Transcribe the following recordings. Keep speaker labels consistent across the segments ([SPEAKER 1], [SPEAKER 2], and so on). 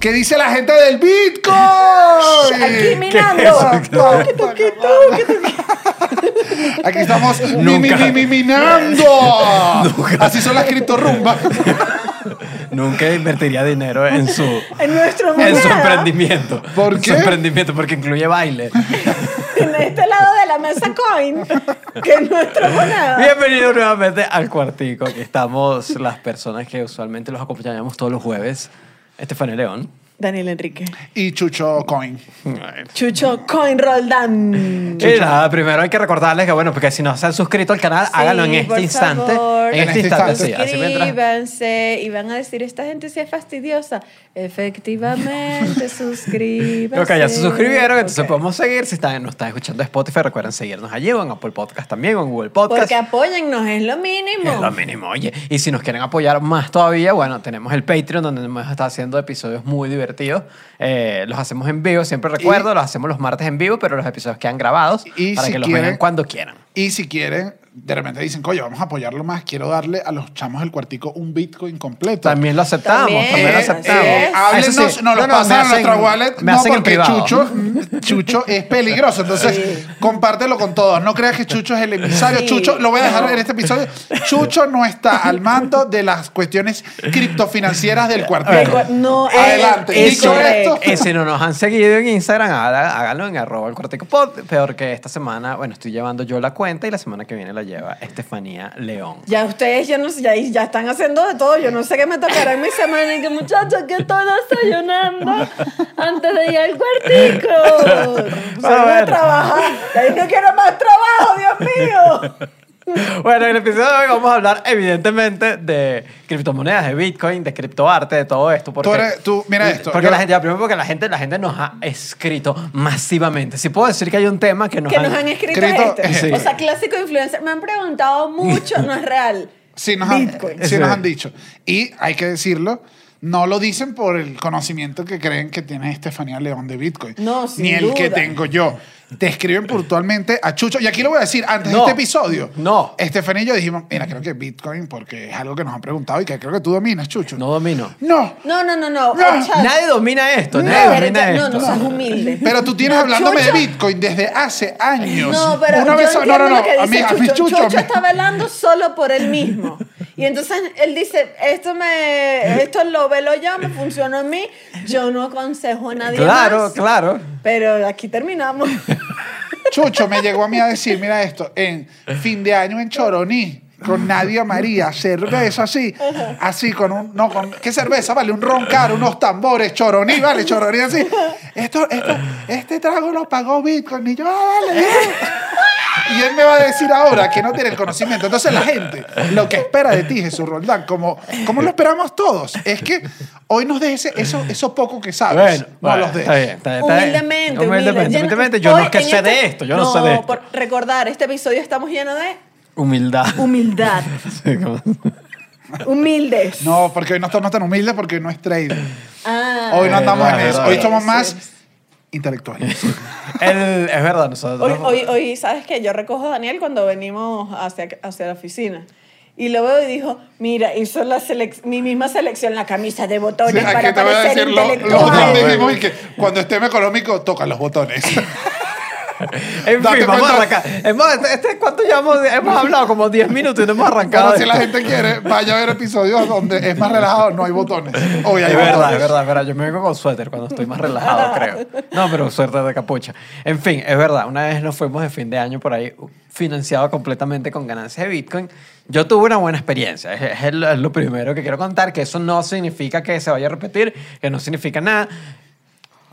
[SPEAKER 1] ¿Qué dice la gente del Bitcoin?
[SPEAKER 2] Aquí minando.
[SPEAKER 1] Toqui, toqui, toqui. Aquí estamos mi- mi-
[SPEAKER 3] Nunca.
[SPEAKER 1] mi- mi- minando. Así son las criptorrumbas.
[SPEAKER 3] Nunca invertiría dinero en su,
[SPEAKER 2] En nuestro
[SPEAKER 3] en su
[SPEAKER 2] moneda,
[SPEAKER 3] emprendimiento.
[SPEAKER 1] ¿Por
[SPEAKER 3] En
[SPEAKER 1] qué?
[SPEAKER 3] Su emprendimiento, porque incluye baile.
[SPEAKER 2] en este lado de la mesa coin, que es nuestra moneda.
[SPEAKER 3] Bienvenido nuevamente al cuartico. Aquí estamos las personas que usualmente los acompañamos todos los jueves. Estefania León.
[SPEAKER 2] Daniel Enrique.
[SPEAKER 1] Y Chucho Coin.
[SPEAKER 2] Chucho Coin Roldán.
[SPEAKER 3] Y nada, primero hay que recordarles que, bueno, porque si no se han suscrito al canal,
[SPEAKER 2] Sí,
[SPEAKER 3] háganlo en este
[SPEAKER 2] por
[SPEAKER 3] instante.
[SPEAKER 2] favor.
[SPEAKER 3] En este instante, sí. Así mientras-
[SPEAKER 2] Suscríbanse y van a decir, esta gente sí es fastidiosa. Efectivamente, suscríbanse.
[SPEAKER 3] Ok, ya se suscribieron, entonces pues,
[SPEAKER 2] Ok.
[SPEAKER 3] podemos seguir. Si están, nos están escuchando en Spotify, recuerden seguirnos allí o en Apple Podcast también o en Google Podcast.
[SPEAKER 2] Porque apóyennos, es lo mínimo.
[SPEAKER 3] Es lo mínimo, oye. Y si nos quieren apoyar más todavía, bueno, tenemos el Patreon donde hemos estado haciendo episodios muy divertidos. Eh, los hacemos en vivo, siempre recuerdo, los hacemos los martes en vivo, pero los episodios quedan grabados
[SPEAKER 1] Y
[SPEAKER 3] para
[SPEAKER 1] si
[SPEAKER 3] que los
[SPEAKER 1] quieren-
[SPEAKER 3] vean cuando quieran.
[SPEAKER 1] Y si quieren, de repente dicen, coño, vamos a apoyarlo más. Quiero darle a los chamos del cuartico un Bitcoin completo.
[SPEAKER 3] También lo aceptamos, también,
[SPEAKER 2] También,
[SPEAKER 3] lo
[SPEAKER 1] Eh,
[SPEAKER 3] aceptamos. Ah,
[SPEAKER 1] eh,
[SPEAKER 3] Eso
[SPEAKER 1] háblenos,
[SPEAKER 3] sí,
[SPEAKER 1] nos lo
[SPEAKER 3] no, no, me
[SPEAKER 1] pasan a
[SPEAKER 3] hacen-
[SPEAKER 1] nuestra wallet.
[SPEAKER 3] me
[SPEAKER 1] no,
[SPEAKER 3] hacen en
[SPEAKER 1] porque
[SPEAKER 3] privado.
[SPEAKER 1] Chucho, Chucho es peligroso. Entonces, compártelo con todos. No creas que Chucho es el emisario.
[SPEAKER 2] Sí.
[SPEAKER 1] Chucho, lo voy a dejar en este episodio. Chucho no está al mando de las cuestiones criptofinancieras del
[SPEAKER 2] Del
[SPEAKER 1] cuartel.
[SPEAKER 2] cua- No,
[SPEAKER 1] Adelante.
[SPEAKER 2] es-
[SPEAKER 1] Dicho
[SPEAKER 2] es-
[SPEAKER 1] esto-
[SPEAKER 3] Y si no nos han seguido en Instagram, haga- háganlo en arroba el cuartico pod. Peor que esta semana, bueno, estoy llevando yo la cuenta y la semana que viene la lleva Estefanía León.
[SPEAKER 2] Ya ustedes ya, no, sé, ya, ya están haciendo de todo. Yo no sé qué me tocará en mi semana. Y que muchachos, que estoy desayunando antes de ir al cuartico. Se
[SPEAKER 3] A
[SPEAKER 2] a
[SPEAKER 3] ver.
[SPEAKER 2] trabajar. Y ahí no quiero más trabajo, Dios mío.
[SPEAKER 3] Bueno, en el episodio de hoy vamos a hablar evidentemente de criptomonedas, de Bitcoin, de criptoarte, de todo esto. Porque,
[SPEAKER 1] Tú eres- tú- mira esto,
[SPEAKER 3] Porque
[SPEAKER 1] yo-
[SPEAKER 3] la gente, ya, primero porque la gente, la gente nos ha escrito masivamente. Si puedo decir que hay un tema que nos,
[SPEAKER 2] Que nos han escrito
[SPEAKER 1] Escrito,
[SPEAKER 2] esto.
[SPEAKER 3] sí.
[SPEAKER 2] O sea, clásico influencer. Me han preguntado mucho, no es real.
[SPEAKER 1] Sí nos, han,
[SPEAKER 2] Bitcoin.
[SPEAKER 1] sí nos
[SPEAKER 3] Sí.
[SPEAKER 1] han dicho. Y hay que decirlo, no lo dicen por el conocimiento que creen que tiene Estefanía León de Bitcoin.
[SPEAKER 2] No, sin
[SPEAKER 1] Ni el
[SPEAKER 2] duda.
[SPEAKER 1] que tengo yo. Te escriben puntualmente a Chucho. Y aquí lo voy a decir, antes
[SPEAKER 3] No.
[SPEAKER 1] de este episodio.
[SPEAKER 3] No.
[SPEAKER 1] Estefanía y yo dijimos, mira, creo que Bitcoin, porque es algo que nos han preguntado y que creo que tú dominas, Chucho.
[SPEAKER 3] No domino.
[SPEAKER 1] No.
[SPEAKER 2] No, no, no,
[SPEAKER 1] No,
[SPEAKER 2] no. O sea,
[SPEAKER 3] Nadie domina esto,
[SPEAKER 2] no,
[SPEAKER 3] nadie
[SPEAKER 2] pero
[SPEAKER 3] domina
[SPEAKER 2] ya- no,
[SPEAKER 3] esto.
[SPEAKER 2] no seas humilde.
[SPEAKER 1] Pero tú tienes
[SPEAKER 2] No,
[SPEAKER 1] hablándome
[SPEAKER 2] Chucho-
[SPEAKER 1] de Bitcoin desde hace años.
[SPEAKER 2] No, pero
[SPEAKER 1] Una
[SPEAKER 2] yo
[SPEAKER 1] vez-
[SPEAKER 2] entiendo
[SPEAKER 1] no, no,
[SPEAKER 2] lo que
[SPEAKER 1] no. A mí,
[SPEAKER 2] dice
[SPEAKER 1] a mí,
[SPEAKER 2] Chucho.
[SPEAKER 1] Chucho,
[SPEAKER 2] Chucho
[SPEAKER 1] me-
[SPEAKER 2] está velando solo por él mismo. Y entonces él dice, esto me esto lo velo yo, me funcionó a mí, yo no aconsejo a nadie
[SPEAKER 3] claro,
[SPEAKER 2] más.
[SPEAKER 3] claro.
[SPEAKER 2] Pero aquí terminamos.
[SPEAKER 1] Chucho me llegó a mí a decir, mira esto, en fin de año en Choroní, con Nadia María, cerveza así, así con un, no, con, ¿qué cerveza? Vale, un ron caro, unos tambores, Choroní, vale, Choroní así. Esto, esto, este trago lo pagó Bitcoin y yo, ah, vale. bien. Y él me va a decir ahora que no tiene el conocimiento. Entonces la gente, lo que espera de ti, Jesús Roldán, como, como lo esperamos todos, es que hoy nos dejes ese- eso, eso poco que sabes.
[SPEAKER 3] Bueno,
[SPEAKER 1] no
[SPEAKER 3] bueno,
[SPEAKER 1] los dejes.
[SPEAKER 3] está bien, está bien, está bien.
[SPEAKER 2] Humildemente, humildemente.
[SPEAKER 3] humildemente. humildemente. Yo
[SPEAKER 2] Hoy
[SPEAKER 3] no es que
[SPEAKER 2] en
[SPEAKER 3] sé
[SPEAKER 2] este-
[SPEAKER 3] de esto, yo no, sé de
[SPEAKER 2] No,
[SPEAKER 3] esto.
[SPEAKER 2] por recordar, este episodio estamos llenos de
[SPEAKER 3] Humildad.
[SPEAKER 2] humildad, humildes.
[SPEAKER 1] No, porque hoy no estamos tan humildes porque hoy no es trading.
[SPEAKER 2] Ah.
[SPEAKER 1] Hoy no andamos en
[SPEAKER 3] verdad,
[SPEAKER 1] eso.
[SPEAKER 3] verdad.
[SPEAKER 1] Hoy somos más intelectuales.
[SPEAKER 3] El- es verdad, nosotros.
[SPEAKER 2] Hoy, hoy, hoy, ¿sabes qué? Yo recojo a Daniel cuando venimos hacia, hacia la oficina. Y lo veo y dijo, mira, hizo la selec- mi misma selección, la camisa de botones
[SPEAKER 1] Aquí
[SPEAKER 2] para
[SPEAKER 1] te voy a
[SPEAKER 2] parecer
[SPEAKER 1] decir lo,
[SPEAKER 2] intelectual.
[SPEAKER 1] lo
[SPEAKER 3] Ah,
[SPEAKER 1] que
[SPEAKER 3] bueno.
[SPEAKER 1] dijimos y que cuando esté económico, toca los botones.
[SPEAKER 3] En
[SPEAKER 1] Date
[SPEAKER 3] fin, vamos a
[SPEAKER 1] cuenta.
[SPEAKER 3] arrancar. Hemos, este, ¿Cuánto llevamos? Hemos hablado como 10 minutos y no hemos arrancado.
[SPEAKER 1] Pero si la
[SPEAKER 3] esto.
[SPEAKER 1] gente quiere, vaya a ver episodios donde es más relajado, no hay botones. Hoy hay
[SPEAKER 3] Es verdad, es
[SPEAKER 1] botones.
[SPEAKER 3] verdad, es verdad. Yo me vengo con suéter cuando estoy más relajado, creo. No, pero suéter de capucha. En fin, es verdad. Una vez nos fuimos de fin de año por ahí financiado completamente con ganancias de Bitcoin. Yo tuve una buena experiencia. Es, es lo, es lo primero que quiero contar, que eso no significa que se vaya a repetir, que no significa nada.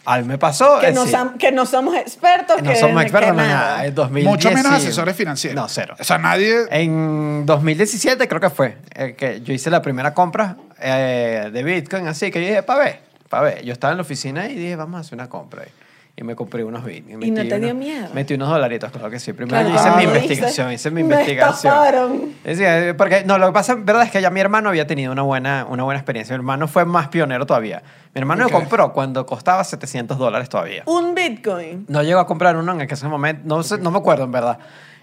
[SPEAKER 3] A mí me pasó.
[SPEAKER 2] que,
[SPEAKER 3] eh,
[SPEAKER 2] no
[SPEAKER 3] sí.
[SPEAKER 2] sam- que no somos expertos.
[SPEAKER 3] No
[SPEAKER 2] que-
[SPEAKER 3] somos
[SPEAKER 2] que
[SPEAKER 3] expertos en
[SPEAKER 2] nada.
[SPEAKER 3] nada. Es 2010
[SPEAKER 1] Mucho menos
[SPEAKER 3] y-
[SPEAKER 1] asesores financieros.
[SPEAKER 3] No, cero. Eh,
[SPEAKER 1] O sea, nadie.
[SPEAKER 3] En 2017 creo que fue eh, que yo hice la primera compra eh, de Bitcoin, así que yo dije, pa' ver, pa' ver. Yo estaba en la oficina y dije, vamos a hacer una compra. ahí". Y me compré unos Bitcoin.
[SPEAKER 2] ¿Y no
[SPEAKER 3] metí
[SPEAKER 2] te dio
[SPEAKER 3] unos-
[SPEAKER 2] miedo?
[SPEAKER 3] Metí unos dolaritos, claro que sí. Primero
[SPEAKER 2] Claro,
[SPEAKER 3] yo hice
[SPEAKER 1] claro.
[SPEAKER 3] mi
[SPEAKER 1] Dice,
[SPEAKER 3] investigación, hice mi
[SPEAKER 2] "Me
[SPEAKER 3] investigación.
[SPEAKER 2] estafaron".
[SPEAKER 3] Es decir, eh, porque, no, lo que pasa, verdad, es que ya mi hermano había tenido una buena, una buena experiencia. Mi hermano fue más pionero todavía. Mi hermano
[SPEAKER 1] Ok.
[SPEAKER 3] lo compró cuando costaba 700 dólares todavía.
[SPEAKER 2] Un Bitcoin.
[SPEAKER 3] No llegó a comprar uno en ese momento, no, sé- no me acuerdo en verdad.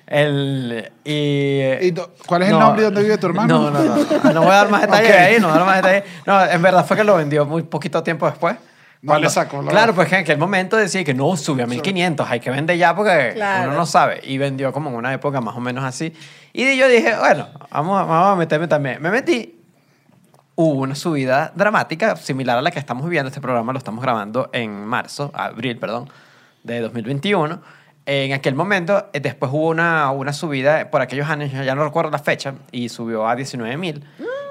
[SPEAKER 3] El, y,
[SPEAKER 1] ¿Y do- cuál es el nombre y dónde vive tu hermano?
[SPEAKER 3] No, no, no. No, no voy a dar más detalles
[SPEAKER 1] Ok.
[SPEAKER 3] ahí, no voy a dar más detalles. No, en verdad fue que lo vendió muy poquito tiempo después.
[SPEAKER 1] No le sacó la-
[SPEAKER 3] Claro, pues que en aquel momento decía que no, subió a 1500, hay que vender ya porque
[SPEAKER 2] Claro.
[SPEAKER 3] uno no sabe. Y vendió como en una época más o menos así. Y yo dije, bueno, vamos, a- vamos a meterme también. Me metí. Hubo una subida dramática similar a la que estamos viviendo. Este programa lo estamos grabando en marzo, abril, perdón, de 2021. En aquel momento, eh, después hubo una, una subida por aquellos años, ya no recuerdo la fecha, y subió a 19 mil.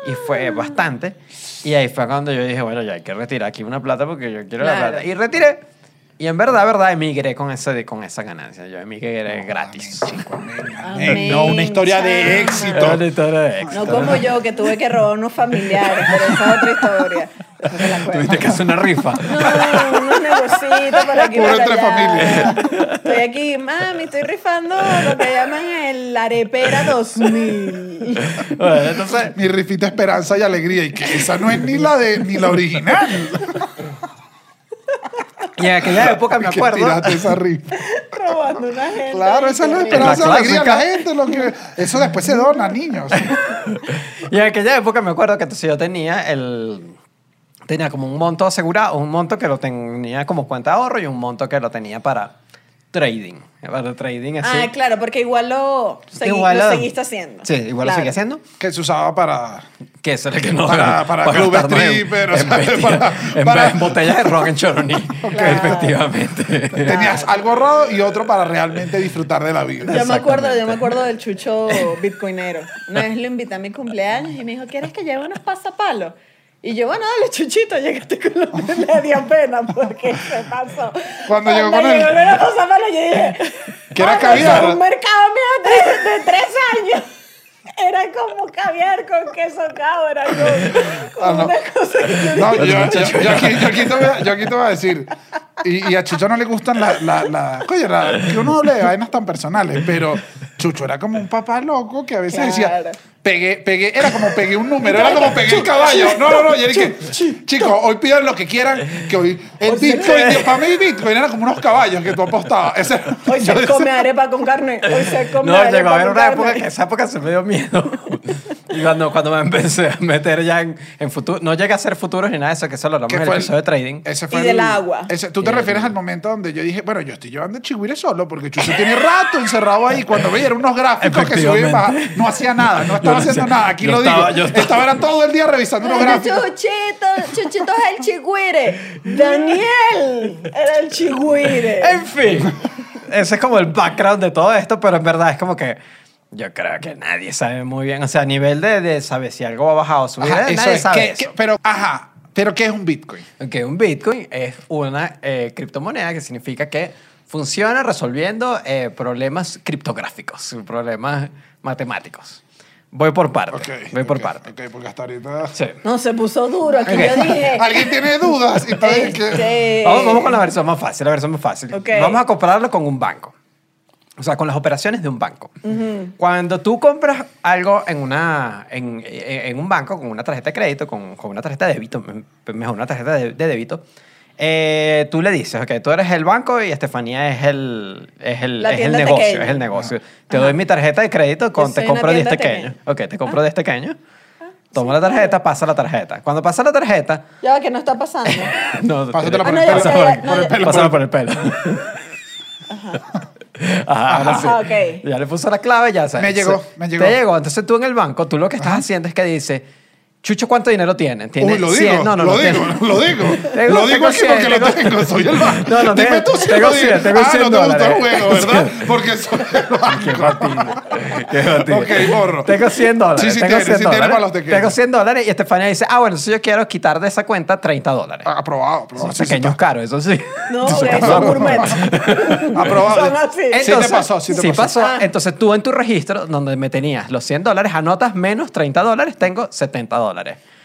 [SPEAKER 3] Y
[SPEAKER 2] Ah.
[SPEAKER 3] fue bastante. Y ahí fue cuando yo dije, bueno, ya hay que retirar aquí una plata porque yo quiero la
[SPEAKER 2] Claro.
[SPEAKER 3] plata. Y retiré. Y en verdad, verdad, emigré con, ese, con esa ganancia. Yo emigré gratis.
[SPEAKER 1] Amén, chico, amén, amén.
[SPEAKER 2] Amén,
[SPEAKER 1] No, una historia
[SPEAKER 2] chama.
[SPEAKER 1] de
[SPEAKER 3] Era
[SPEAKER 1] éxito.
[SPEAKER 3] una historia de éxito.
[SPEAKER 2] No como yo, que tuve que robar unos familiares, pero esa es otra historia. No te la cuento.
[SPEAKER 3] Tuviste que hacer una rifa.
[SPEAKER 2] No, unos negocitos para aquí
[SPEAKER 1] Por
[SPEAKER 2] para
[SPEAKER 1] otra
[SPEAKER 2] allá. Estoy aquí, mami, estoy rifando lo que llaman el Arepera 2000.
[SPEAKER 3] Bueno, entonces,
[SPEAKER 1] Mi rifita esperanza y alegría. Y que esa no es ni la de ni la original.
[SPEAKER 3] y en aquella época me
[SPEAKER 1] que
[SPEAKER 3] acuerdo.
[SPEAKER 1] tiraste esa rifa.
[SPEAKER 2] Robando una gente.
[SPEAKER 1] Claro, esa es la esperanza y
[SPEAKER 3] La
[SPEAKER 1] alegría de la
[SPEAKER 3] clásica.
[SPEAKER 1] gente. Lo que, eso después se dona, niños.
[SPEAKER 3] Y en aquella época me acuerdo que entonces yo tenía el... Tenía como un monto asegurado, un monto que lo tenía como cuenta de ahorro y un monto que lo tenía para trading. Para trading así.
[SPEAKER 2] Ah, claro, porque igual lo, segui-
[SPEAKER 3] Igual
[SPEAKER 2] lo
[SPEAKER 3] lo-
[SPEAKER 2] seguiste haciendo.
[SPEAKER 3] Sí, igual lo
[SPEAKER 2] Claro.
[SPEAKER 3] seguí haciendo.
[SPEAKER 1] Que se usaba para.
[SPEAKER 3] Que eso era que no...
[SPEAKER 1] Para- para club
[SPEAKER 3] gastarnos en-
[SPEAKER 1] stripper, o
[SPEAKER 3] en,
[SPEAKER 1] sea,
[SPEAKER 3] bestia-
[SPEAKER 1] para-
[SPEAKER 3] en,
[SPEAKER 1] para-
[SPEAKER 3] en botellas de rock en Choroní. Efectivamente.
[SPEAKER 1] Tenías algo ahorrado y otro para realmente disfrutar de la vida.
[SPEAKER 2] Yo me acuerdo, yo me
[SPEAKER 3] Exactamente.
[SPEAKER 2] acuerdo del chucho bitcoinero. Una vez lo invité a mi cumpleaños y me dijo, ¿quieres que lleve unos pasapalos? Y yo, bueno, dale, chuchito, llegaste con los... Le dio pena porque se pasó.
[SPEAKER 1] Cuando llegó con el-
[SPEAKER 2] llegó con los pasapalos, yo dije...
[SPEAKER 1] Que era
[SPEAKER 2] "Mano,
[SPEAKER 1] caviar".
[SPEAKER 2] eso es un mercado mío de, de tres años. Era como caviar con queso cabra. Yo, como
[SPEAKER 1] Ah, no.
[SPEAKER 2] una cosa que yo
[SPEAKER 1] No, yo,
[SPEAKER 3] Pero
[SPEAKER 1] yo-
[SPEAKER 3] muchacho,
[SPEAKER 1] yo aquí, yo aquí te voy a, yo aquí te voy a decir. Y, y a Chucho no le gustan las. La, la- coño, la- que uno hable de vainas tan personales, pero Chucho era como un papá loco que a veces
[SPEAKER 2] Claro.
[SPEAKER 1] decía. Pegué, pegué, era como pegué un número, era como pegué el caballo. No, no, no, y era que, chicos, hoy pidan lo que quieran, que hoy el Bitcoin, para mí Bitcoin era como unos caballos que tú apostabas. Ese era-
[SPEAKER 2] Hoy
[SPEAKER 1] yo
[SPEAKER 2] se
[SPEAKER 1] decía,
[SPEAKER 2] come arepa con carne. Hoy se come
[SPEAKER 3] No,
[SPEAKER 2] arepa
[SPEAKER 3] llegó a haber
[SPEAKER 2] con
[SPEAKER 3] una época
[SPEAKER 2] carne.
[SPEAKER 3] que esa época se me dio miedo. y cuando, cuando me empecé a meter ya en, en futuro, no llegué a ser futuros ni nada de eso, que eso lo hablamos
[SPEAKER 1] que
[SPEAKER 3] en el
[SPEAKER 1] fue el-
[SPEAKER 3] episodio de trading.
[SPEAKER 1] ese
[SPEAKER 2] Y del agua.
[SPEAKER 1] ese- Tú te
[SPEAKER 3] Y del-
[SPEAKER 1] refieres al momento donde yo dije, bueno, yo estoy llevando el chihuire solo porque Chucho tiene rato encerrado ahí. Cuando veía eran unos gráficos que subían y bajaban.
[SPEAKER 3] Efectivamente.
[SPEAKER 1] No hacía nada, no estaba
[SPEAKER 3] no
[SPEAKER 1] haciendo
[SPEAKER 3] hacía-
[SPEAKER 1] nada. Aquí
[SPEAKER 3] yo
[SPEAKER 1] lo
[SPEAKER 3] estaba-
[SPEAKER 1] digo.
[SPEAKER 3] yo
[SPEAKER 1] Estaba,
[SPEAKER 3] estaba-
[SPEAKER 1] eran todo el día revisando unos
[SPEAKER 2] Era
[SPEAKER 1] gráficos.
[SPEAKER 2] Chuchito, Chuchito es el chigüire. Daniel era el chigüire.
[SPEAKER 3] En fin, ese es como el background de todo esto, pero en verdad es como que yo creo que nadie sabe muy bien. O sea, a nivel de, de saber si algo ha bajado o subido,
[SPEAKER 1] Ajá,
[SPEAKER 3] nadie
[SPEAKER 1] eso es.
[SPEAKER 3] sabe
[SPEAKER 1] ¿Qué-
[SPEAKER 3] eso.
[SPEAKER 1] qué- pero, ajá, pero ¿qué es un Bitcoin?
[SPEAKER 3] Que un Bitcoin es una eh, criptomoneda que significa que funciona resolviendo eh, problemas criptográficos, problemas matemáticos. Voy por parte.
[SPEAKER 1] Ok,
[SPEAKER 3] voy por
[SPEAKER 1] ok,
[SPEAKER 3] parte.
[SPEAKER 1] Ok, porque hasta ahorita.
[SPEAKER 3] Sí.
[SPEAKER 2] No, se puso duro. Aquí
[SPEAKER 3] Ok.
[SPEAKER 2] yo dije.
[SPEAKER 1] ¿Alguien tiene dudas? Entonces, ¿qué?
[SPEAKER 2] este,
[SPEAKER 3] Vamos, vamos con la versión más fácil, la versión más fácil.
[SPEAKER 2] Ok.
[SPEAKER 3] Vamos a compararlo con un banco. O sea, con las operaciones de un banco. Cuando tú compras algo en, una, en, en- en un banco, con una tarjeta de crédito, con, con una tarjeta de débito, me- pues mejor una tarjeta de, de débito, eh, tú le dices, ok, tú eres el banco y Estefanía es el, es el,
[SPEAKER 2] La
[SPEAKER 3] es el
[SPEAKER 2] tienda
[SPEAKER 3] negocio.
[SPEAKER 2] pequeña.
[SPEAKER 3] Es el negocio. Te doy mi tarjeta de crédito, con,
[SPEAKER 2] Yo
[SPEAKER 3] te
[SPEAKER 2] soy una
[SPEAKER 3] compro 10
[SPEAKER 2] tienda
[SPEAKER 3] pequeños.
[SPEAKER 2] pequeña. Ah.
[SPEAKER 3] Ok, te compro 10 pequeños. Toma la tarjeta, pasa la tarjeta. Cuando pasa la tarjeta...
[SPEAKER 2] Ya va, que no está pasando.
[SPEAKER 3] No, eh,
[SPEAKER 1] Pásatela
[SPEAKER 3] te-
[SPEAKER 2] por el Ah, no, pelo. ya, ya, ya,
[SPEAKER 3] Por el pelo.
[SPEAKER 1] ya.
[SPEAKER 3] Pásala por el pelo. Ajá, ahora sí.
[SPEAKER 2] Ajá, ok.
[SPEAKER 3] Ya le puso la clave, ya sabes.
[SPEAKER 1] Me llegó, me llegó.
[SPEAKER 3] Te llegó. Entonces tú en el banco, tú lo que estás haciendo es que dices, Chucho, ¿cuánto dinero tiene? ¿Tiene
[SPEAKER 1] Uy, lo
[SPEAKER 3] 100?
[SPEAKER 1] digo,
[SPEAKER 3] No, no,
[SPEAKER 1] lo,
[SPEAKER 3] no,
[SPEAKER 1] digo
[SPEAKER 3] tiene-
[SPEAKER 1] lo digo,
[SPEAKER 3] Tengo-
[SPEAKER 1] lo digo
[SPEAKER 3] tengo
[SPEAKER 1] aquí porque
[SPEAKER 3] cien,
[SPEAKER 1] lo
[SPEAKER 3] tengo-
[SPEAKER 1] tengo, soy el banco.
[SPEAKER 3] No, no,
[SPEAKER 1] Dime
[SPEAKER 3] tengo-
[SPEAKER 1] tú si
[SPEAKER 3] tengo
[SPEAKER 1] lo digo.
[SPEAKER 3] cien, tengo
[SPEAKER 1] ah,
[SPEAKER 3] cien
[SPEAKER 1] no te gusta el
[SPEAKER 3] dólares.
[SPEAKER 1] juego, ¿verdad? Porque soy el
[SPEAKER 3] Qué
[SPEAKER 1] banco.
[SPEAKER 3] fastidio. Qué fastidio.
[SPEAKER 1] Ok, borro.
[SPEAKER 3] Tengo 100 dólares.
[SPEAKER 1] Sí, sí
[SPEAKER 3] tengo
[SPEAKER 1] tiene,
[SPEAKER 3] 100
[SPEAKER 1] sí tiene
[SPEAKER 3] dólares.
[SPEAKER 1] para los pequeños.
[SPEAKER 3] tengo 100 dólares y Estefania dice, ah, bueno, entonces yo quiero quitar de esa cuenta 30 dólares.
[SPEAKER 1] Ah, Aprobado, aprobado. sí, sí,
[SPEAKER 3] Pequeños caros, eso sí.
[SPEAKER 2] No, porque son gourmet.
[SPEAKER 1] Aprobado.
[SPEAKER 2] Son así.
[SPEAKER 1] Sí te pasó, sí te pasó.
[SPEAKER 2] Ah.
[SPEAKER 3] Entonces tú en tu registro, donde me tenías los 100 dólares, anotas menos 30 dólares, tengo 70 dólares.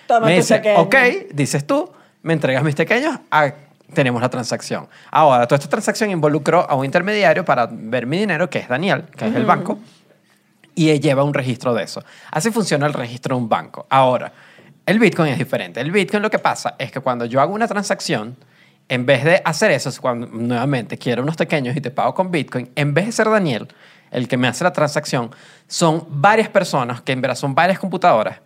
[SPEAKER 2] Toma
[SPEAKER 3] me
[SPEAKER 2] tus
[SPEAKER 3] dice,
[SPEAKER 2] pequeños.
[SPEAKER 3] ok, dices tú, me entregas mis pequeños, ah, tenemos la transacción. Ahora, toda esta transacción involucró a un intermediario para ver mi dinero, que es Daniel, que es el banco, y él lleva un registro de eso. Así funciona el registro de un banco. Ahora, el Bitcoin es diferente. El Bitcoin lo que pasa es que cuando yo hago una transacción, en vez de hacer eso, es cuando nuevamente quiero unos pequeños y te pago con Bitcoin, en vez de ser Daniel, el que me hace la transacción, son varias personas, que en verdad son varias computadoras,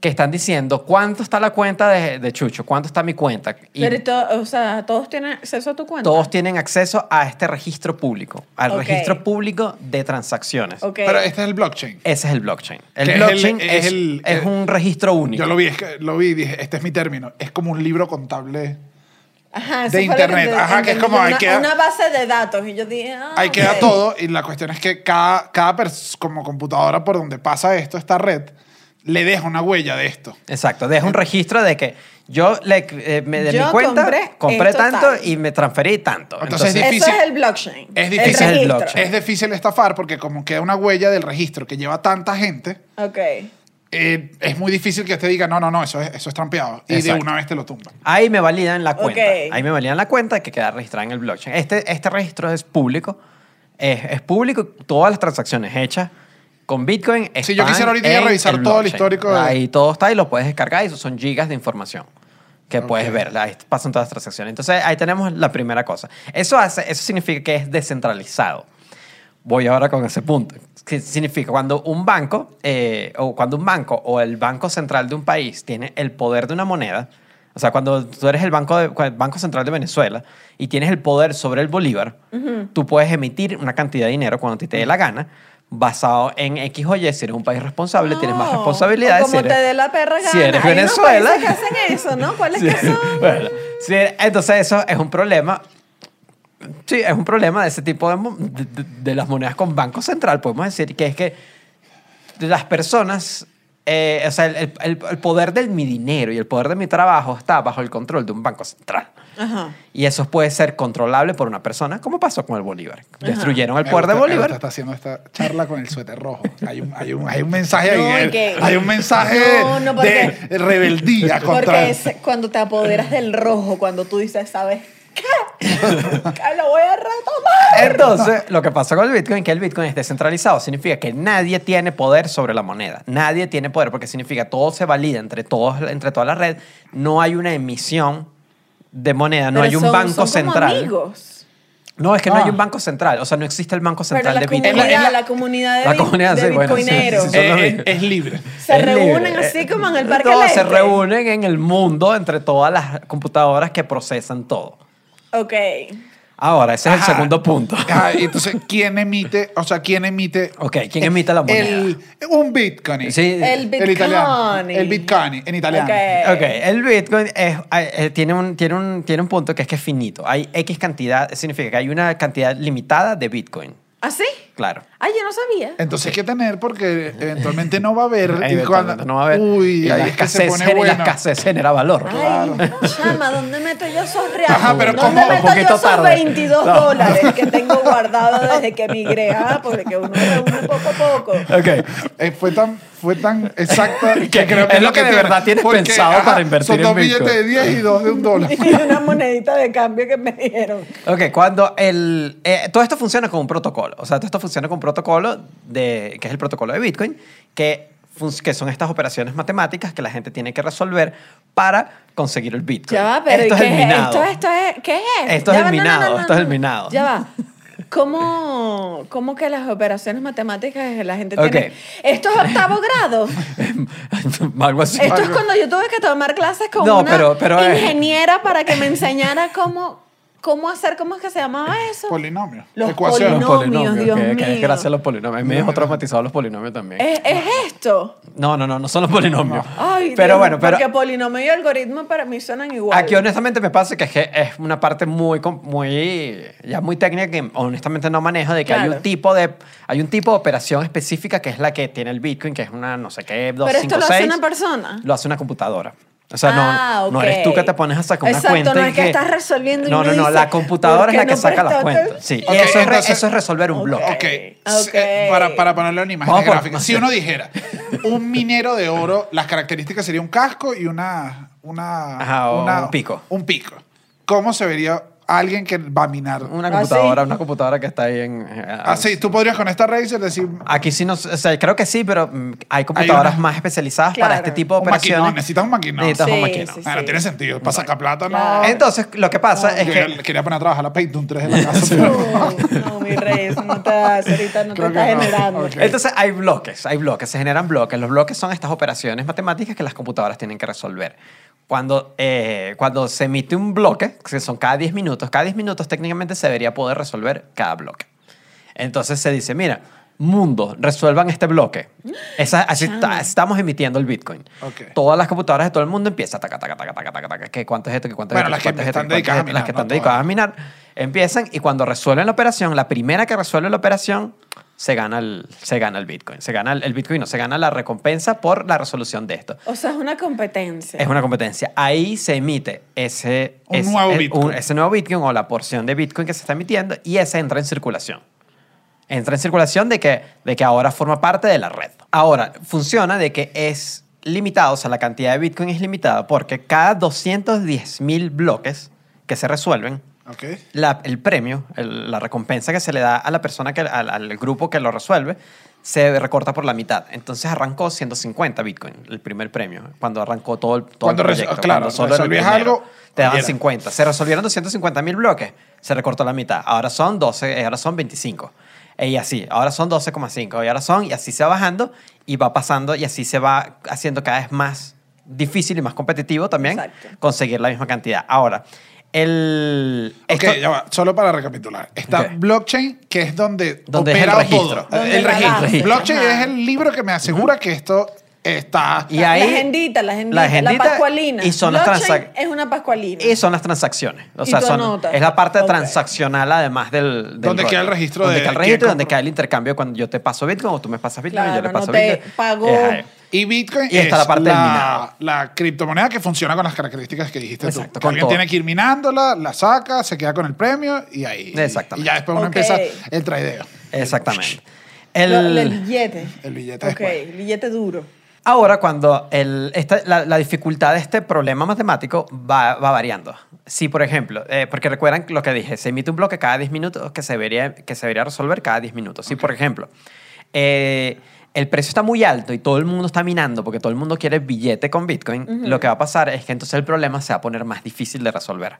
[SPEAKER 3] que están diciendo cuánto está la cuenta de, de Chucho, cuánto está mi cuenta. Y
[SPEAKER 2] Pero, y to- o sea, todos tienen acceso a tu cuenta.
[SPEAKER 3] todos tienen acceso a este registro público, al
[SPEAKER 2] Ok.
[SPEAKER 3] registro público de transacciones.
[SPEAKER 2] Ah, Ok.
[SPEAKER 1] Pero este es el blockchain.
[SPEAKER 3] Ese es el blockchain.
[SPEAKER 1] Que
[SPEAKER 3] El
[SPEAKER 1] es el-
[SPEAKER 3] blockchain
[SPEAKER 1] es
[SPEAKER 3] es,
[SPEAKER 1] el-
[SPEAKER 3] es
[SPEAKER 1] el-
[SPEAKER 3] un registro único.
[SPEAKER 1] Yo lo vi, es que lo vi y dije, este es mi término. Es como un libro contable.
[SPEAKER 2] Ajá,
[SPEAKER 1] de
[SPEAKER 2] eso fue lo
[SPEAKER 1] internet.
[SPEAKER 2] ente-
[SPEAKER 1] Ajá, que es
[SPEAKER 2] entendí
[SPEAKER 1] como
[SPEAKER 2] yo,
[SPEAKER 1] ahí
[SPEAKER 2] una,
[SPEAKER 1] queda-
[SPEAKER 2] una base de datos. Y yo dije, ah,
[SPEAKER 1] Ahí queda
[SPEAKER 2] ok.
[SPEAKER 1] todo y la cuestión es que cada, cada pers- como computadora por donde pasa esto, esta red, le deja una huella de esto.
[SPEAKER 3] Exacto, deja
[SPEAKER 1] Eh.
[SPEAKER 3] un registro de que yo le, eh, me de
[SPEAKER 2] Yo
[SPEAKER 3] mi cuenta
[SPEAKER 2] compré
[SPEAKER 3] compré,
[SPEAKER 2] esto
[SPEAKER 3] tanto
[SPEAKER 2] tal.
[SPEAKER 3] y me transferí tanto.
[SPEAKER 1] Entonces,
[SPEAKER 3] Entonces,
[SPEAKER 1] es
[SPEAKER 2] Eso
[SPEAKER 1] difícil.
[SPEAKER 2] es el blockchain.
[SPEAKER 1] Es difícil. Ese
[SPEAKER 3] es el
[SPEAKER 2] registro.
[SPEAKER 3] blockchain.
[SPEAKER 1] Es difícil estafar porque como queda una huella del registro que lleva tanta gente,
[SPEAKER 2] Ok.
[SPEAKER 1] eh, es muy difícil que te diga, no, no, no, eso es, eso es trampeado. Y de
[SPEAKER 3] Exacto.
[SPEAKER 1] una vez te lo tumban.
[SPEAKER 3] ahí me validan la cuenta.
[SPEAKER 2] Ok.
[SPEAKER 3] Ahí me validan la cuenta que queda registrada en el blockchain. Este, este registro es público. Es, es público. Todas las transacciones hechas con Bitcoin están
[SPEAKER 1] Si yo quisiera ahorita ya
[SPEAKER 3] en
[SPEAKER 1] revisar todo el
[SPEAKER 3] blockchain.
[SPEAKER 1] histórico de-
[SPEAKER 3] Ahí todo está y lo puedes descargar y eso son gigas de información que puedes
[SPEAKER 1] Ok.
[SPEAKER 3] ver. Ahí pasan todas las transacciones. Entonces ahí tenemos la primera cosa. Eso, hace, eso significa que es descentralizado. Voy ahora con ese punto. Que significa cuando un banco eh, o cuando un banco o el banco central de un país tiene el poder de una moneda, o sea, cuando tú eres el banco de- el banco central de Venezuela y tienes el poder sobre el bolívar, tú puedes emitir una cantidad de dinero cuando a ti te dé la gana, basado en X o Y. Si eres un país responsable, tienes más
[SPEAKER 2] No,
[SPEAKER 3] responsabilidades.
[SPEAKER 2] Oh, o como
[SPEAKER 3] si eres-
[SPEAKER 2] te dé la perra gana.
[SPEAKER 3] Si eres
[SPEAKER 2] Hay unos
[SPEAKER 3] Venezuela.
[SPEAKER 2] países que hacen eso, ¿no? ¿Cuáles
[SPEAKER 3] Sí,
[SPEAKER 2] que son?
[SPEAKER 3] bueno, sí, entonces eso es un problema. Sí, es un problema de ese tipo de, mo- de- de- de las monedas con Banco Central, podemos decir, que es que las personas, eh, o sea, el, el- el- el poder de mi dinero y el poder de mi trabajo está bajo el control de un Banco Central.
[SPEAKER 2] Ajá.
[SPEAKER 3] Y eso puede ser controlable por una persona, como pasó con el Bolívar. Destruyeron el
[SPEAKER 1] Me
[SPEAKER 3] poder
[SPEAKER 1] gusta- me gusta,
[SPEAKER 3] de Bolívar.
[SPEAKER 1] Está haciendo esta charla con el suéter rojo. Hay un, hay un, hay un mensaje
[SPEAKER 2] No,
[SPEAKER 1] ahí, eh.
[SPEAKER 2] ¿y qué?
[SPEAKER 1] Hay un mensaje
[SPEAKER 2] No, no, porque-
[SPEAKER 1] de rebeldía contra
[SPEAKER 2] Porque es cuando te apoderas del rojo, cuando tú dices, ¿sabes qué? Que lo voy a retomar.
[SPEAKER 3] Entonces, lo que pasa con el Bitcoin es que el Bitcoin es descentralizado. Significa que nadie tiene poder sobre la moneda. Nadie tiene poder porque significa todo se valida entre, todos, entre toda la red. No hay una emisión de moneda, Ah, no
[SPEAKER 2] Pero
[SPEAKER 3] hay un
[SPEAKER 2] son-
[SPEAKER 3] banco
[SPEAKER 2] son como
[SPEAKER 3] central.
[SPEAKER 2] amigos.
[SPEAKER 3] No, es que no
[SPEAKER 1] Ah.
[SPEAKER 3] hay un banco central. O sea, no existe el banco
[SPEAKER 2] Pero
[SPEAKER 3] central
[SPEAKER 2] la
[SPEAKER 3] de
[SPEAKER 2] comunidad,
[SPEAKER 3] Bitcoin.
[SPEAKER 1] Es la-
[SPEAKER 2] la,
[SPEAKER 1] es la-
[SPEAKER 2] comunidad de,
[SPEAKER 3] la
[SPEAKER 2] bi-
[SPEAKER 3] comunidad,
[SPEAKER 2] de
[SPEAKER 3] sí, bueno, sí, sí,
[SPEAKER 2] bitcoineros
[SPEAKER 3] sí, sí,
[SPEAKER 1] Eh, eh,
[SPEAKER 3] Eso
[SPEAKER 1] es libre.
[SPEAKER 2] se
[SPEAKER 3] Es libre. Eh,
[SPEAKER 2] reúnen así como en el parque Este.
[SPEAKER 3] Todos
[SPEAKER 2] Leste.
[SPEAKER 3] se reúnen en el mundo entre todas las computadoras que procesan todo.
[SPEAKER 2] Ok.
[SPEAKER 3] Ahora, ese es
[SPEAKER 1] Ajá.
[SPEAKER 3] el segundo punto.
[SPEAKER 1] Ajá, y entonces, ¿quién emite? O sea, ¿quién emite?
[SPEAKER 3] Ok, ¿quién emite la moneda?
[SPEAKER 1] El, un Bitcoin.
[SPEAKER 3] Sí.
[SPEAKER 2] Eh, El
[SPEAKER 1] El italiano.
[SPEAKER 2] bitcoin.
[SPEAKER 1] El Bitcoin, en italiano.
[SPEAKER 2] Ok.
[SPEAKER 3] Ok, el Bitcoin es- hay- eh, tiene, un, tiene, un, tiene un punto que es que es finito. Hay X cantidad, significa que hay una cantidad limitada de Bitcoin,
[SPEAKER 2] ¿Ah, sí?
[SPEAKER 3] claro.
[SPEAKER 2] Ay, yo no sabía.
[SPEAKER 1] Entonces hay que tener porque eventualmente no va a haber. y
[SPEAKER 3] Eventualmente
[SPEAKER 1] cuando-
[SPEAKER 3] no va a haber.
[SPEAKER 1] Uy,
[SPEAKER 3] y
[SPEAKER 1] ahí
[SPEAKER 3] la
[SPEAKER 1] es que
[SPEAKER 3] escasez,
[SPEAKER 1] se pone
[SPEAKER 3] genera- la
[SPEAKER 1] bueno.
[SPEAKER 3] escasez genera valor.
[SPEAKER 2] Ah.
[SPEAKER 1] Claro.
[SPEAKER 2] Ay, chama, ¿dónde meto yo esos reales?
[SPEAKER 1] Ajá, pero
[SPEAKER 2] ¿Dónde
[SPEAKER 1] ¿cómo?
[SPEAKER 2] meto
[SPEAKER 3] Un poquito
[SPEAKER 2] yo esos
[SPEAKER 3] tarde.
[SPEAKER 2] 22
[SPEAKER 3] No.
[SPEAKER 2] dólares que tengo guardado desde que migré? Ah, porque uno reúne poco a poco.
[SPEAKER 3] Ok.
[SPEAKER 1] Eh, fue tan fue tan exacta que,
[SPEAKER 3] Que
[SPEAKER 1] creo que
[SPEAKER 3] es lo que de
[SPEAKER 1] tiene.
[SPEAKER 3] verdad tienes pensado para invertir
[SPEAKER 1] son
[SPEAKER 3] en
[SPEAKER 1] dos
[SPEAKER 3] Bitcoin.
[SPEAKER 1] billetes de 10 y dos de un dólar
[SPEAKER 2] Y una monedita de cambio que me dieron.
[SPEAKER 3] Ok, cuando el... eh, todo esto funciona con un protocolo. O sea, todo esto funciona con un protocolo de, que es el protocolo de Bitcoin, que, fun- que son estas operaciones matemáticas que la gente tiene que resolver para conseguir el Bitcoin.
[SPEAKER 2] Ya va, pero
[SPEAKER 3] esto
[SPEAKER 2] ¿y
[SPEAKER 3] es
[SPEAKER 2] qué
[SPEAKER 3] el
[SPEAKER 2] es
[SPEAKER 3] minado.
[SPEAKER 2] esto? esto es, ¿Qué es esto?
[SPEAKER 3] Esto es
[SPEAKER 2] Ya
[SPEAKER 3] el
[SPEAKER 2] va, no, no,
[SPEAKER 3] minado,
[SPEAKER 2] no, no,
[SPEAKER 3] esto es el
[SPEAKER 2] no.
[SPEAKER 3] minado.
[SPEAKER 2] Ya va. ¿Cómo, ¿Cómo que las operaciones matemáticas la gente
[SPEAKER 3] Ok.
[SPEAKER 2] tiene? Esto es octavo grado.
[SPEAKER 3] Algo así.
[SPEAKER 2] Esto es
[SPEAKER 1] Algo.
[SPEAKER 2] cuando yo tuve que tomar clases con
[SPEAKER 3] No,
[SPEAKER 2] una
[SPEAKER 3] pero- pero, eh.
[SPEAKER 2] ingeniera para que me enseñara cómo, cómo hacer, ¿cómo es que se llamaba eso?
[SPEAKER 1] polinomios
[SPEAKER 2] Los
[SPEAKER 1] ecuaciones
[SPEAKER 3] Los
[SPEAKER 2] polinomios. Dios
[SPEAKER 3] que, que
[SPEAKER 2] mío. Eh.
[SPEAKER 3] desgracia los polinomios. A mí me dejó traumatizado los polinomios también.
[SPEAKER 2] ¿Es, es esto?
[SPEAKER 3] No, no, no, no son los polinomios.
[SPEAKER 2] Ay,
[SPEAKER 3] pero
[SPEAKER 2] Dios,
[SPEAKER 3] bueno, pero
[SPEAKER 2] Porque polinomio y algoritmo para mí suenan igual.
[SPEAKER 3] aquí honestamente me pasa que es, que es una parte muy, com- muy, ya muy técnica que honestamente no manejo de que hay
[SPEAKER 2] Claro.
[SPEAKER 3] un tipo de, hay un tipo de operación específica que es la que tiene el Bitcoin, que es una no sé qué, dos,
[SPEAKER 2] Pero
[SPEAKER 3] cinco,
[SPEAKER 2] esto lo hace
[SPEAKER 3] seis.
[SPEAKER 2] una persona.
[SPEAKER 3] Lo hace una computadora. O sea,
[SPEAKER 2] Ah,
[SPEAKER 3] no, no
[SPEAKER 2] ok.
[SPEAKER 3] eres tú que te pones a sacar una
[SPEAKER 2] Exacto,
[SPEAKER 3] cuenta.
[SPEAKER 2] no
[SPEAKER 3] y
[SPEAKER 2] es que estás resolviendo y
[SPEAKER 3] No,
[SPEAKER 2] uno
[SPEAKER 3] no, no,
[SPEAKER 2] dice,
[SPEAKER 3] la
[SPEAKER 2] ¿por
[SPEAKER 3] computadora es
[SPEAKER 2] qué
[SPEAKER 3] la que
[SPEAKER 2] no
[SPEAKER 3] saca las
[SPEAKER 2] prestaste?
[SPEAKER 3] cuentas. Sí, y
[SPEAKER 1] Ok,
[SPEAKER 3] eso, es, re-
[SPEAKER 1] entonces-
[SPEAKER 3] eso es resolver un bloque.
[SPEAKER 1] Ok,
[SPEAKER 2] Ok.
[SPEAKER 1] eh, para, para ponerle una imagen
[SPEAKER 3] Vamos por-
[SPEAKER 1] gráfica. Si uno dijera, un minero de oro, las características serían un casco y una... una,
[SPEAKER 3] Ajá, o
[SPEAKER 1] una-
[SPEAKER 3] un pico.
[SPEAKER 1] Un pico. ¿Cómo se vería alguien que va a minar.
[SPEAKER 3] Una
[SPEAKER 2] Ah,
[SPEAKER 3] computadora,
[SPEAKER 2] sí.
[SPEAKER 3] una computadora que está ahí en... eh,
[SPEAKER 1] Así, tú podrías conectar Razer y decir,
[SPEAKER 3] Aquí sí, no, o sea, creo que sí, pero mm, hay computadoras
[SPEAKER 1] una-
[SPEAKER 3] más especializadas para
[SPEAKER 2] Claro.
[SPEAKER 3] este tipo de
[SPEAKER 1] un maquinón,
[SPEAKER 3] operaciones.
[SPEAKER 1] necesitas un maquinón.
[SPEAKER 3] Necesitas un
[SPEAKER 2] Sí,
[SPEAKER 3] maquinón.
[SPEAKER 2] sí, sí.
[SPEAKER 1] Ah, no tiene sentido. Para sacar plata, no.
[SPEAKER 2] Claro.
[SPEAKER 3] Entonces, lo que pasa es
[SPEAKER 1] Yo
[SPEAKER 3] que...
[SPEAKER 1] quería- quería poner a trabajar a Paint un 3 en la casa. pero-
[SPEAKER 2] No, no, mi rey, eso no te hace, ahorita no
[SPEAKER 1] Creo
[SPEAKER 2] te está
[SPEAKER 1] que no.
[SPEAKER 2] generando.
[SPEAKER 1] Ok.
[SPEAKER 3] Entonces hay bloques, hay bloques, se generan bloques. Los bloques son estas operaciones matemáticas que las computadoras tienen que resolver. Cuando, eh, cuando se emite un bloque, que son cada 10 minutos, cada 10 minutos técnicamente se debería poder resolver cada bloque. Entonces se dice, mira, mundo, resuelvan este bloque. Esa, así
[SPEAKER 2] Chamo.
[SPEAKER 3] ta- estamos emitiendo el Bitcoin.
[SPEAKER 1] Ok.
[SPEAKER 3] Todas las computadoras de todo el mundo empiezan, taca, taca, taca, taca, taca, taca, que cuánto es esto, que cuánto es
[SPEAKER 1] Bueno,
[SPEAKER 3] esto,
[SPEAKER 1] las que
[SPEAKER 3] cuánto es esto,
[SPEAKER 1] están
[SPEAKER 3] cuánto es
[SPEAKER 1] dedicadas a
[SPEAKER 3] esto, las
[SPEAKER 1] minar,
[SPEAKER 3] que están
[SPEAKER 1] no
[SPEAKER 3] dedicadas
[SPEAKER 1] todas.
[SPEAKER 3] a minar, empiezan y cuando resuelven la operación, la primera que resuelve la operación se gana el, se gana el Bitcoin. Se gana el, el Bitcoin, no, se gana la recompensa por la resolución de esto.
[SPEAKER 2] O sea, es una competencia.
[SPEAKER 3] Es una competencia. Ahí se emite ese,
[SPEAKER 1] Un
[SPEAKER 3] ese-
[SPEAKER 1] nuevo
[SPEAKER 3] eh,
[SPEAKER 1] Bitcoin.
[SPEAKER 3] ese nuevo Bitcoin o la porción de Bitcoin que se está emitiendo y ese entra en circulación. Entra en circulación de que, de que ahora forma parte de la red. Ahora, funciona de que es limitado, o sea, la cantidad de Bitcoin es limitada porque cada 210 mil bloques que se resuelven,
[SPEAKER 1] Ok.
[SPEAKER 3] la- el premio, el- la recompensa que se le da a la persona, que, al, al grupo que lo resuelve, se recorta por la mitad. Entonces arrancó 150 Bitcoin, el primer premio, cuando arrancó todo el, todo el
[SPEAKER 1] Cuando res-
[SPEAKER 3] proyecto.
[SPEAKER 1] claro,
[SPEAKER 3] cuando solo era el
[SPEAKER 1] resolvías
[SPEAKER 3] primero,
[SPEAKER 1] algo,
[SPEAKER 3] Te daban
[SPEAKER 1] era.
[SPEAKER 3] 50. Se resolvieron 250 mil bloques, se recortó la mitad. Ahora son 12, eh, ahora son 25. eh, Y así, ahora son 12,5 y ahora son, y así se va bajando y va pasando y así se va haciendo cada vez más difícil y más competitivo también
[SPEAKER 2] Exacto.
[SPEAKER 3] conseguir la misma cantidad. Ahora, el...
[SPEAKER 1] Ok,
[SPEAKER 3] esto-
[SPEAKER 1] ya va. Solo para recapitular. Está
[SPEAKER 3] Ok.
[SPEAKER 1] blockchain, que es donde,
[SPEAKER 3] Donde es el
[SPEAKER 1] opera
[SPEAKER 3] registro.
[SPEAKER 1] todo.
[SPEAKER 2] Donde
[SPEAKER 1] El
[SPEAKER 2] la
[SPEAKER 1] registro.
[SPEAKER 2] base.
[SPEAKER 1] Blockchain
[SPEAKER 2] Ajá.
[SPEAKER 1] es el libro que me asegura que esto está...
[SPEAKER 3] Y
[SPEAKER 2] la,
[SPEAKER 3] ahí-
[SPEAKER 2] la agendita, la agendita, la,
[SPEAKER 3] E, agendita
[SPEAKER 2] pascualina.
[SPEAKER 3] y son las
[SPEAKER 2] Blockchain
[SPEAKER 3] transac-
[SPEAKER 2] Es una pascualina.
[SPEAKER 3] Y son las transacciones. O
[SPEAKER 2] Y
[SPEAKER 3] sea,
[SPEAKER 2] tú
[SPEAKER 3] son-
[SPEAKER 2] anotas.
[SPEAKER 3] es la parte
[SPEAKER 2] Ok.
[SPEAKER 3] transaccional además del... del
[SPEAKER 1] Donde
[SPEAKER 3] rollo.
[SPEAKER 1] queda el registro
[SPEAKER 3] donde
[SPEAKER 1] de
[SPEAKER 3] queda el
[SPEAKER 1] quién
[SPEAKER 3] registro y donde
[SPEAKER 1] compró.
[SPEAKER 3] queda el intercambio cuando yo te paso Bitcoin o tú me pasas Bitcoin y yo
[SPEAKER 2] Claro,
[SPEAKER 3] le paso
[SPEAKER 2] no te
[SPEAKER 3] Bitcoin.
[SPEAKER 2] pagó.
[SPEAKER 3] Es ahí.
[SPEAKER 1] Y Bitcoin
[SPEAKER 3] Y está
[SPEAKER 1] es
[SPEAKER 3] la parte del minado.
[SPEAKER 1] la, la criptomoneda que funciona con las características que dijiste tú.
[SPEAKER 3] Exacto,
[SPEAKER 1] Que
[SPEAKER 3] con
[SPEAKER 1] alguien
[SPEAKER 3] todo.
[SPEAKER 1] tiene que ir minándola, la saca, se queda con el premio y ahí. Y
[SPEAKER 3] Exactamente.
[SPEAKER 1] ya después uno
[SPEAKER 2] Ok.
[SPEAKER 1] empieza el tradeo.
[SPEAKER 3] Exactamente.
[SPEAKER 2] Lo-
[SPEAKER 3] E. El,
[SPEAKER 2] lo- El, billete.
[SPEAKER 1] El billete
[SPEAKER 2] Ok,
[SPEAKER 1] después.
[SPEAKER 2] billete duro.
[SPEAKER 3] Ahora, cuando el, esta- la, la dificultad de este problema matemático va, va variando. Si, por ejemplo, eh, porque recuerdan lo que dije, se emite un bloque cada 10 minutos que se debería, que se debería resolver cada 10 minutos. Si, por ejemplo, eh, el precio está muy alto y todo el mundo está minando porque todo el mundo quiere billete con Bitcoin, lo que va a pasar es que entonces el problema se va a poner más difícil de resolver.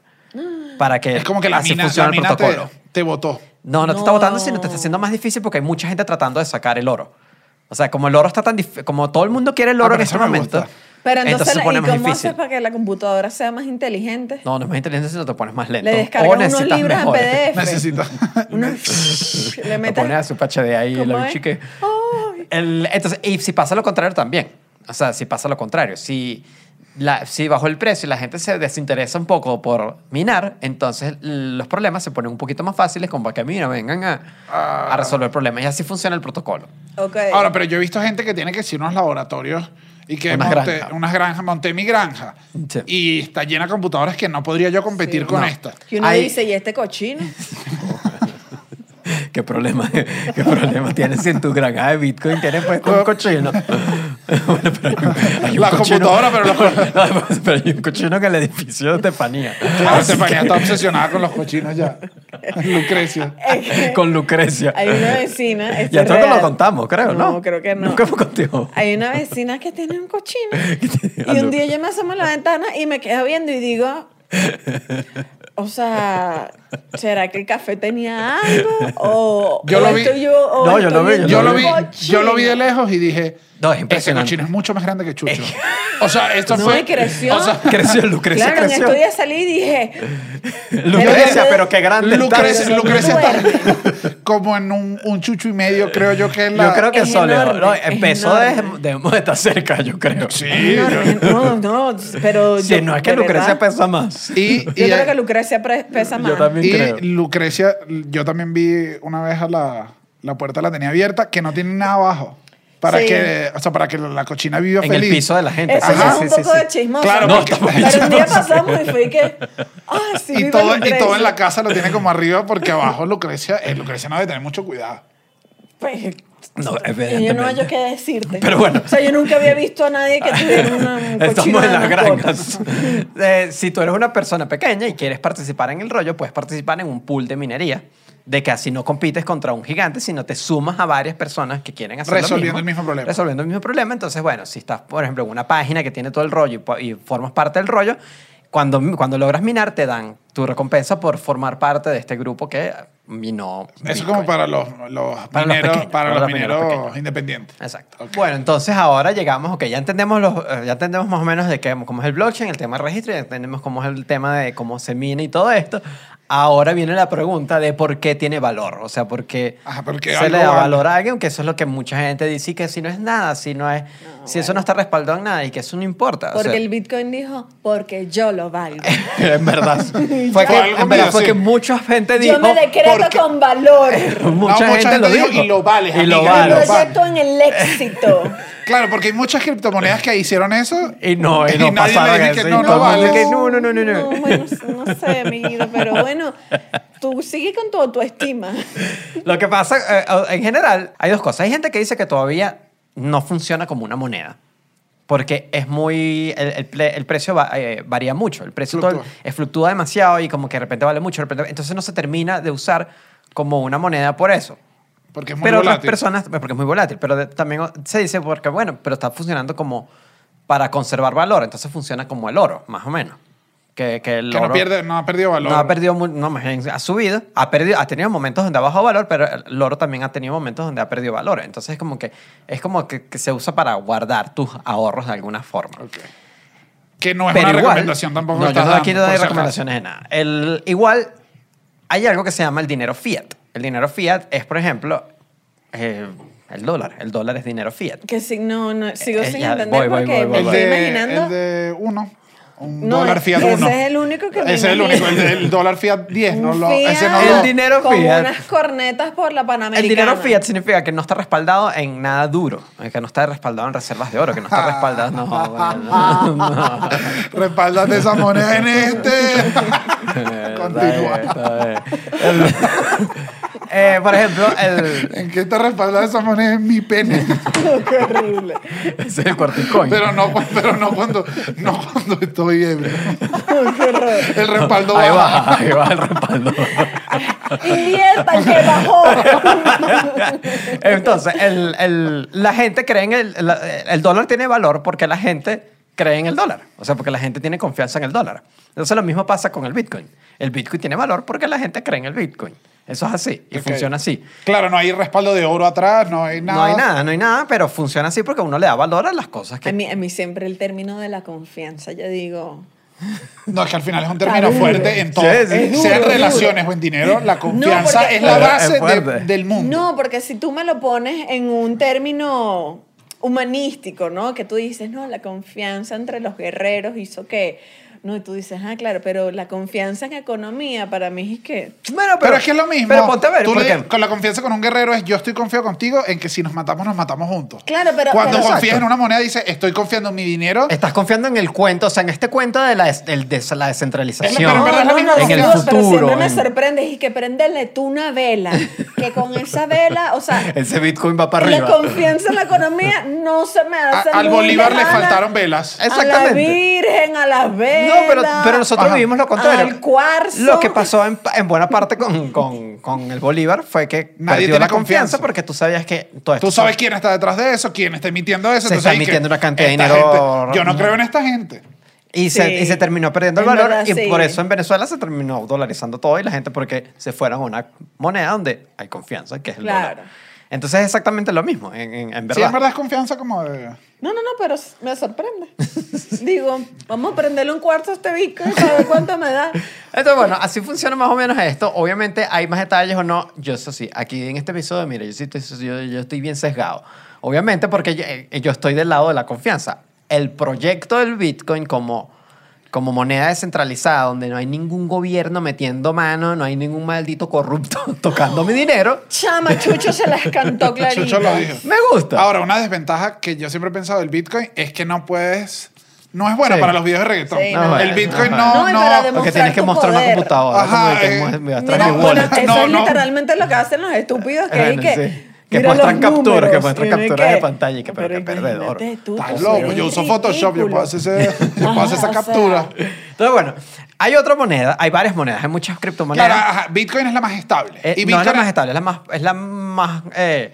[SPEAKER 3] Para que
[SPEAKER 1] Es como que la
[SPEAKER 3] así
[SPEAKER 1] mina, la
[SPEAKER 3] funcione el
[SPEAKER 1] mina te,
[SPEAKER 3] protocolo.
[SPEAKER 1] te votó.
[SPEAKER 3] No, no, te está
[SPEAKER 2] No.
[SPEAKER 3] votando, sino te está haciendo más difícil porque hay mucha gente tratando de sacar el oro. O sea, como el oro está tan dif- como todo el mundo quiere el
[SPEAKER 1] Ah,
[SPEAKER 3] oro
[SPEAKER 1] pero
[SPEAKER 3] en
[SPEAKER 1] eso
[SPEAKER 3] este
[SPEAKER 1] me
[SPEAKER 3] momento,
[SPEAKER 1] gusta.
[SPEAKER 2] Pero entonces,
[SPEAKER 3] se
[SPEAKER 2] la-
[SPEAKER 3] pone
[SPEAKER 2] ¿y
[SPEAKER 3] más
[SPEAKER 2] cómo
[SPEAKER 3] difícil.
[SPEAKER 2] haces para que la computadora sea más inteligente?
[SPEAKER 3] No, no es más inteligente sino te pones más lento.
[SPEAKER 2] Le descargas
[SPEAKER 3] o
[SPEAKER 2] unos
[SPEAKER 3] necesitas
[SPEAKER 2] libros
[SPEAKER 3] mejores.
[SPEAKER 2] en PDF.
[SPEAKER 1] Necesito.
[SPEAKER 2] Unos- le
[SPEAKER 3] Lo
[SPEAKER 2] metes. Oh,
[SPEAKER 3] pones a su pacha de ahí
[SPEAKER 2] ¿Cómo
[SPEAKER 3] la
[SPEAKER 2] es?
[SPEAKER 3] bichi que-
[SPEAKER 2] Ay.
[SPEAKER 3] El- entonces, y si pasa lo contrario también. O sea, si pasa lo contrario. Si, la, si bajó el precio y la gente se desinteresa un poco por minar, entonces los problemas se ponen un poquito más fáciles como para que, mira, vengan a,
[SPEAKER 1] Ah.
[SPEAKER 3] a resolver problemas. Y así funciona el protocolo.
[SPEAKER 2] Ok.
[SPEAKER 1] Ahora, pero yo he visto gente que tiene que sí unos laboratorios y que
[SPEAKER 3] Unas
[SPEAKER 1] monté-
[SPEAKER 3] granjas.
[SPEAKER 1] unas granjas, monté mi granja.
[SPEAKER 3] Sí.
[SPEAKER 1] Y está llena de computadoras que no podría yo competir
[SPEAKER 2] Sí.
[SPEAKER 1] con
[SPEAKER 3] No.
[SPEAKER 1] esta.
[SPEAKER 2] Que uno
[SPEAKER 3] Ahí-
[SPEAKER 2] dice, ¿y este cochino?
[SPEAKER 3] ¿Qué problema, qué problema tienes si en tu granja de Bitcoin tienes pues con un cochino? Bueno, pero hay un- hay un
[SPEAKER 1] La computadora, pero
[SPEAKER 3] No, pues, pero hay un cochino que el edificio de Estefanía. Ah,
[SPEAKER 1] Claro,
[SPEAKER 3] Así
[SPEAKER 1] Ah, Estefanía
[SPEAKER 3] que-
[SPEAKER 1] está obsesionada con los cochinos ya. Lucrecio.
[SPEAKER 2] Es que
[SPEAKER 3] Con Lucrecia.
[SPEAKER 2] Hay una vecina. esto
[SPEAKER 3] Ya
[SPEAKER 2] es
[SPEAKER 3] creo que lo
[SPEAKER 2] real.
[SPEAKER 3] contamos, creo, ¿no?
[SPEAKER 2] No, creo que no.
[SPEAKER 3] Nunca hemos contado.
[SPEAKER 2] Hay una vecina que tiene un cochino. y un día yo me asomo a la ventana y me quedo viendo y digo, o sea, ¿será que el café tenía algo? O,
[SPEAKER 1] Yo
[SPEAKER 2] o
[SPEAKER 1] lo vi.
[SPEAKER 2] estoy yo, o
[SPEAKER 3] No, yo lo
[SPEAKER 2] estoy
[SPEAKER 3] vi,
[SPEAKER 1] Yo
[SPEAKER 2] viendo
[SPEAKER 1] lo
[SPEAKER 2] un
[SPEAKER 1] vi, yo lo vi de
[SPEAKER 2] cochino.
[SPEAKER 1] lejos y dije,
[SPEAKER 3] No, es
[SPEAKER 1] ese
[SPEAKER 3] impresionante.
[SPEAKER 1] cochino es mucho más grande que Chucho. O sea, esto
[SPEAKER 2] No,
[SPEAKER 1] fue...
[SPEAKER 2] y creció.
[SPEAKER 1] O sea,
[SPEAKER 3] Creció, Lucrecia
[SPEAKER 2] Claro, en
[SPEAKER 3] creció.
[SPEAKER 2] estos días salí y dije,
[SPEAKER 3] Lucrecia,
[SPEAKER 2] Pero-
[SPEAKER 3] pero qué grande
[SPEAKER 1] Lucrecia,
[SPEAKER 3] está.
[SPEAKER 2] Pero-
[SPEAKER 1] Lucrecia está como en un, un chucho y medio, creo yo que es la...
[SPEAKER 3] Yo creo que
[SPEAKER 2] Es
[SPEAKER 3] solo
[SPEAKER 2] enorme,
[SPEAKER 3] no,
[SPEAKER 2] es
[SPEAKER 3] empezó de,
[SPEAKER 2] enorme.
[SPEAKER 3] de, estar cerca, yo creo.
[SPEAKER 1] Sí, yo-
[SPEAKER 2] enorme. no, no, pero
[SPEAKER 3] Si
[SPEAKER 2] yo-
[SPEAKER 3] no es que
[SPEAKER 2] de
[SPEAKER 3] Lucrecia
[SPEAKER 2] verdad,
[SPEAKER 3] pesa más.
[SPEAKER 1] Y, y-
[SPEAKER 2] Yo creo que Lucrecia pre- pesa
[SPEAKER 3] Yo
[SPEAKER 2] más.
[SPEAKER 3] también.
[SPEAKER 1] Y
[SPEAKER 3] Creo.
[SPEAKER 1] Lucrecia, yo también vi una vez a la, la puerta la tenía abierta, que no tiene nada abajo. Para
[SPEAKER 2] Sí.
[SPEAKER 1] que, o sea, para que la cochina viva
[SPEAKER 3] En el
[SPEAKER 1] feliz.
[SPEAKER 3] piso de la gente. pues,
[SPEAKER 2] Eso
[SPEAKER 1] Ajá.
[SPEAKER 2] ya
[SPEAKER 1] Ah, Sí,
[SPEAKER 2] es un
[SPEAKER 3] sí,
[SPEAKER 2] poco
[SPEAKER 3] sí.
[SPEAKER 2] de chismoso.
[SPEAKER 1] Claro,
[SPEAKER 3] No,
[SPEAKER 1] porque-
[SPEAKER 3] tampoco es
[SPEAKER 2] Pero un día
[SPEAKER 3] chismoso.
[SPEAKER 2] pasamos y fui que. Ah, sí,
[SPEAKER 1] y,
[SPEAKER 2] vive
[SPEAKER 1] todo, y
[SPEAKER 2] Lucrecia.
[SPEAKER 1] todo en la casa lo tiene como arriba porque abajo Lucrecia, eh, Lucrecia no debe tener mucho cuidado.
[SPEAKER 2] Pues,
[SPEAKER 3] No,
[SPEAKER 2] Y yo no
[SPEAKER 3] evidentemente.
[SPEAKER 2] yo qué decirte.
[SPEAKER 3] Pero bueno.
[SPEAKER 2] O sea, yo nunca había visto a nadie que tuviera una un cochino
[SPEAKER 3] Estamos en las
[SPEAKER 2] mascota.
[SPEAKER 3] granjas. Eh, si tú eres una persona pequeña y quieres participar en el rollo, puedes participar en un pool de minería. De que así no compites contra un gigante, sino te sumas a varias personas que quieren hacer lo
[SPEAKER 1] Resolviendo
[SPEAKER 3] mismo.
[SPEAKER 1] el mismo problema.
[SPEAKER 3] Resolviendo el mismo problema. Entonces, bueno, si estás, por ejemplo, en una página que tiene todo el rollo y po- y, formas parte del rollo, cuando, cuando logras minar, te dan tu recompensa por formar parte de este grupo que minó.
[SPEAKER 1] Eso es
[SPEAKER 3] Bitcoin.
[SPEAKER 1] como para los, los
[SPEAKER 3] Para los
[SPEAKER 1] mineros, para
[SPEAKER 3] pequeños, para
[SPEAKER 1] los
[SPEAKER 3] los mineros
[SPEAKER 1] mineros
[SPEAKER 3] pequeños.
[SPEAKER 1] independientes.
[SPEAKER 3] Exacto.
[SPEAKER 1] Ok.
[SPEAKER 3] Bueno, entonces ahora llegamos, ok, ya entendemos, los, eh, ya entendemos más o menos de qué, cómo es el blockchain, el tema de registro, ya entendemos cómo es el tema de cómo se mina y todo esto. Ahora viene la pregunta de por qué tiene valor, o sea, por qué
[SPEAKER 1] Ajá, porque
[SPEAKER 3] se
[SPEAKER 1] algo
[SPEAKER 3] le da
[SPEAKER 1] vale.
[SPEAKER 3] valor a alguien, que eso es lo que mucha gente dice y que si no es nada, si no es, si eso no está respaldado en nada y que eso no importa. o
[SPEAKER 2] Porque
[SPEAKER 3] sea,
[SPEAKER 2] el Bitcoin dijo, porque yo lo valgo.
[SPEAKER 3] en verdad, fue,
[SPEAKER 1] Ya. Algo
[SPEAKER 3] que, en verdad
[SPEAKER 1] medio
[SPEAKER 3] fue
[SPEAKER 1] así.
[SPEAKER 3] que mucha gente dijo,
[SPEAKER 2] Yo me decreto
[SPEAKER 1] porque-
[SPEAKER 2] con valor.
[SPEAKER 3] mucha,
[SPEAKER 1] No, mucha
[SPEAKER 3] gente, lo
[SPEAKER 1] gente
[SPEAKER 3] dijo,
[SPEAKER 1] dijo, y lo vale,
[SPEAKER 3] y lo
[SPEAKER 1] amiga,
[SPEAKER 2] Me
[SPEAKER 1] Claro.
[SPEAKER 3] vale.
[SPEAKER 2] proyecto en el éxito.
[SPEAKER 1] Claro, porque hay muchas criptomonedas que hicieron eso.
[SPEAKER 3] Y no, y no
[SPEAKER 1] Y nadie le
[SPEAKER 3] pasaron
[SPEAKER 1] dice que
[SPEAKER 3] eso, y
[SPEAKER 1] no,
[SPEAKER 3] todo
[SPEAKER 1] no
[SPEAKER 3] el mundo
[SPEAKER 1] vale.
[SPEAKER 3] que no, no, no, no, no.
[SPEAKER 2] bueno, no sé, mi vida, pero bueno, tú sigue con tu autoestima.
[SPEAKER 3] Lo que pasa, eh, eh, en general, hay dos cosas. Hay gente que dice que todavía no funciona como una moneda. Porque es muy. El, el ple- el precio va- eh, varía mucho. El precio todo-
[SPEAKER 1] Fluctúa.
[SPEAKER 3] eh, fluctúa demasiado y como que de repente vale mucho. de repente- entonces no se termina de usar como una moneda por eso.
[SPEAKER 1] Porque es muy
[SPEAKER 3] pero otras
[SPEAKER 1] volátil.
[SPEAKER 3] personas. eh, Porque es muy volátil. Pero de- también o- se dice porque, bueno, pero está funcionando como para conservar valor. Entonces funciona como el oro, más o menos. Que, que el
[SPEAKER 1] que no,
[SPEAKER 3] oro-
[SPEAKER 1] pierde, no ha perdido valor.
[SPEAKER 3] no ha perdido, mu- no, más bien, ha subido, ha perdido, ha tenido momentos donde ha bajado valor, pero el oro también ha tenido momentos donde ha perdido valor. Entonces es como que es como que, que se usa para guardar tus ahorros de alguna forma.
[SPEAKER 1] Ok. Que no es
[SPEAKER 3] pero
[SPEAKER 1] una
[SPEAKER 3] igual,
[SPEAKER 1] recomendación tampoco.
[SPEAKER 3] No,
[SPEAKER 1] que
[SPEAKER 3] yo
[SPEAKER 1] estás
[SPEAKER 3] no quiero
[SPEAKER 1] dando,
[SPEAKER 3] dar
[SPEAKER 1] por si acaso.
[SPEAKER 3] recomendaciones de nada. El, igual hay algo que se llama el dinero fiat. El dinero fiat es, por ejemplo, eh, el dólar. El dólar es dinero fiat.
[SPEAKER 2] Que si, no, no, sigo
[SPEAKER 3] Eh,
[SPEAKER 2] sin
[SPEAKER 3] ya,
[SPEAKER 2] entender
[SPEAKER 3] voy, voy,
[SPEAKER 2] porque
[SPEAKER 3] voy, voy,
[SPEAKER 2] me
[SPEAKER 1] El
[SPEAKER 3] voy.
[SPEAKER 2] estoy
[SPEAKER 1] de, el
[SPEAKER 2] imaginando.
[SPEAKER 1] de uno. Un
[SPEAKER 2] No,
[SPEAKER 1] dólar fiat
[SPEAKER 2] ese
[SPEAKER 1] uno.
[SPEAKER 2] es el único que me
[SPEAKER 1] Ese es el único. El,
[SPEAKER 2] imagino.
[SPEAKER 1] el dólar fiat 10. No
[SPEAKER 2] un
[SPEAKER 1] lo, ese no
[SPEAKER 2] fiat
[SPEAKER 1] lo.
[SPEAKER 3] El dinero
[SPEAKER 2] con
[SPEAKER 3] fiat.
[SPEAKER 2] unas cornetas por la Panamericana.
[SPEAKER 3] El dinero fiat significa que no está respaldado en nada duro, que no está respaldado en reservas de oro, que no está respaldado. No, bueno, no.
[SPEAKER 1] Respaldate esa moneda en este.
[SPEAKER 3] Está bien,
[SPEAKER 1] Continúa.
[SPEAKER 3] Eh, está bien. El- Eh, por ejemplo, el,
[SPEAKER 1] ¿En qué está respaldada esa moneda? En mi pene.
[SPEAKER 2] Qué horrible.
[SPEAKER 3] es el corticoin.
[SPEAKER 1] Pero no, cu- pero no cuando, no cuando estoy ebrio. El respaldo
[SPEAKER 3] ahí
[SPEAKER 1] baja.
[SPEAKER 3] va, ahí va el respaldo.
[SPEAKER 2] Invierta que bajó.
[SPEAKER 3] Entonces, el, el- la gente cree en el, la- el dólar tiene valor porque la gente cree en el dólar. O sea, porque la gente tiene confianza en el dólar. Entonces, lo mismo pasa con el Bitcoin. El Bitcoin tiene valor porque la gente cree en el Bitcoin. Eso es así y
[SPEAKER 1] Ok.
[SPEAKER 3] funciona así.
[SPEAKER 1] Claro, no hay respaldo de oro atrás, no hay nada.
[SPEAKER 3] No hay nada, no hay nada, pero funciona así porque uno le da valor a las cosas
[SPEAKER 2] A
[SPEAKER 3] que...
[SPEAKER 2] mí, a mí siempre el término de la confianza, yo digo,
[SPEAKER 1] No, es que al final es un término
[SPEAKER 2] duro.
[SPEAKER 1] fuerte en todo.
[SPEAKER 3] Sí, sí.
[SPEAKER 2] Es
[SPEAKER 1] Sean
[SPEAKER 2] duro, es
[SPEAKER 1] relaciones o en dinero, la confianza
[SPEAKER 2] porque-
[SPEAKER 1] es la
[SPEAKER 3] Pero es
[SPEAKER 1] base de-
[SPEAKER 3] fuerte.
[SPEAKER 1] del mundo.
[SPEAKER 2] No, porque si tú me lo pones en un término humanístico, ¿no? Que tú dices, no, la confianza entre los guerreros hizo que... No, y tú dices, ah, claro, pero la confianza en economía para mí es que...
[SPEAKER 3] Bueno,
[SPEAKER 1] Pero, es que es lo mismo.
[SPEAKER 3] Pero ponte a ver,
[SPEAKER 1] Tú
[SPEAKER 3] por
[SPEAKER 1] le-
[SPEAKER 3] ejemplo.
[SPEAKER 1] con la confianza con un guerrero es yo estoy confiado contigo en que si nos matamos, nos matamos juntos.
[SPEAKER 2] Claro, pero-
[SPEAKER 1] Cuando
[SPEAKER 2] pero-
[SPEAKER 1] confías en
[SPEAKER 3] Exacto.
[SPEAKER 1] una moneda, dices estoy confiando en mi dinero.
[SPEAKER 3] Estás confiando en el cuento, o sea, en este cuento de la, des- el des- la
[SPEAKER 1] Es la-
[SPEAKER 3] descentralización.
[SPEAKER 1] pero en verdad es la misma
[SPEAKER 3] en el
[SPEAKER 1] confianza.
[SPEAKER 2] pero
[SPEAKER 3] futuro.
[SPEAKER 2] siempre me
[SPEAKER 3] en-
[SPEAKER 2] sorprendes y que prenderle tú una vela, que con esa vela, o sea,
[SPEAKER 3] Ese Bitcoin va para
[SPEAKER 2] la
[SPEAKER 3] arriba.
[SPEAKER 2] confianza en la economía no se me
[SPEAKER 1] A-
[SPEAKER 2] hace
[SPEAKER 1] al
[SPEAKER 2] muy
[SPEAKER 1] Bolívar le
[SPEAKER 2] lejana.
[SPEAKER 1] faltaron velas.
[SPEAKER 2] A la
[SPEAKER 3] Exactamente.
[SPEAKER 2] Virgen, a las
[SPEAKER 3] No,
[SPEAKER 2] velas.
[SPEAKER 3] pero, pero nosotros
[SPEAKER 1] Ajá.
[SPEAKER 3] vivimos lo contrario.
[SPEAKER 2] Al cuarzo.
[SPEAKER 3] Lo que pasó en, en buena parte con, con- con el Bolívar fue que
[SPEAKER 1] Nadie
[SPEAKER 3] perdió
[SPEAKER 1] tiene
[SPEAKER 3] la confianza
[SPEAKER 1] confianza.
[SPEAKER 3] porque tú sabías que todo esto
[SPEAKER 1] Tú sabes quién está detrás de eso, quién está emitiendo eso.
[SPEAKER 3] Se
[SPEAKER 1] entonces
[SPEAKER 3] está
[SPEAKER 1] hay que-
[SPEAKER 3] emitiendo una cantidad de
[SPEAKER 1] esta
[SPEAKER 3] dinero-
[SPEAKER 1] gente- yo no creo en esta gente.
[SPEAKER 3] Y, se,
[SPEAKER 2] Sí.
[SPEAKER 3] y se terminó perdiendo el
[SPEAKER 2] Es
[SPEAKER 3] valor.
[SPEAKER 2] verdad,
[SPEAKER 3] y
[SPEAKER 2] sí.
[SPEAKER 3] por eso en Venezuela se terminó dolarizando todo y la gente porque se fueron a una moneda donde hay confianza, que es el
[SPEAKER 2] Claro.
[SPEAKER 3] dólar. Entonces es exactamente lo mismo, en, en- en
[SPEAKER 1] Sí,
[SPEAKER 3] verdad.
[SPEAKER 1] en verdad es confianza como de...
[SPEAKER 2] No, no, no, pero s- me sorprende. Digo, vamos a prenderle un cuarzo a este Bitcoin para ver cuánto me da.
[SPEAKER 3] Entonces, bueno, así funciona más o menos esto. Obviamente hay más detalles o no. Yo eso sí, aquí en este episodio, mire, yo, sí estoy, yo, yo estoy bien sesgado. Obviamente porque yo, eh, yo estoy del lado de la confianza. El proyecto del Bitcoin como, como moneda descentralizada, donde no hay ningún gobierno metiendo mano, no hay ningún maldito corrupto tocando mi dinero,
[SPEAKER 2] Chama, Chucho se las cantó clarito.
[SPEAKER 1] Chucho lo dijo.
[SPEAKER 3] me gusta.
[SPEAKER 1] Ahora, una desventaja que yo siempre he pensado del Bitcoin es que no puedes... No es bueno
[SPEAKER 3] Sí.
[SPEAKER 1] para los videos de reggaetón.
[SPEAKER 2] Sí,
[SPEAKER 3] no,
[SPEAKER 1] el
[SPEAKER 3] no,
[SPEAKER 1] Bitcoin
[SPEAKER 3] no,
[SPEAKER 1] no...
[SPEAKER 2] no.
[SPEAKER 1] no,
[SPEAKER 2] No, y para
[SPEAKER 3] porque
[SPEAKER 2] demostrar
[SPEAKER 3] tienes que
[SPEAKER 2] tu
[SPEAKER 3] mostrar una
[SPEAKER 2] poder.
[SPEAKER 3] computadora.
[SPEAKER 1] Ajá,
[SPEAKER 3] como que
[SPEAKER 1] eh,
[SPEAKER 3] mu- mu- atrás
[SPEAKER 2] Mira,
[SPEAKER 3] mi
[SPEAKER 1] No,
[SPEAKER 2] bueno,
[SPEAKER 3] wallet.
[SPEAKER 1] bola.
[SPEAKER 2] eso
[SPEAKER 1] No,
[SPEAKER 2] es
[SPEAKER 1] no.
[SPEAKER 2] literalmente lo que hacen los estúpidos que
[SPEAKER 3] Bueno,
[SPEAKER 2] es que
[SPEAKER 3] sí. Que
[SPEAKER 2] Mira
[SPEAKER 3] muestran
[SPEAKER 2] los
[SPEAKER 3] capturas, que
[SPEAKER 2] números,
[SPEAKER 3] muestran
[SPEAKER 2] y uno y
[SPEAKER 3] capturas de
[SPEAKER 2] que-
[SPEAKER 3] pantalla. y Que, pero, qué
[SPEAKER 2] pero
[SPEAKER 3] perdedor.
[SPEAKER 2] imagínate tú,
[SPEAKER 1] Estás
[SPEAKER 2] o sea,
[SPEAKER 1] loco,
[SPEAKER 2] es
[SPEAKER 1] yo uso Photoshop, yo
[SPEAKER 2] ridículo.
[SPEAKER 1] puedo hacer, ese- yo puedo
[SPEAKER 2] Ajá,
[SPEAKER 1] hacer esa
[SPEAKER 2] o sea,
[SPEAKER 1] captura.
[SPEAKER 3] Entonces, bueno, hay otra moneda, hay varias monedas, hay muchas criptomonedas.
[SPEAKER 1] Claro, ajá, Bitcoin es la más estable.
[SPEAKER 3] Eh,
[SPEAKER 1] y
[SPEAKER 3] no es la
[SPEAKER 1] Bitcoin
[SPEAKER 3] más estable, es la más, es la más eh,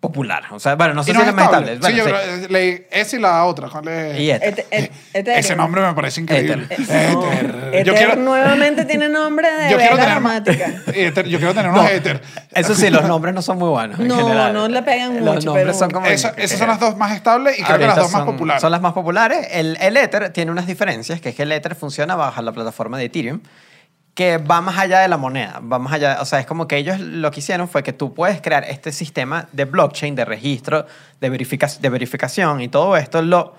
[SPEAKER 3] popular. O sea, bueno, no sé
[SPEAKER 1] y
[SPEAKER 3] si
[SPEAKER 1] no
[SPEAKER 3] es la más estable.
[SPEAKER 1] Sí, yo
[SPEAKER 3] Bueno, sí.
[SPEAKER 1] creo- leí esa y la otra. ¿cuál es?
[SPEAKER 3] Y Ether.
[SPEAKER 2] Et- et-
[SPEAKER 1] Ese
[SPEAKER 2] Ethereum.
[SPEAKER 1] nombre me parece increíble.
[SPEAKER 3] Ether.
[SPEAKER 2] No,
[SPEAKER 1] Ether. Yo
[SPEAKER 2] Ether
[SPEAKER 1] quiero,
[SPEAKER 2] este, nuevamente tiene nombre de
[SPEAKER 1] yo quiero
[SPEAKER 2] vela
[SPEAKER 1] tener más-
[SPEAKER 2] aromática.
[SPEAKER 1] Ether, yo quiero tener unos
[SPEAKER 3] No,
[SPEAKER 1] Ether.
[SPEAKER 3] Eso sí, los nombres no son muy buenos. en
[SPEAKER 2] No,
[SPEAKER 3] general.
[SPEAKER 2] no le pegan
[SPEAKER 3] Los
[SPEAKER 2] mucho,
[SPEAKER 3] nombres
[SPEAKER 2] pero-
[SPEAKER 3] son como.
[SPEAKER 1] Esa- esas son las dos más estables y creo que las
[SPEAKER 3] Ahorita
[SPEAKER 1] dos más
[SPEAKER 3] Ah, son-
[SPEAKER 1] populares.
[SPEAKER 3] Son las más populares. El, el Ether tiene unas diferencias, que es que el Ether funciona bajo la plataforma de Ethereum, que va más allá de la moneda, va más allá, o sea, es como que ellos lo que hicieron fue que tú puedes crear este sistema de blockchain, de registro, de, verifica- de verificación y todo esto lo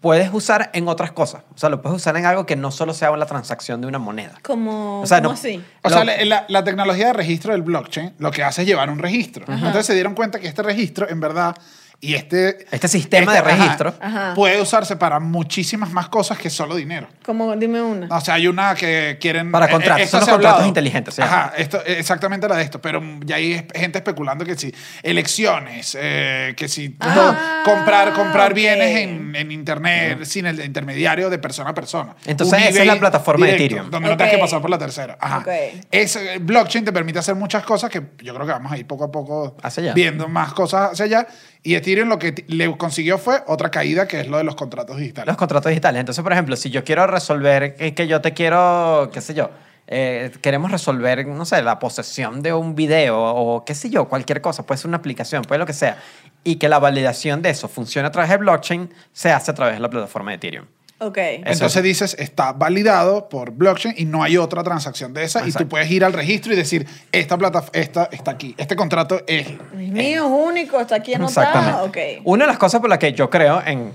[SPEAKER 3] puedes usar en otras cosas, o sea, lo puedes usar en algo que no solo sea la transacción de una moneda.
[SPEAKER 2] Como,
[SPEAKER 3] O sea,
[SPEAKER 2] ¿cómo
[SPEAKER 3] no-
[SPEAKER 2] así?
[SPEAKER 1] O
[SPEAKER 3] Lo-
[SPEAKER 1] sea, la, la- la tecnología de registro del blockchain lo que hace es llevar un registro. Entonces se dieron cuenta que este registro, en verdad, y este...
[SPEAKER 3] Este sistema de registro.
[SPEAKER 2] Ajá.
[SPEAKER 1] puede usarse para muchísimas más cosas que solo dinero.
[SPEAKER 2] Como, dime una.
[SPEAKER 1] O sea, hay una que quieren...
[SPEAKER 3] Para
[SPEAKER 1] eh,
[SPEAKER 3] contratos,
[SPEAKER 1] esto
[SPEAKER 3] son los
[SPEAKER 1] se ha
[SPEAKER 3] contratos
[SPEAKER 1] hablado.
[SPEAKER 3] inteligentes, se llama.
[SPEAKER 1] Ajá, esto, exactamente la de esto. Pero ya hay espe- gente especulando que si elecciones, eh, que si
[SPEAKER 2] Ah,
[SPEAKER 1] no, comprar, comprar
[SPEAKER 2] ok.
[SPEAKER 1] bienes en, en internet sin el intermediario de persona a persona.
[SPEAKER 3] Entonces,
[SPEAKER 1] Un
[SPEAKER 3] esa es
[SPEAKER 1] eBay
[SPEAKER 3] la plataforma de
[SPEAKER 1] directo,
[SPEAKER 3] Ethereum.
[SPEAKER 1] Donde no tengas que
[SPEAKER 2] Ok.
[SPEAKER 1] pasar por la tercera. Ajá.
[SPEAKER 2] Ok.
[SPEAKER 1] Ese blockchain te permite hacer muchas cosas que yo creo que vamos a ir poco a poco
[SPEAKER 3] Hacia allá.
[SPEAKER 1] viendo más cosas hacia allá. Y Ethereum lo que t- le consiguió fue otra caída, que es lo de los contratos digitales.
[SPEAKER 3] Los contratos digitales. Entonces, por ejemplo, si yo quiero resolver, que, que yo te quiero, qué sé yo, eh, queremos resolver, no sé, la posesión de un video o qué sé yo, cualquier cosa, puede ser una aplicación, puede lo que sea, y que la validación de eso funcione a través de blockchain, se hace a través de la plataforma de Ethereum.
[SPEAKER 2] ok.
[SPEAKER 3] Eso
[SPEAKER 1] Entonces
[SPEAKER 3] es.
[SPEAKER 1] dices, está validado por blockchain y no hay otra transacción de esa. Y
[SPEAKER 3] Exacto.
[SPEAKER 1] tú puedes ir al registro y decir, esta plata esta está aquí, este contrato es...
[SPEAKER 2] Es mío, es único, está aquí anotado. Ok.
[SPEAKER 3] Una de las cosas por las que yo creo en,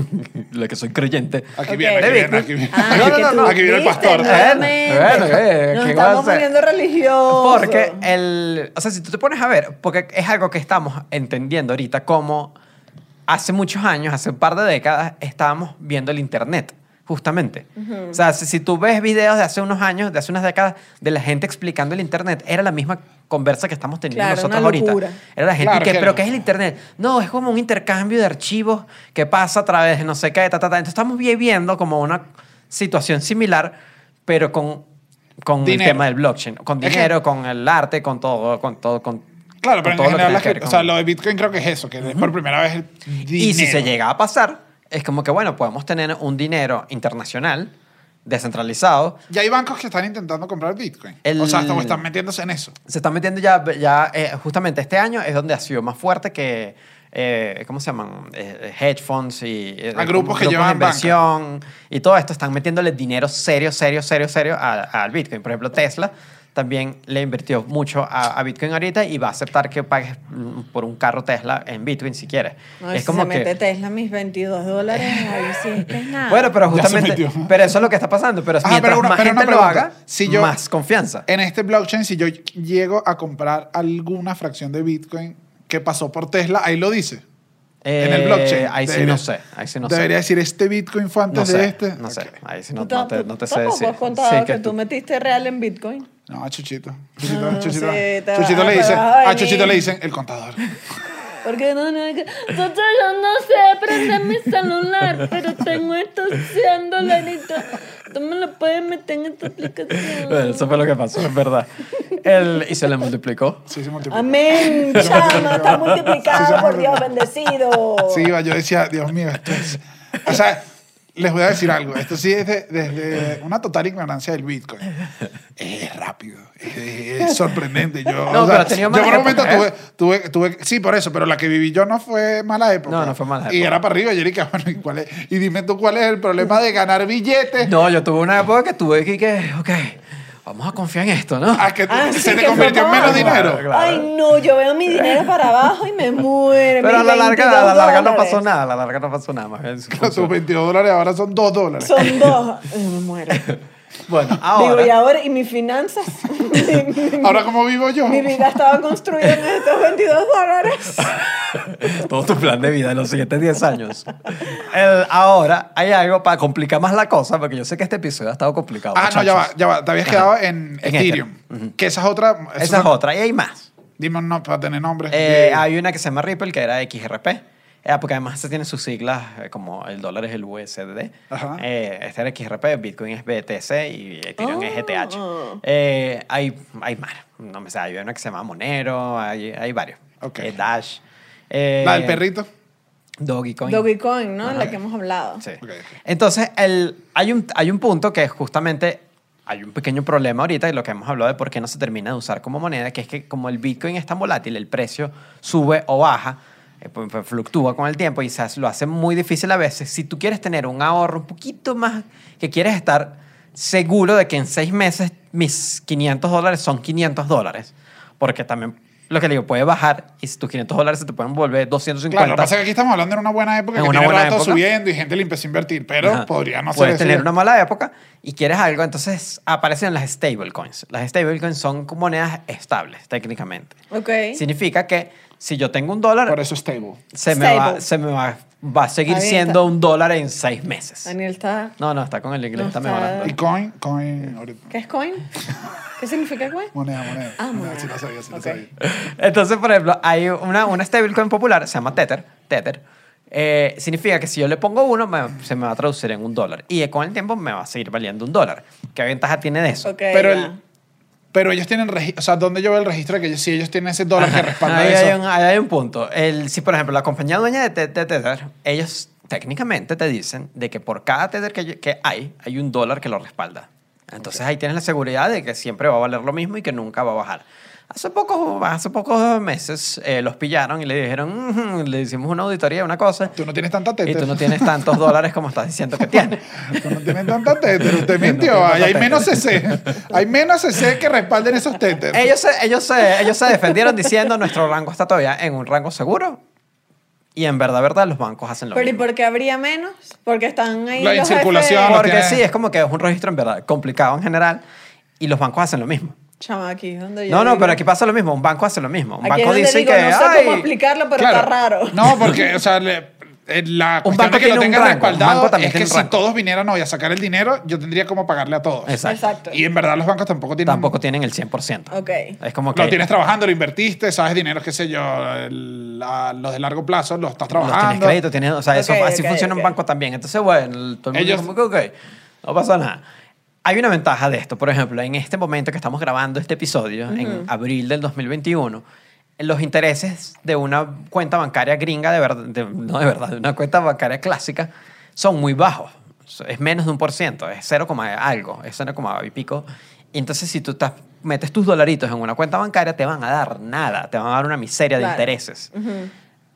[SPEAKER 3] lo que soy creyente,
[SPEAKER 1] Aquí
[SPEAKER 2] Ok.
[SPEAKER 1] viene, aquí
[SPEAKER 3] De
[SPEAKER 1] viene,
[SPEAKER 3] Bitcoin.
[SPEAKER 1] aquí viene.
[SPEAKER 2] Ah,
[SPEAKER 1] Aquí-
[SPEAKER 2] que
[SPEAKER 1] no, no,
[SPEAKER 2] tú
[SPEAKER 1] no, aquí viene el
[SPEAKER 2] viste,
[SPEAKER 1] pastor.
[SPEAKER 2] ¿no?
[SPEAKER 3] Bueno,
[SPEAKER 2] Nuevamente.
[SPEAKER 3] bueno, eh,
[SPEAKER 2] Nos
[SPEAKER 3] ¿qué
[SPEAKER 2] estamos
[SPEAKER 3] va a ser?
[SPEAKER 2] poniendo religiosos.
[SPEAKER 3] Porque el. O sea, si tú te pones a ver, porque es algo que estamos entendiendo ahorita, como hace muchos años, hace un par de décadas, estábamos viendo el Internet, justamente. O sea, si, si tú ves videos de hace unos años, de hace unas décadas, de la gente explicando el Internet, era la misma conversa que estamos teniendo
[SPEAKER 2] Claro,
[SPEAKER 3] nosotros
[SPEAKER 2] una
[SPEAKER 3] ahorita.
[SPEAKER 2] locura.
[SPEAKER 3] Era la gente,
[SPEAKER 1] Claro,
[SPEAKER 3] que,
[SPEAKER 1] que
[SPEAKER 3] ¿pero
[SPEAKER 1] no.
[SPEAKER 3] qué es el Internet? No, es como un intercambio de archivos que pasa a través de no sé qué, ta, ta, ta. Entonces estamos viviendo como una situación similar, pero con, con el
[SPEAKER 1] Dinero.
[SPEAKER 3] tema del blockchain, con
[SPEAKER 1] Es que-
[SPEAKER 3] dinero, con el arte, con todo, con todo, con.
[SPEAKER 1] Claro, pero
[SPEAKER 3] con
[SPEAKER 1] en
[SPEAKER 3] todo lo que
[SPEAKER 1] general,
[SPEAKER 3] tenga
[SPEAKER 1] las
[SPEAKER 3] que ver
[SPEAKER 1] cripto- o
[SPEAKER 3] con-
[SPEAKER 1] sea, lo de Bitcoin creo que es eso, que es por primera vez el
[SPEAKER 3] Y si se
[SPEAKER 1] dinero.
[SPEAKER 3] llega a pasar, es como que, bueno, podemos tener un dinero internacional, descentralizado.
[SPEAKER 1] Ya hay bancos que están intentando comprar Bitcoin.
[SPEAKER 3] El-
[SPEAKER 1] O sea, hasta- o están metiéndose en eso.
[SPEAKER 3] Se está metiendo ya, ya eh, justamente este año es donde ha sido más fuerte que. eh, ¿Cómo se llaman? Eh, hedge funds y. eh,
[SPEAKER 1] Ah, grupos que
[SPEAKER 3] de
[SPEAKER 1] llevan banca.
[SPEAKER 3] inversión y todo esto. Están metiéndole dinero serio, serio, serio, serio a- al Bitcoin. Por ejemplo, Tesla también le invirtió mucho a, a Bitcoin ahorita y va a aceptar que pagues mm, por un carro Tesla en Bitcoin si quieres.
[SPEAKER 2] No, si se mete Tesla mis 22 dólares, ahí sí es que es nada.
[SPEAKER 3] Bueno, pero
[SPEAKER 1] Ya se
[SPEAKER 3] justamente.
[SPEAKER 1] metió.
[SPEAKER 3] Pero eso es lo que está pasando. Pero
[SPEAKER 1] Ajá,
[SPEAKER 3] mientras
[SPEAKER 1] pero una-
[SPEAKER 3] más
[SPEAKER 1] pero una
[SPEAKER 3] gente lo
[SPEAKER 1] pregunta.
[SPEAKER 3] haga,
[SPEAKER 1] Si yo-
[SPEAKER 3] más confianza.
[SPEAKER 1] En este blockchain, si yo llego a comprar alguna fracción de Bitcoin que pasó por Tesla, ahí lo dice. en el
[SPEAKER 3] Eh,
[SPEAKER 1] blockchain.
[SPEAKER 3] Ahí sí
[SPEAKER 1] Debería-
[SPEAKER 3] no sé. Ahí sí no sé.
[SPEAKER 1] Debería decir, este Bitcoin fue antes
[SPEAKER 3] no sé,
[SPEAKER 1] de este.
[SPEAKER 3] No sé.
[SPEAKER 1] Ok.
[SPEAKER 3] Ahí sí no,
[SPEAKER 2] Tú
[SPEAKER 3] no
[SPEAKER 2] ta-
[SPEAKER 3] te,
[SPEAKER 2] tú
[SPEAKER 3] no te sé
[SPEAKER 2] tampoco
[SPEAKER 3] decir.
[SPEAKER 2] has contado
[SPEAKER 3] Sí,
[SPEAKER 2] que tú metiste real en Bitcoin.
[SPEAKER 1] No, Chuchito. Chuchito,
[SPEAKER 2] No,
[SPEAKER 1] Chuchito,
[SPEAKER 2] Ah, sí, te
[SPEAKER 1] Chuchito
[SPEAKER 2] vas-
[SPEAKER 1] le
[SPEAKER 2] te
[SPEAKER 1] dicen.
[SPEAKER 2] vas a
[SPEAKER 1] A Chuchito
[SPEAKER 2] venir.
[SPEAKER 1] le dicen el contador.
[SPEAKER 2] Porque no, no, que- Toto, yo no sé prender mi celular, pero tengo estos 100 dolaritos. Tú me lo puedes meter en esta aplicación.
[SPEAKER 3] Bueno, eso fue lo que pasó, es verdad. El, y se le multiplicó.
[SPEAKER 1] Sí, se multiplicó.
[SPEAKER 2] Amén, chama, está multiplicado, por Dios, bendecido.
[SPEAKER 1] Sí, iba, yo decía, Dios mío, esto es. O sea, les voy a decir algo. Esto sí es de- desde una total ignorancia del Bitcoin. Es rápido, es, es sorprendente. Yo,
[SPEAKER 3] No,
[SPEAKER 1] o sea,
[SPEAKER 3] pero ha tenido
[SPEAKER 1] yo
[SPEAKER 3] malas
[SPEAKER 1] por un momento tuve,
[SPEAKER 3] épocas,
[SPEAKER 1] tuve, tuve- Sí, por eso, pero la que viví yo no fue mala época.
[SPEAKER 3] No, no fue mala
[SPEAKER 1] Y
[SPEAKER 3] época.
[SPEAKER 1] era para arriba, y yo dije, "Ah, bueno, ¿y, cuál es? y dime tú cuál es el problema de ganar billetes.
[SPEAKER 3] No, yo tuve una época que tuve que, que ok, vamos a confiar en esto, ¿no?
[SPEAKER 1] A que
[SPEAKER 2] Ah, sí,
[SPEAKER 1] se te
[SPEAKER 2] que
[SPEAKER 1] convirtió en
[SPEAKER 2] fue
[SPEAKER 1] menos
[SPEAKER 2] malo.
[SPEAKER 1] dinero.
[SPEAKER 3] Claro.
[SPEAKER 2] Ay, no, yo veo mi dinero para abajo y me muero.
[SPEAKER 3] Pero a
[SPEAKER 2] mis
[SPEAKER 3] la larga, a la
[SPEAKER 2] 22
[SPEAKER 3] larga no
[SPEAKER 2] dólares.
[SPEAKER 3] pasó nada, a la larga no pasó nada. Más bien,
[SPEAKER 1] Tus
[SPEAKER 3] funcionó.
[SPEAKER 1] 22 dólares ahora son 2 dólares.
[SPEAKER 2] Son dos. Ay, me muero.
[SPEAKER 3] bueno,
[SPEAKER 2] Digo, y
[SPEAKER 3] ahora,
[SPEAKER 2] ahora, ¿y mis finanzas?
[SPEAKER 1] Ahora, ¿cómo vivo yo?
[SPEAKER 2] Mi vida estaba construida en estos 22 dólares.
[SPEAKER 3] todo tu plan de vida en los siguientes 10 años. El- ahora, hay algo para complicar más la cosa, porque yo sé que este episodio ha estado complicado.
[SPEAKER 1] Ah, no, ya va,
[SPEAKER 3] muchachos.
[SPEAKER 1] ya va. Te habías
[SPEAKER 3] Ajá.
[SPEAKER 1] quedado en
[SPEAKER 3] En este.
[SPEAKER 1] Ethereum. Que esa es otra.
[SPEAKER 3] Esa es otra, y hay más.
[SPEAKER 1] Dime un nombre para tener nombres.
[SPEAKER 3] Eh,
[SPEAKER 1] Sí.
[SPEAKER 3] Hay una que se llama Ripple, que era XRP. eh, porque además se tiene sus siglas, eh, como el dólar es el USD.
[SPEAKER 1] Ajá.
[SPEAKER 3] Eh, este era XRP, Bitcoin es BTC y Ethereum es ETH.
[SPEAKER 2] Oh.
[SPEAKER 3] Eh, hay, hay más, no me sé, hay una que se llama Monero, hay, hay varios.
[SPEAKER 1] Ok.
[SPEAKER 3] Eh, Dash. eh,
[SPEAKER 1] La del perrito.
[SPEAKER 3] Dogecoin.
[SPEAKER 2] Dogecoin, ¿no?
[SPEAKER 3] Ajá.
[SPEAKER 2] La que hemos hablado.
[SPEAKER 3] Sí.
[SPEAKER 1] Ok, ok.
[SPEAKER 3] Entonces, el, hay, un, hay un punto que es justamente hay un pequeño problema ahorita y lo que hemos hablado de por qué no se termina de usar como moneda, que es que como el Bitcoin es tan volátil, el precio sube o baja, eh, pues, pues, fluctúa con el tiempo y se hace- lo hace muy difícil a veces. Si tú quieres tener un ahorro un poquito más, que quieres estar seguro de que en seis meses mis 500 dólares son 500 dólares, porque también lo que le digo puede bajar y si tus 500 dólares se te pueden volver 250.
[SPEAKER 1] Claro, lo que pasa es que aquí estamos hablando en una buena época
[SPEAKER 3] En
[SPEAKER 1] que
[SPEAKER 3] una
[SPEAKER 1] tiene
[SPEAKER 3] buena
[SPEAKER 1] rato
[SPEAKER 3] época.
[SPEAKER 1] subiendo y gente le empieza a invertir, pero
[SPEAKER 3] Ajá.
[SPEAKER 1] podría no ser
[SPEAKER 3] Puedes
[SPEAKER 1] eso
[SPEAKER 3] tener
[SPEAKER 1] ya.
[SPEAKER 3] una mala época y quieres algo, entonces aparecen las stablecoins. Las stablecoins son como monedas estables, técnicamente.
[SPEAKER 2] Ok.
[SPEAKER 3] Significa que si yo tengo un dólar,
[SPEAKER 1] Por eso stable.
[SPEAKER 3] se me, va,
[SPEAKER 2] Stable.
[SPEAKER 3] se me va, va a seguir
[SPEAKER 2] Está bien,
[SPEAKER 3] siendo
[SPEAKER 2] está-
[SPEAKER 3] un dólar en seis meses.
[SPEAKER 2] Daniel está.
[SPEAKER 3] No, no, está con el inglés,
[SPEAKER 2] No
[SPEAKER 3] está
[SPEAKER 2] está-
[SPEAKER 3] mejorando.
[SPEAKER 1] Y coin, coin, ahorita.
[SPEAKER 2] ¿Qué es coin? ¿Qué significa coin?
[SPEAKER 1] Moneda, moneda.
[SPEAKER 2] Ah, moneda.
[SPEAKER 1] Sí, lo sabía, sí, lo
[SPEAKER 2] Ok.
[SPEAKER 1] sabía.
[SPEAKER 3] Entonces, por ejemplo, hay una, una stablecoin popular, se llama Tether. Tether. Eh, significa que si yo le pongo uno, me- se me va a traducir en un dólar. Y con el tiempo me va a seguir valiendo un dólar. ¿Qué ventaja tiene de eso?
[SPEAKER 2] Ok,
[SPEAKER 1] Pero
[SPEAKER 2] ya.
[SPEAKER 1] el- Pero ellos tienen, regi- o sea, ¿dónde yo veo el registro de que ellos- si ellos tienen ese dólar que respalda
[SPEAKER 3] ahí
[SPEAKER 1] eso?
[SPEAKER 3] Hay un, ahí hay un punto. El, si, por ejemplo, la compañía dueña de, Te- de Tether, ellos técnicamente te dicen de que por cada Tether que, que hay, hay un dólar que lo respalda. Entonces ahí tienes la seguridad de que siempre va a valer lo mismo y que nunca va a bajar. Hace pocos, hace pocos meses eh, los pillaron y le dijeron, "Ujú", le hicimos una auditoría, una cosa,
[SPEAKER 1] Tú no tienes tanta teta.
[SPEAKER 3] y tú no tienes tantos dólares como estás diciendo que tienes.
[SPEAKER 1] Tú no tienes tanta tether, usted mintió.
[SPEAKER 3] tienes
[SPEAKER 1] Ahí
[SPEAKER 3] tanta
[SPEAKER 1] hay
[SPEAKER 3] tether.
[SPEAKER 1] menos CC. Hay menos CC que respalden esos tether.
[SPEAKER 3] Ellos se, ellos, se, ellos se defendieron diciendo nuestro rango está todavía en un rango seguro y en verdad, verdad, los bancos hacen lo
[SPEAKER 2] Pero ¿y
[SPEAKER 3] mismo.
[SPEAKER 2] por qué habría menos? Porque están ahí.
[SPEAKER 1] La
[SPEAKER 2] los E
[SPEAKER 1] incirculación,
[SPEAKER 2] jefes.
[SPEAKER 1] lo
[SPEAKER 3] Porque
[SPEAKER 1] tiene-
[SPEAKER 3] sí, es como que es un registro en verdad complicado en general y los bancos hacen lo mismo.
[SPEAKER 2] Chama, aquí es donde yo
[SPEAKER 3] No, no,
[SPEAKER 2] digo-
[SPEAKER 3] pero aquí pasa lo mismo. Un banco hace lo mismo. Un
[SPEAKER 2] Aquí es
[SPEAKER 3] banco
[SPEAKER 2] donde
[SPEAKER 3] dice
[SPEAKER 2] digo,
[SPEAKER 3] que.
[SPEAKER 2] no sé cómo
[SPEAKER 3] "Ay".
[SPEAKER 2] explicarlo, pero
[SPEAKER 1] Claro.
[SPEAKER 2] está raro.
[SPEAKER 1] No, porque, o sea, le- eh, la
[SPEAKER 3] Un
[SPEAKER 1] cuestión
[SPEAKER 3] banco
[SPEAKER 1] de que lo
[SPEAKER 3] tiene un
[SPEAKER 1] tengan
[SPEAKER 3] rango, un banco
[SPEAKER 1] respaldado
[SPEAKER 3] también
[SPEAKER 1] es que
[SPEAKER 3] tiene un
[SPEAKER 1] si
[SPEAKER 3] rango.
[SPEAKER 1] todos vinieran hoy a sacar el dinero, yo tendría como pagarle a todos.
[SPEAKER 3] Exacto.
[SPEAKER 2] Exacto.
[SPEAKER 1] Y en verdad los bancos tampoco tienen...
[SPEAKER 3] Tampoco tienen el 100%.
[SPEAKER 2] Ok.
[SPEAKER 3] Es como que.
[SPEAKER 1] Lo tienes trabajando, lo invertiste, sabes dinero, qué sé yo, el- la- los de largo plazo, los estás
[SPEAKER 3] los tienes
[SPEAKER 1] trabajando.
[SPEAKER 3] crédito, tienes. O sea, eso,
[SPEAKER 2] Ok,
[SPEAKER 3] así
[SPEAKER 2] ok,
[SPEAKER 3] funciona
[SPEAKER 2] ok.
[SPEAKER 3] un banco también. Entonces, bueno, el- todo el mundo
[SPEAKER 1] Ellos-
[SPEAKER 3] como que, ok, no pasa nada. Hay una ventaja de esto. Por ejemplo, en este momento que estamos grabando este episodio, en abril del 2021, los intereses de una cuenta bancaria gringa, de verdad, de- no de verdad, de una cuenta bancaria clásica, son muy bajos. So- Es menos de un por ciento, es 0, algo, es 0, y pico. Y entonces, si tú estás- metes tus dolaritos en una cuenta bancaria, te van a dar nada, te van a dar una miseria de
[SPEAKER 2] Claro.
[SPEAKER 3] intereses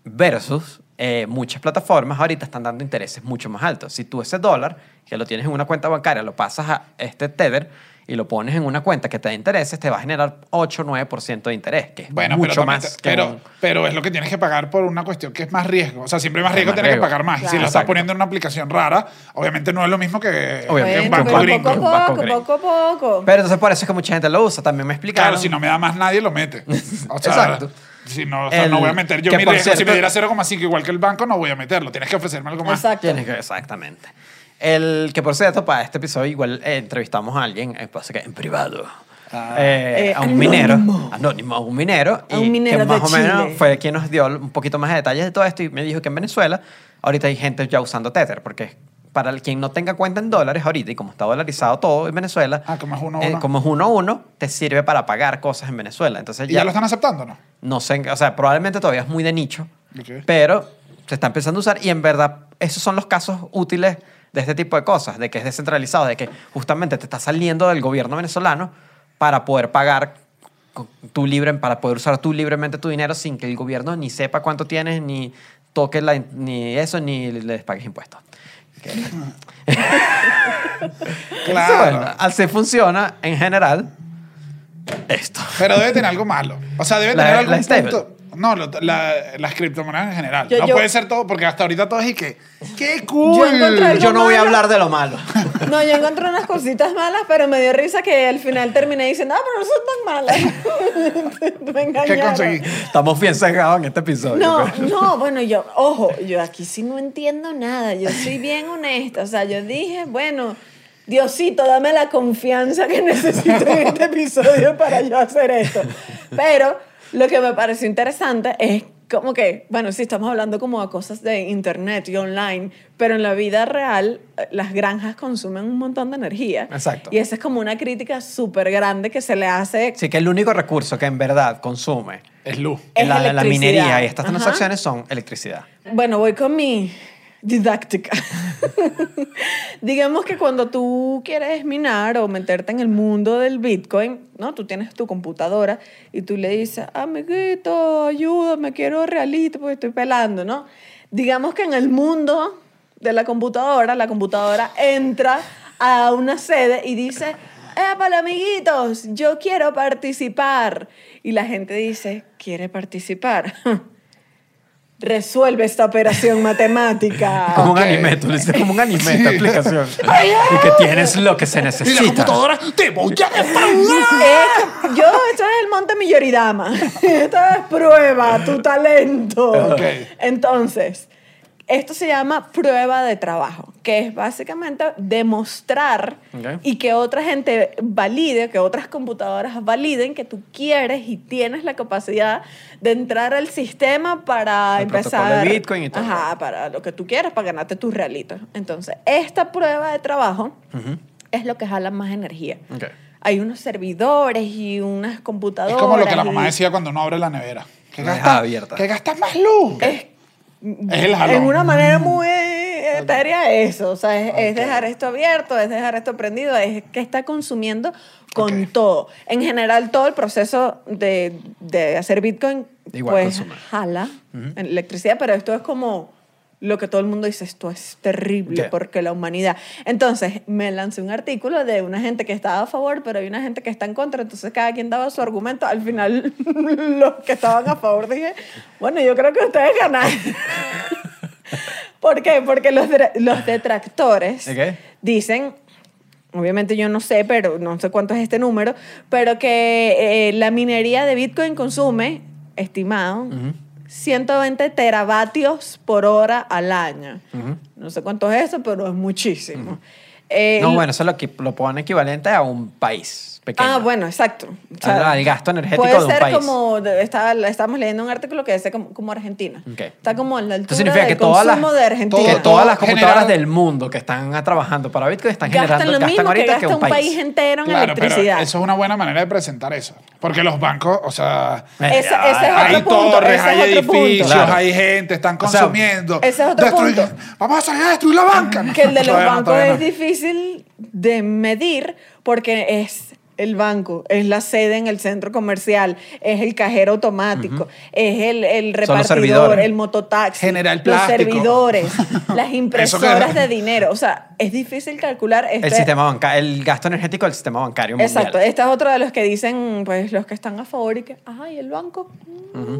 [SPEAKER 3] versus eh, muchas plataformas ahorita están dando intereses mucho más altos. Si tú ese dólar que lo tienes en una cuenta bancaria lo pasas a este Tether y lo pones en una cuenta que te da intereses, te va a generar 8 o 9% de interés, que es
[SPEAKER 1] Bueno,
[SPEAKER 3] mucho
[SPEAKER 1] pero, también
[SPEAKER 3] más
[SPEAKER 1] te-
[SPEAKER 3] que
[SPEAKER 1] pero,
[SPEAKER 3] un-
[SPEAKER 1] pero es lo que tienes que pagar por una cuestión que es más riesgo. O sea, siempre hay más
[SPEAKER 3] Es
[SPEAKER 1] riesgo
[SPEAKER 3] más
[SPEAKER 1] tienes que
[SPEAKER 3] riesgo.
[SPEAKER 1] pagar más. Y Si
[SPEAKER 2] Claro.
[SPEAKER 1] lo estás
[SPEAKER 3] Exacto.
[SPEAKER 1] poniendo en una aplicación rara, obviamente no es lo mismo que que
[SPEAKER 3] Obviamente,
[SPEAKER 1] un
[SPEAKER 2] Bueno,
[SPEAKER 1] banco
[SPEAKER 2] pero
[SPEAKER 1] gringo.
[SPEAKER 2] poco
[SPEAKER 3] Un
[SPEAKER 2] a
[SPEAKER 3] banco
[SPEAKER 2] poco,
[SPEAKER 3] gringo.
[SPEAKER 2] poco a poco.
[SPEAKER 3] Pero entonces por eso es que mucha gente lo usa. También me explicaron...
[SPEAKER 1] Claro, si no me da más nadie, lo mete. O sea,
[SPEAKER 3] Exacto.
[SPEAKER 1] Si no, o sea,
[SPEAKER 3] El-
[SPEAKER 1] no voy a meter yo
[SPEAKER 3] que
[SPEAKER 1] mi
[SPEAKER 3] por
[SPEAKER 1] riesgo. si
[SPEAKER 3] cierto-
[SPEAKER 1] me diera 0,5 igual que el banco, no voy a meterlo. Tienes que ofrecerme algo más.
[SPEAKER 2] Exacto.
[SPEAKER 3] Tienes que- exactamente. El que por cierto, para este episodio igual eh, entrevistamos a alguien eh, pasa que en privado. Eh,
[SPEAKER 1] Ah.
[SPEAKER 2] Eh,
[SPEAKER 3] a un
[SPEAKER 2] anónimo.
[SPEAKER 3] minero, anónimo, a un minero,
[SPEAKER 2] A un
[SPEAKER 3] y
[SPEAKER 2] minero
[SPEAKER 3] que
[SPEAKER 2] de
[SPEAKER 3] más o menos
[SPEAKER 2] Chile.
[SPEAKER 3] fue quien nos dio un poquito más de detalles de todo esto y me dijo que en Venezuela ahorita hay gente ya usando Tether, porque para el- quien no tenga cuenta en dólares ahorita y como está dolarizado todo en Venezuela,
[SPEAKER 1] Ah, como es uno a
[SPEAKER 3] eh,
[SPEAKER 1] uno.
[SPEAKER 3] como es uno a uno, te sirve para pagar cosas en Venezuela. Entonces
[SPEAKER 1] ¿Y ya lo están aceptando no?
[SPEAKER 3] no sé, en- o sea, probablemente todavía es muy de nicho,
[SPEAKER 1] Ok.
[SPEAKER 3] pero se está empezando a usar y en verdad esos son los casos útiles de este tipo de cosas, de que es descentralizado, de que justamente te está saliendo del gobierno venezolano para poder pagar con- tu libre, para poder usar tú libremente tu dinero sin que el gobierno ni sepa cuánto tienes, ni toque la, ni eso, ni les pagues impuestos. Que-
[SPEAKER 1] Claro.
[SPEAKER 3] Bueno, así funciona en general esto.
[SPEAKER 1] Pero debe tener algo malo. O sea, debe
[SPEAKER 3] La-
[SPEAKER 1] tener
[SPEAKER 3] la
[SPEAKER 1] algún
[SPEAKER 3] stable.
[SPEAKER 1] punto. No, lo- la- las criptomonedas en general.
[SPEAKER 2] Yo-
[SPEAKER 1] no
[SPEAKER 2] yo-
[SPEAKER 1] puede ser todo, porque hasta ahorita todo es y que. ¡Qué cool!
[SPEAKER 2] encontré algo-
[SPEAKER 3] Yo no voy a
[SPEAKER 2] malo.
[SPEAKER 3] hablar de lo malo.
[SPEAKER 2] No, yo encontré unas cositas malas, pero me dio risa que al final terminé diciendo, ah, pero no son tan malas. me
[SPEAKER 1] ¿Qué
[SPEAKER 2] engañaron.
[SPEAKER 1] conseguí?
[SPEAKER 3] Estamos bien cegados en este episodio.
[SPEAKER 2] No,
[SPEAKER 3] pero-
[SPEAKER 2] no, bueno, yo, ojo, yo aquí sí no entiendo nada, yo soy bien honesta, o sea, yo dije, bueno, Diosito, dame la confianza que necesito en este episodio para yo hacer esto, pero Lo que me pareció interesante es como que, bueno, sí, estamos hablando como de cosas de internet y online, pero en la vida real eh, las granjas consumen un montón de energía.
[SPEAKER 3] Exacto.
[SPEAKER 2] Y esa es como una crítica súper grande que se le hace.
[SPEAKER 3] Así que el único recurso que en verdad consume
[SPEAKER 4] Es luz.
[SPEAKER 2] Es
[SPEAKER 3] la, la- la
[SPEAKER 2] electricidad.
[SPEAKER 3] minería y estas
[SPEAKER 2] Ajá.
[SPEAKER 3] transacciones son electricidad.
[SPEAKER 2] Bueno, voy con mi didáctica. Digamos que cuando tú quieres minar o meterte en el mundo del Bitcoin, ¿no? Tú tienes tu computadora y tú le dices, amiguito, ayúdame, quiero realito porque estoy pelando, ¿no? Digamos que en el mundo de la computadora, la computadora entra a una sede y dice, para amiguitos! Yo quiero participar. Y la gente dice, ¿quiere participar? Resuelve esta operación matemática.
[SPEAKER 3] Como un
[SPEAKER 1] Ok.
[SPEAKER 3] anime, tú le dices como un anime esta aplicación.
[SPEAKER 2] Ah, Ay, ay.
[SPEAKER 3] y que tienes lo que se
[SPEAKER 4] Y la
[SPEAKER 3] necesita.
[SPEAKER 4] computadora te voy a defraudar.
[SPEAKER 2] Eh, yo, esto es el monte Milloridama. Esto es prueba, tu talento.
[SPEAKER 1] Ok.
[SPEAKER 2] Entonces, esto se llama prueba de trabajo, que es básicamente demostrar
[SPEAKER 3] Ok.
[SPEAKER 2] y que otra gente valide, que otras computadoras validen que tú quieres y tienes la capacidad de entrar al sistema para
[SPEAKER 3] El
[SPEAKER 2] empezar.
[SPEAKER 3] protocolo de Bitcoin y todo.
[SPEAKER 2] Ajá, para lo que tú quieras, para ganarte tus realitos. Entonces, esta prueba de trabajo es lo que jala más energía.
[SPEAKER 3] Ok.
[SPEAKER 2] Hay unos servidores y unas computadoras.
[SPEAKER 1] Es como lo que la mamá
[SPEAKER 2] y-
[SPEAKER 1] decía cuando uno abre la nevera. Que
[SPEAKER 3] La deja
[SPEAKER 1] gastas,
[SPEAKER 3] abierta.
[SPEAKER 1] que gastas más Eh, luz.
[SPEAKER 2] Es-
[SPEAKER 1] Es el jalón.
[SPEAKER 2] En una manera muy etérea eso. O sea, es, es dejar esto abierto, es dejar esto prendido, es que está consumiendo con
[SPEAKER 1] Ok.
[SPEAKER 2] todo. En general, todo el proceso de, de hacer Bitcoin
[SPEAKER 3] Igual
[SPEAKER 2] pues
[SPEAKER 3] consume.
[SPEAKER 2] jala electricidad, pero esto es como lo que todo el mundo dice, esto es terrible
[SPEAKER 3] Ya.
[SPEAKER 2] porque la humanidad. Entonces, me lancé un artículo de una gente que estaba a favor, pero hay una gente que está en contra, entonces cada quien daba su argumento. Al final, los que estaban a favor dije, bueno, yo creo que ustedes ganaron. ¿Por qué? Porque los, dra- los detractores
[SPEAKER 3] ¿De qué?
[SPEAKER 2] dicen, obviamente yo no sé, pero no sé cuánto es este número, pero que eh, la minería de Bitcoin consume, estimado, 120 teravatios por hora al año. No sé cuánto es eso, pero es muchísimo. Eh,
[SPEAKER 3] No,
[SPEAKER 2] l-
[SPEAKER 3] bueno, eso lo, equi- lo pone equivalente a un país pequeño.
[SPEAKER 2] Ah, bueno, exacto. O sea,
[SPEAKER 3] Al- al gasto energético
[SPEAKER 2] puede
[SPEAKER 3] de un
[SPEAKER 2] ser
[SPEAKER 3] país.
[SPEAKER 2] como, de- estaba, estábamos leyendo un artículo que dice como, como Argentina.
[SPEAKER 3] Ok.
[SPEAKER 2] Está como en la
[SPEAKER 3] Esto
[SPEAKER 2] altura
[SPEAKER 3] significa
[SPEAKER 2] del
[SPEAKER 3] que todas, las,
[SPEAKER 2] consumo de Argentina.
[SPEAKER 3] que todas las computadoras
[SPEAKER 1] generado-
[SPEAKER 3] del mundo que están ah, trabajando para Bitcoin están
[SPEAKER 2] gastan
[SPEAKER 3] generando
[SPEAKER 2] lo
[SPEAKER 3] gastan
[SPEAKER 2] mismo que
[SPEAKER 3] ahorita
[SPEAKER 2] gasta
[SPEAKER 3] que,
[SPEAKER 2] un país, entero en
[SPEAKER 1] Claro, pero
[SPEAKER 2] electricidad.
[SPEAKER 1] eso es una buena manera de presentar eso. Porque los bancos, o sea,
[SPEAKER 3] Mira,
[SPEAKER 2] Ese- ese es
[SPEAKER 1] hay
[SPEAKER 2] otro punto,
[SPEAKER 1] torres,
[SPEAKER 2] ese
[SPEAKER 1] hay
[SPEAKER 2] es otro punto.
[SPEAKER 1] edificios,
[SPEAKER 3] Claro.
[SPEAKER 1] hay gente, están
[SPEAKER 3] O sea,
[SPEAKER 1] consumiendo.
[SPEAKER 2] ese es otro
[SPEAKER 1] Destruir-
[SPEAKER 2] punto. Ah,
[SPEAKER 1] Vamos a salir a destruir la banca.
[SPEAKER 2] que el de los
[SPEAKER 1] Todavía no,
[SPEAKER 2] bancos
[SPEAKER 1] todavía
[SPEAKER 2] es
[SPEAKER 1] no.
[SPEAKER 2] difícil de medir porque es el banco, es la sede en el centro comercial, es el cajero automático, es el, el
[SPEAKER 3] Son
[SPEAKER 2] repartidor,
[SPEAKER 3] los servidores.
[SPEAKER 2] el mototaxi,
[SPEAKER 1] General
[SPEAKER 2] los
[SPEAKER 1] Plástico.
[SPEAKER 2] servidores, las impresoras
[SPEAKER 1] que-
[SPEAKER 2] de dinero. O sea, es difícil calcular este,
[SPEAKER 3] el sistema bancario, el gasto energético del sistema bancario mundial.
[SPEAKER 2] Exacto, este es otro de los que dicen, pues los que están a favor y que, ay, el banco. mm".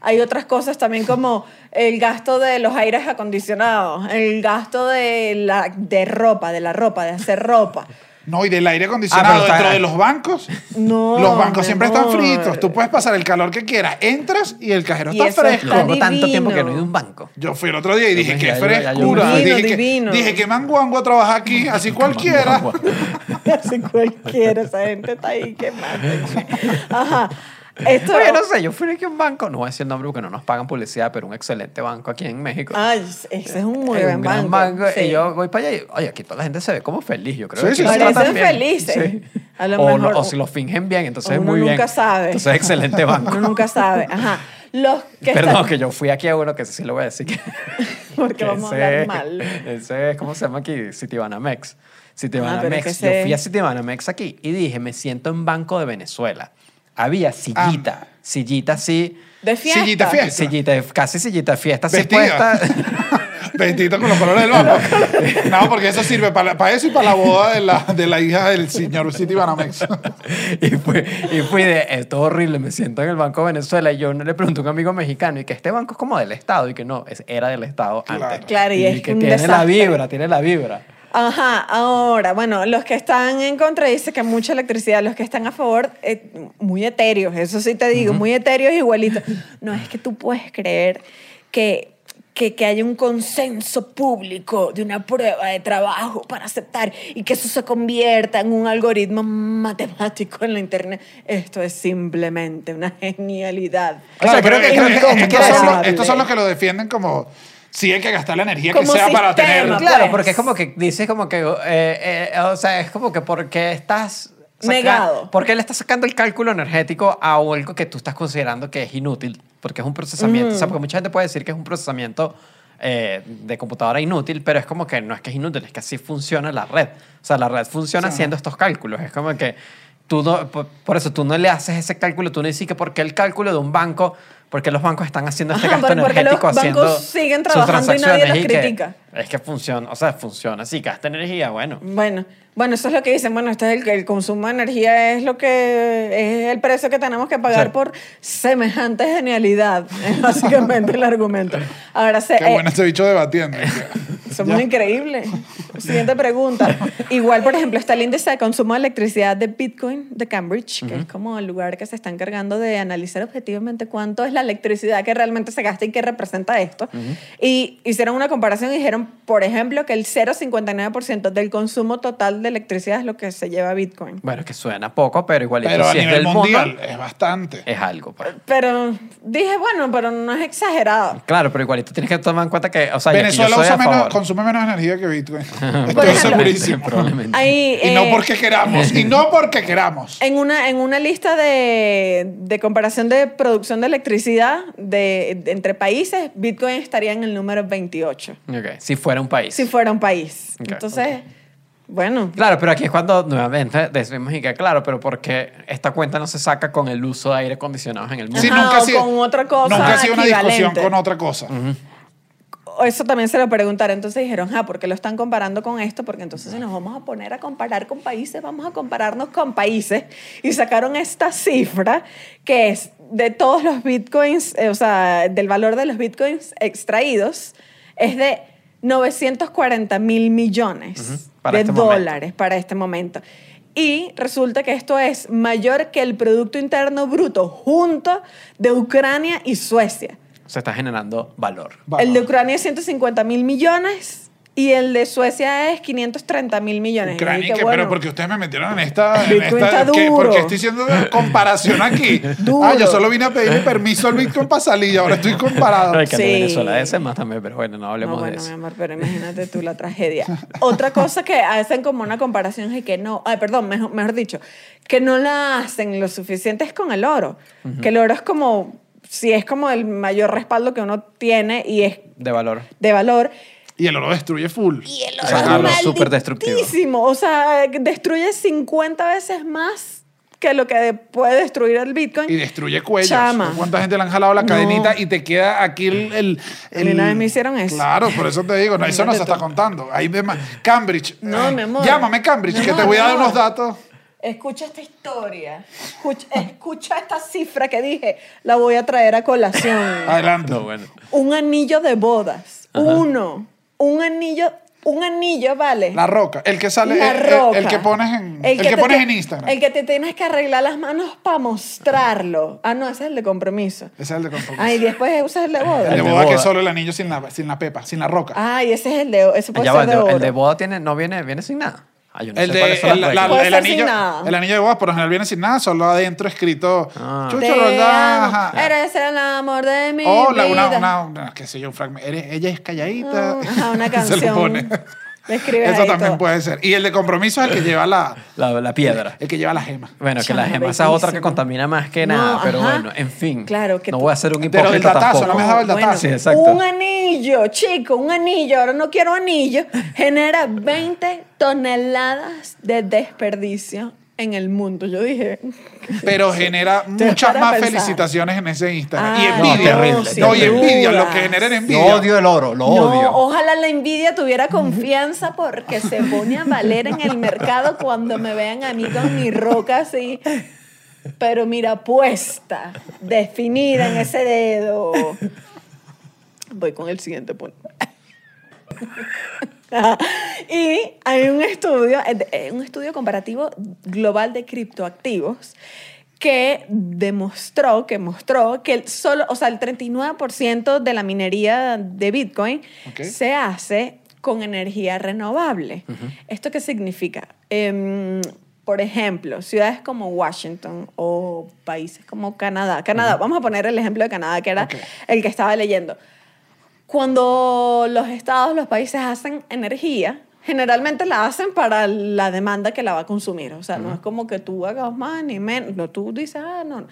[SPEAKER 2] Hay otras cosas también como el gasto de los aires acondicionados, el gasto de, la, de ropa, de la ropa, de hacer ropa.
[SPEAKER 1] No, y del aire
[SPEAKER 3] Ah,
[SPEAKER 1] acondicionado
[SPEAKER 3] pero está-
[SPEAKER 1] dentro de los bancos.
[SPEAKER 2] No,
[SPEAKER 1] Los bancos
[SPEAKER 2] mi
[SPEAKER 1] siempre están
[SPEAKER 2] amor.
[SPEAKER 1] fritos. Tú puedes pasar el calor que quieras. Entras y el cajero
[SPEAKER 2] Y
[SPEAKER 1] está
[SPEAKER 2] eso
[SPEAKER 1] fresco.
[SPEAKER 3] Yo tengo tanto
[SPEAKER 2] divino.
[SPEAKER 3] tiempo que no he ido a un banco.
[SPEAKER 1] Yo fui el otro día y dije,
[SPEAKER 3] Pues
[SPEAKER 1] qué
[SPEAKER 3] ya yo- ya yo-
[SPEAKER 1] frescura.
[SPEAKER 2] Divino,
[SPEAKER 1] dije, que,
[SPEAKER 2] divino.
[SPEAKER 1] dije que manguango trabaja aquí, así cualquiera.
[SPEAKER 2] Así cualquiera, esa gente está ahí que Ajá. Esto
[SPEAKER 3] Oye, Pues, no sé, yo fui aquí a un banco, no voy a decir el nombre porque no nos pagan publicidad, pero un excelente banco aquí en México.
[SPEAKER 2] Ay, ese es un Ah, muy
[SPEAKER 3] Es
[SPEAKER 2] buen
[SPEAKER 3] un gran
[SPEAKER 2] banco.
[SPEAKER 3] banco,
[SPEAKER 2] sí.
[SPEAKER 3] Y yo voy para allá y, oye, aquí toda la gente se ve como feliz, yo creo.
[SPEAKER 1] Sí,
[SPEAKER 3] que
[SPEAKER 1] sí,
[SPEAKER 3] los
[SPEAKER 1] sí.
[SPEAKER 3] tratan
[SPEAKER 2] Parecen
[SPEAKER 3] bien.
[SPEAKER 2] felices. A lo
[SPEAKER 3] o, lo-
[SPEAKER 2] mejor-
[SPEAKER 3] o si lo fingen bien, entonces es
[SPEAKER 2] uno
[SPEAKER 3] muy bien.
[SPEAKER 2] nunca sabe.
[SPEAKER 3] Entonces es excelente banco.
[SPEAKER 2] Uno nunca sabe. Ajá. Los que
[SPEAKER 3] Perdón,
[SPEAKER 2] están-
[SPEAKER 3] que yo fui aquí a uno que sí lo voy a decir. que-
[SPEAKER 2] Porque
[SPEAKER 3] que
[SPEAKER 2] vamos a
[SPEAKER 3] ese-
[SPEAKER 2] hablar mal. Ah,
[SPEAKER 3] Ese es, ¿cómo se llama aquí? Citibanamex.
[SPEAKER 2] pero es
[SPEAKER 3] Citibanamex.
[SPEAKER 2] que
[SPEAKER 3] yo
[SPEAKER 2] ese-
[SPEAKER 3] fui a Citibanamex aquí y dije, me siento en Banco de Venezuela. Había sillita,
[SPEAKER 2] Ah.
[SPEAKER 3] sillita así,
[SPEAKER 2] De fiesta.
[SPEAKER 1] Sillita fiesta.
[SPEAKER 3] Ah, sillita, de- casi sillita de fiesta así
[SPEAKER 1] Vestida.
[SPEAKER 3] puesta.
[SPEAKER 1] Vestida con los colores del banco. No, porque eso sirve para, para eso y para la boda de la, de la hija del señor City Banamex.
[SPEAKER 3] y, fui, y fui de, esto es horrible, me siento en el Banco de Venezuela y yo le pregunté a un amigo mexicano y que este banco es como del Estado y que no, es, era del Estado
[SPEAKER 1] Claro.
[SPEAKER 3] antes.
[SPEAKER 2] Claro, y es
[SPEAKER 3] que
[SPEAKER 2] un
[SPEAKER 3] tiene la
[SPEAKER 2] desastre.
[SPEAKER 3] vibra, tiene la vibra.
[SPEAKER 2] Ajá, ahora, bueno, los que están en contra dicen que mucha electricidad, los que están a favor, eh, muy etéreos, eso sí te digo, muy etéreos igualitos. No, es que tú puedes creer que que, que haya un consenso público de una prueba de trabajo para aceptar y que eso se convierta en un algoritmo matemático en la internet. Esto es simplemente una genialidad.
[SPEAKER 1] O sea, creo que,
[SPEAKER 2] es
[SPEAKER 1] creo que estos, son los,
[SPEAKER 2] inconmensurable.
[SPEAKER 1] estos son los que lo defienden como sí hay que gastar la energía que
[SPEAKER 2] Como
[SPEAKER 1] sea para
[SPEAKER 2] sistema,
[SPEAKER 1] tener.
[SPEAKER 2] pues.
[SPEAKER 3] Claro, porque es como que dices como que, eh, eh, o sea, es como que porque estás... saca-
[SPEAKER 2] Negado.
[SPEAKER 3] ¿Por qué le estás sacando el cálculo energético a algo que tú estás considerando que es inútil? Porque es un procesamiento, o sea, porque mucha gente puede decir que es un procesamiento eh, de computadora inútil, pero es como que no es que es inútil, es que así funciona la red. O sea, la red funciona haciendo estos cálculos. Es como que tú no, por, por eso tú no le haces ese cálculo, tú no dices que por qué el cálculo de un banco, por qué los bancos están haciendo este
[SPEAKER 2] Ajá,
[SPEAKER 3] gasto
[SPEAKER 2] por- porque
[SPEAKER 3] energético
[SPEAKER 2] los
[SPEAKER 3] haciendo
[SPEAKER 2] bancos siguen
[SPEAKER 3] sus
[SPEAKER 2] trabajando y nadie
[SPEAKER 3] transacciones
[SPEAKER 2] los
[SPEAKER 3] que-
[SPEAKER 2] critica.
[SPEAKER 3] es que funciona, o sea, funciona. Si gasta energía, bueno.
[SPEAKER 2] Bueno, bueno, eso es lo que dicen. Bueno, este es el, el consumo de energía es lo que es el precio que tenemos que pagar
[SPEAKER 3] Sí.
[SPEAKER 2] por semejante genialidad. Es básicamente el argumento. Ahora se,
[SPEAKER 1] Qué
[SPEAKER 2] eh,
[SPEAKER 1] bueno este bicho debatiendo.
[SPEAKER 3] Eh,
[SPEAKER 2] somos increíbles. Siguiente pregunta. Igual, por ejemplo, está el índice de consumo de electricidad de Bitcoin de Cambridge, que es como el lugar que se está encargando de analizar objetivamente cuánto es la electricidad que realmente se gasta y qué representa esto. Y hicieron una comparación y dijeron, por ejemplo, que el 0,59% del consumo total de electricidad es lo que se lleva Bitcoin.
[SPEAKER 3] Bueno, que suena poco, pero igualito
[SPEAKER 1] Pero a
[SPEAKER 3] si es
[SPEAKER 1] nivel
[SPEAKER 3] del
[SPEAKER 1] mundial
[SPEAKER 3] mundo,
[SPEAKER 1] es bastante.
[SPEAKER 3] es algo. pues.
[SPEAKER 2] Pero dije, bueno, pero no es exagerado.
[SPEAKER 3] Claro, pero igualito tienes que tomar en cuenta que, o sea, y aquí
[SPEAKER 1] Venezuela
[SPEAKER 3] yo soy
[SPEAKER 1] usa
[SPEAKER 3] a
[SPEAKER 1] menos,
[SPEAKER 3] favor.
[SPEAKER 1] consume menos energía que Bitcoin.
[SPEAKER 2] Por
[SPEAKER 1] Estoy
[SPEAKER 2] ejemplo,
[SPEAKER 1] segurísimo.
[SPEAKER 3] Probablemente.
[SPEAKER 2] Ahí,
[SPEAKER 1] Y no
[SPEAKER 2] eh,
[SPEAKER 1] porque queramos, y no porque queramos.
[SPEAKER 2] En una, en una lista de, de comparación de producción de electricidad de, de- entre países, Bitcoin estaría en el número 28,
[SPEAKER 3] Ok, Si fuera un país.
[SPEAKER 2] si fuera un país.
[SPEAKER 3] Ok.
[SPEAKER 2] Entonces, bueno,
[SPEAKER 3] Claro, pero aquí es cuando nuevamente decimos y que claro, pero porque esta cuenta no se saca con el uso de aire acondicionados en el mundo.
[SPEAKER 1] Sí,
[SPEAKER 2] Ajá,
[SPEAKER 1] nunca
[SPEAKER 2] o
[SPEAKER 1] ha sido,
[SPEAKER 2] con otra cosa
[SPEAKER 1] Nunca ha sido una discusión
[SPEAKER 2] equivalente.
[SPEAKER 1] con otra cosa.
[SPEAKER 2] eso también se lo preguntaron. Entonces dijeron, ah, ¿por qué lo están comparando con esto? Porque entonces si nos vamos a poner a comparar con países, vamos a compararnos con países. Y sacaron esta cifra que es de todos los bitcoins, eh, o sea, del valor de los bitcoins extraídos, es de 940 mil millones
[SPEAKER 3] Ujú, para
[SPEAKER 2] de
[SPEAKER 3] este momento.
[SPEAKER 2] dólares para este momento. Y resulta que esto es mayor que el Producto Interno Bruto junto de Ucrania y Suecia.
[SPEAKER 3] Se está generando valor.
[SPEAKER 1] Vamos.
[SPEAKER 2] El de Ucrania es 150 mil millones y el de Suecia es 530 mil millones.
[SPEAKER 1] Ucrania,
[SPEAKER 2] Y
[SPEAKER 1] que-
[SPEAKER 2] que,
[SPEAKER 1] pero
[SPEAKER 2] bueno,
[SPEAKER 1] porque ustedes me metieron en esta... En
[SPEAKER 2] Bitcoin
[SPEAKER 1] esta
[SPEAKER 2] está
[SPEAKER 1] que-
[SPEAKER 2] duro.
[SPEAKER 1] porque estoy haciendo una comparación aquí.
[SPEAKER 2] Duro.
[SPEAKER 1] Ah, yo solo vine a pedirle permiso al Bitcoin para salir y ahora estoy comparado.
[SPEAKER 3] No, y que el de
[SPEAKER 2] Sí.
[SPEAKER 3] Venezuela es más también, pero bueno, no
[SPEAKER 2] No,
[SPEAKER 3] hablemos de
[SPEAKER 2] bueno, mi
[SPEAKER 3] eso.
[SPEAKER 2] amor, pero imagínate tú la tragedia. Otra cosa que hacen como una comparación es que no, ay, perdón, mejor, mejor dicho, que no la hacen lo suficiente es con el oro. Que el oro es como, si es como el mayor respaldo que uno tiene y es
[SPEAKER 3] De valor.
[SPEAKER 2] de valor.
[SPEAKER 1] Y el oro destruye full.
[SPEAKER 2] Y el
[SPEAKER 3] O sea,
[SPEAKER 2] oro
[SPEAKER 3] algo
[SPEAKER 2] es
[SPEAKER 3] súper destructivo.
[SPEAKER 2] malditísimo. O sea, destruye 50 veces más que lo que puede destruir el Bitcoin.
[SPEAKER 1] Y destruye cuellos.
[SPEAKER 2] Chama.
[SPEAKER 1] ¿Cuánta gente le han jalado la
[SPEAKER 2] No.
[SPEAKER 1] cadenita y te queda aquí el... el,
[SPEAKER 2] A mí
[SPEAKER 1] el-
[SPEAKER 2] una vez me hicieron eso.
[SPEAKER 1] Claro, por eso te digo, no, eso no se está contando. Ahí de más. Cambridge.
[SPEAKER 2] No,
[SPEAKER 1] Ay,
[SPEAKER 2] mi amor.
[SPEAKER 1] Llámame Cambridge,
[SPEAKER 2] Mi
[SPEAKER 1] que te
[SPEAKER 2] amor,
[SPEAKER 1] voy a
[SPEAKER 2] mi
[SPEAKER 1] dar
[SPEAKER 2] amor.
[SPEAKER 1] unos datos.
[SPEAKER 2] Escucha esta historia. Escucha, escucha esta cifra que dije. La voy a traer a colación.
[SPEAKER 1] Adelante.
[SPEAKER 3] No, bueno.
[SPEAKER 2] Un anillo de bodas. Uno. Un anillo. Un anillo, vale.
[SPEAKER 1] La roca. El que sale...
[SPEAKER 2] La
[SPEAKER 1] el- el-
[SPEAKER 2] roca.
[SPEAKER 1] El, que pones en, el que
[SPEAKER 2] te-
[SPEAKER 1] pones
[SPEAKER 2] te-
[SPEAKER 1] en Instagram.
[SPEAKER 2] El que te tienes que arreglar las manos para mostrarlo. Ah, no, ese es el de compromiso.
[SPEAKER 1] Ese es el de compromiso.
[SPEAKER 2] Ay, después usas el de
[SPEAKER 1] El
[SPEAKER 2] boda.
[SPEAKER 1] de
[SPEAKER 3] El de
[SPEAKER 1] boda que
[SPEAKER 3] boda.
[SPEAKER 1] solo el anillo sin la, sin la pepa, sin la roca.
[SPEAKER 2] Ay, ese es el de. Ese puede
[SPEAKER 3] Ya
[SPEAKER 2] ser
[SPEAKER 3] va, el
[SPEAKER 2] de
[SPEAKER 3] de-
[SPEAKER 2] oro.
[SPEAKER 3] el de boda tiene, no viene, viene sin nada. Ay, yo no
[SPEAKER 1] el
[SPEAKER 3] sé
[SPEAKER 1] de
[SPEAKER 3] cuáles son
[SPEAKER 1] el,
[SPEAKER 3] las
[SPEAKER 1] la-
[SPEAKER 3] reglas.
[SPEAKER 2] Puede
[SPEAKER 1] el
[SPEAKER 2] ser sin
[SPEAKER 1] anillo,
[SPEAKER 2] nada.
[SPEAKER 1] el anillo de bodas por lo general viene sin nada, solo adentro escrito
[SPEAKER 3] Ah.
[SPEAKER 1] Chucho,
[SPEAKER 2] Te
[SPEAKER 1] ¿verdad?
[SPEAKER 2] amo,
[SPEAKER 1] Ajá.
[SPEAKER 2] Eres el amor de mi
[SPEAKER 1] O la-
[SPEAKER 2] vida.
[SPEAKER 1] una, una, una- qué sé yo, un fragmento. Eres- ella es calladita.
[SPEAKER 2] Ah, ajá, una
[SPEAKER 1] Se lo
[SPEAKER 2] canción.
[SPEAKER 1] pone.
[SPEAKER 2] Le escribes
[SPEAKER 1] Eso
[SPEAKER 2] ahí
[SPEAKER 1] también
[SPEAKER 2] todo.
[SPEAKER 1] puede ser. Y el de compromiso es el que lleva la,
[SPEAKER 3] La, la piedra.
[SPEAKER 1] el que lleva la gema.
[SPEAKER 3] Bueno, que la
[SPEAKER 2] Chama,
[SPEAKER 3] gema esa es otra que
[SPEAKER 2] bellísimo.
[SPEAKER 3] contamina más que
[SPEAKER 2] No,
[SPEAKER 3] nada, pero
[SPEAKER 2] ajá.
[SPEAKER 3] bueno, en fin.
[SPEAKER 2] Claro que
[SPEAKER 3] no
[SPEAKER 2] tú-
[SPEAKER 3] voy a ser un
[SPEAKER 1] Pero
[SPEAKER 3] hipócrita
[SPEAKER 1] del datazo,
[SPEAKER 3] tampoco.
[SPEAKER 1] no me has dado el
[SPEAKER 2] Bueno,
[SPEAKER 1] datazo.
[SPEAKER 3] Sí, exacto.
[SPEAKER 2] Un anillo, chico, un anillo, ahora no quiero anillo, genera 20 toneladas de desperdicio en el mundo. Yo dije,
[SPEAKER 1] Pero genera muchas
[SPEAKER 2] para
[SPEAKER 1] más
[SPEAKER 2] pensar.
[SPEAKER 1] felicitaciones en ese Instagram.
[SPEAKER 2] Ah,
[SPEAKER 1] y envidia.
[SPEAKER 3] no, terrible,
[SPEAKER 1] No, y
[SPEAKER 3] terrible.
[SPEAKER 1] envidia, lo que
[SPEAKER 2] Dudas.
[SPEAKER 1] genera en
[SPEAKER 3] Yo
[SPEAKER 1] envidia.
[SPEAKER 3] odio el oro,
[SPEAKER 2] no,
[SPEAKER 3] lo odio.
[SPEAKER 2] ojalá la envidia tuviera confianza porque se pone a valer en el mercado cuando me vean a mí con mi roca así. Pero mira, puesta, definida en ese dedo. Voy con el siguiente punto. y hay un estudio, eh, de- eh, un estudio comparativo global de criptoactivos que demostró, que mostró que el solo, o sea, el 39% de la minería de Bitcoin
[SPEAKER 1] Ok.
[SPEAKER 2] se hace con energía renovable. ¿Esto qué significa? Em, por ejemplo, ciudades como Washington o países como Canadá. Canadá, vamos a poner el ejemplo de Canadá, que era
[SPEAKER 1] Ok.
[SPEAKER 2] el que estaba leyendo. Cuando los estados, los países hacen energía, generalmente la hacen para la demanda que la va a consumir. O sea, no es como que tú hagas más ni menos. No, tú dices, ah, no.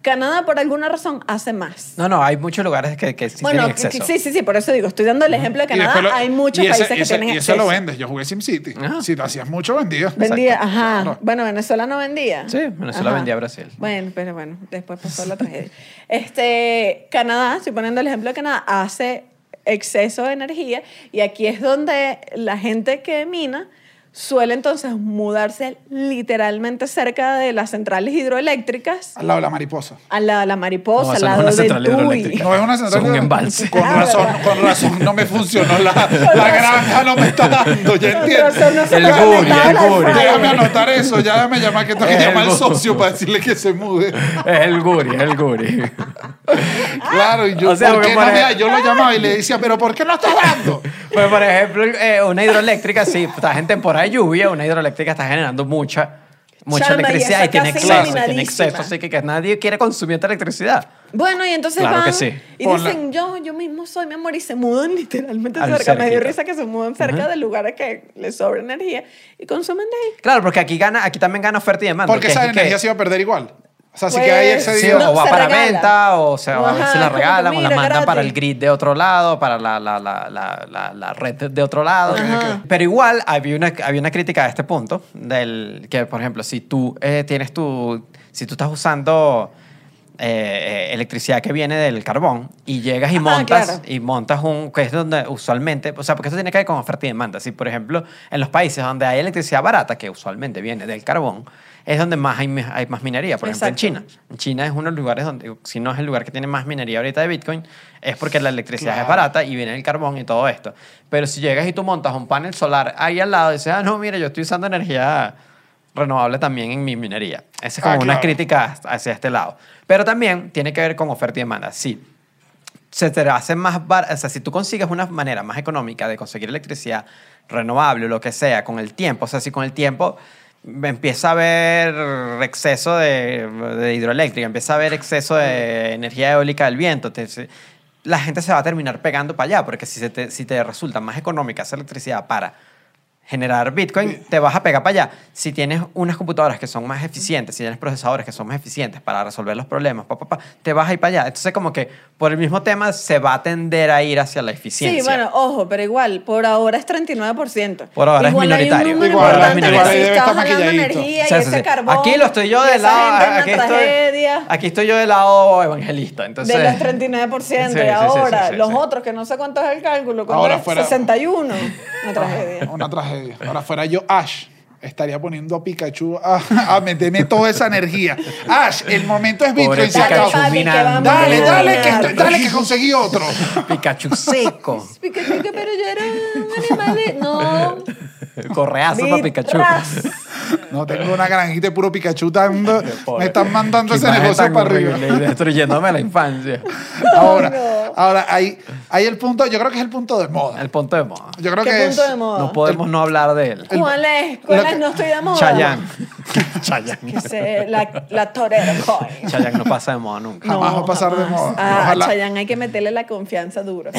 [SPEAKER 2] Canadá, por alguna razón, hace más.
[SPEAKER 3] No, no, hay muchos lugares que, que sí tienen
[SPEAKER 2] que- que-
[SPEAKER 3] exceso.
[SPEAKER 2] sí, sí, sí, por eso digo, estoy dando el ejemplo de
[SPEAKER 1] Y
[SPEAKER 2] Canadá.
[SPEAKER 1] después lo-
[SPEAKER 2] Hay muchos
[SPEAKER 1] y ese-
[SPEAKER 2] países que
[SPEAKER 1] y ese-
[SPEAKER 2] tienen
[SPEAKER 1] Y eso lo
[SPEAKER 2] exceso.
[SPEAKER 1] vendes. Yo jugué SimCity.
[SPEAKER 3] Ajá.
[SPEAKER 1] Si lo hacías mucho, vendías.
[SPEAKER 2] Vendía,
[SPEAKER 3] Exacto,
[SPEAKER 2] ajá.
[SPEAKER 1] claro.
[SPEAKER 2] Bueno, Venezuela no vendía.
[SPEAKER 3] Sí, Venezuela vendía a Brasil.
[SPEAKER 2] Bueno, pero bueno, después pasó la tragedia. Este, Canadá, estoy poniendo el ejemplo de Canadá, hace exceso de energía y aquí es donde la gente que mina suele entonces mudarse literalmente cerca de las centrales hidroeléctricas,
[SPEAKER 1] Al lado de la mariposa.
[SPEAKER 2] al lado de la mariposa,
[SPEAKER 3] No,
[SPEAKER 2] al
[SPEAKER 3] eso no es
[SPEAKER 2] lado
[SPEAKER 3] una
[SPEAKER 2] de
[SPEAKER 3] central
[SPEAKER 2] Tui.
[SPEAKER 3] hidroeléctrica.
[SPEAKER 1] No es una central.
[SPEAKER 3] Son un
[SPEAKER 1] de-
[SPEAKER 3] embalse.
[SPEAKER 1] Con
[SPEAKER 2] Ah,
[SPEAKER 1] razón,
[SPEAKER 2] ¿verdad?
[SPEAKER 1] con razón no me funcionó. La, la granja no me está dando. Ya
[SPEAKER 2] Pero son- no
[SPEAKER 1] entiendo.
[SPEAKER 2] se
[SPEAKER 3] El
[SPEAKER 2] conectaba
[SPEAKER 3] Guri,
[SPEAKER 2] al
[SPEAKER 3] el Guri.
[SPEAKER 2] Wi-Fi.
[SPEAKER 1] Déjame anotar eso. Ya déjame llamar que tengo que
[SPEAKER 3] El
[SPEAKER 1] llamar al
[SPEAKER 3] bo-
[SPEAKER 1] socio para decirle que se mude.
[SPEAKER 3] Es el guri, es el guri.
[SPEAKER 2] Ah.
[SPEAKER 1] Claro, y yo,
[SPEAKER 3] O sea,
[SPEAKER 1] ¿por
[SPEAKER 3] porque
[SPEAKER 1] qué
[SPEAKER 3] por
[SPEAKER 1] no me da?
[SPEAKER 3] ejemplo-
[SPEAKER 1] yo lo llamaba y le decía, pero ¿por qué no estás dando?
[SPEAKER 3] Pues, por ejemplo, eh, una hidroeléctrica, sí, está en temporada de lluvia, una hidroeléctrica está generando mucha, mucha
[SPEAKER 2] Chama, y
[SPEAKER 3] electricidad
[SPEAKER 2] esa
[SPEAKER 3] y tiene
[SPEAKER 2] casa
[SPEAKER 3] exceso, tiene
[SPEAKER 2] iluminadísima.
[SPEAKER 3] exceso, así que, que nadie quiere consumir esta electricidad.
[SPEAKER 2] Bueno, y entonces
[SPEAKER 3] Claro
[SPEAKER 2] van
[SPEAKER 3] que sí.
[SPEAKER 2] y
[SPEAKER 1] Ponla.
[SPEAKER 2] dicen, yo, yo mismo soy mi amor, y se mudan literalmente
[SPEAKER 3] Al
[SPEAKER 2] cerca. Me dio
[SPEAKER 3] cerquita.
[SPEAKER 2] risa que se mudan cerca de lugares que les sobra energía y consumen de ahí.
[SPEAKER 3] Claro, porque aquí, gana, aquí también gana oferta y demanda.
[SPEAKER 1] Porque
[SPEAKER 3] que es
[SPEAKER 1] esa
[SPEAKER 3] que-
[SPEAKER 1] energía se iba a perder igual. O sea, si
[SPEAKER 2] Pues,
[SPEAKER 1] queda ahí
[SPEAKER 3] Sí,
[SPEAKER 1] excedido.
[SPEAKER 3] o,
[SPEAKER 2] No,
[SPEAKER 3] va
[SPEAKER 2] se
[SPEAKER 3] para
[SPEAKER 2] regala.
[SPEAKER 3] venta, o se, a
[SPEAKER 2] Ajá,
[SPEAKER 3] veces
[SPEAKER 2] como
[SPEAKER 3] la
[SPEAKER 2] que
[SPEAKER 3] regalan, o la
[SPEAKER 2] mira,
[SPEAKER 3] mandan para
[SPEAKER 2] gratis.
[SPEAKER 3] el grid de otro lado, para la, la, la, la, la, la red de otro lado.
[SPEAKER 2] Ajá.
[SPEAKER 3] Pero igual había una, había una crítica a este punto, del que, por ejemplo, si tú eh, tienes tu. Si tú estás usando eh, eh, electricidad que viene del carbón y llegas y
[SPEAKER 2] Ah,
[SPEAKER 3] montas
[SPEAKER 2] claro.
[SPEAKER 3] y montas un que es donde usualmente o sea porque esto tiene que ver con oferta y demanda si por ejemplo en los países donde hay electricidad barata que usualmente viene del carbón es donde más hay, hay más minería por ejemplo en
[SPEAKER 2] Exacto.
[SPEAKER 3] China en China es uno de los lugares donde, si no es el lugar que tiene más minería ahorita de Bitcoin, es porque la electricidad es
[SPEAKER 1] Claro.
[SPEAKER 3] barata y viene el carbón y todo esto. Pero si llegas y tú montas un panel solar ahí al lado y dices, ah, no, mira, yo estoy usando energía renovable también en mi minería. Esa es como
[SPEAKER 1] Ah,
[SPEAKER 3] una
[SPEAKER 1] claro.
[SPEAKER 3] crítica hacia este lado. Pero también tiene que ver con oferta y demanda. Sí, se te hace más bar- o sea, si tú consigues una manera más económica de conseguir electricidad renovable o lo que sea con el tiempo, o sea, si con el tiempo empieza a haber exceso de, de hidroeléctrica, empieza a haber exceso de energía eólica del viento, te- se- la gente se va a terminar pegando para allá, porque si, se te, si te resulta más económica esa electricidad para generar Bitcoin, te vas a pegar para allá. Si tienes unas computadoras que son más eficientes, si tienes procesadores que son más eficientes para resolver los problemas, pa, pa, pa, te vas a ir para allá. Entonces, como que por el mismo tema se va a tender a ir hacia la eficiencia.
[SPEAKER 2] Sí, bueno, ojo, pero igual, por ahora es 39%.
[SPEAKER 3] Por ahora es
[SPEAKER 2] Igual
[SPEAKER 3] minoritario.
[SPEAKER 2] Hay un número
[SPEAKER 1] Por ahora es
[SPEAKER 2] importante que
[SPEAKER 1] minoritario.
[SPEAKER 2] sí
[SPEAKER 1] Debe estar maquilladito.
[SPEAKER 2] está jalando energía y
[SPEAKER 3] Sí, sí,
[SPEAKER 2] ese
[SPEAKER 3] sí.
[SPEAKER 2] carbón.
[SPEAKER 3] aquí lo estoy yo
[SPEAKER 2] y
[SPEAKER 3] del
[SPEAKER 2] esa
[SPEAKER 3] lado
[SPEAKER 2] gente
[SPEAKER 3] aquí
[SPEAKER 2] en la
[SPEAKER 3] estoy,
[SPEAKER 2] tragedia.
[SPEAKER 3] aquí estoy yo del lado evangelista entonces
[SPEAKER 2] de los 39%,
[SPEAKER 3] Sí, sí, sí,
[SPEAKER 2] y ahora
[SPEAKER 3] sí, sí,
[SPEAKER 2] los
[SPEAKER 3] sí.
[SPEAKER 2] otros que no sé cuánto es el cálculo, ¿cuánto
[SPEAKER 1] Ahora
[SPEAKER 2] es?
[SPEAKER 1] fuera-
[SPEAKER 2] 61,
[SPEAKER 3] Ah.
[SPEAKER 2] una tragedia.
[SPEAKER 1] Una tragedia. Ahora fuera yo, Ash, estaría poniendo a Pikachu a, a meterme toda esa energía. Ash, el momento es
[SPEAKER 3] pobre
[SPEAKER 1] Bitcoin. se
[SPEAKER 2] Pikachu,
[SPEAKER 1] acabó.
[SPEAKER 3] Pikachu
[SPEAKER 2] papi, que
[SPEAKER 3] minando.
[SPEAKER 1] Dale, dale, que,
[SPEAKER 2] Minar.
[SPEAKER 1] estoy- dale, que conseguí otro.
[SPEAKER 3] Pikachu seco
[SPEAKER 2] Pique, pique, pero yo era un animal. No.
[SPEAKER 3] correazo para Pikachu
[SPEAKER 2] Vitras.
[SPEAKER 1] No tengo una granjita de puro Pikachu dando.
[SPEAKER 3] Pobre.
[SPEAKER 1] Me están mandando
[SPEAKER 3] Qué
[SPEAKER 1] ese
[SPEAKER 3] imagen
[SPEAKER 1] negocio
[SPEAKER 3] tan
[SPEAKER 1] para arriba.
[SPEAKER 3] horrible y destruyéndome la infancia
[SPEAKER 1] Ahora,
[SPEAKER 2] no.
[SPEAKER 1] ahora hay, hay el punto, yo creo que es el punto de moda.
[SPEAKER 3] el punto de moda
[SPEAKER 1] Yo creo
[SPEAKER 2] ¿Qué
[SPEAKER 1] que
[SPEAKER 2] punto
[SPEAKER 1] es-
[SPEAKER 2] de moda?
[SPEAKER 3] no podemos no hablar de él
[SPEAKER 2] ¿Cuál es? ¿Cuál
[SPEAKER 1] lo
[SPEAKER 2] es?
[SPEAKER 1] que-
[SPEAKER 2] No estoy de moda.
[SPEAKER 3] Chayanne Chayanne
[SPEAKER 2] Que se- la, la torera coin.
[SPEAKER 3] Chayanne no pasa de moda nunca
[SPEAKER 1] Jamás va a pasar de
[SPEAKER 2] jamás.
[SPEAKER 1] moda.
[SPEAKER 2] Ah,
[SPEAKER 1] Ojalá.
[SPEAKER 2] A Chayanne hay que meterle la confianza dura.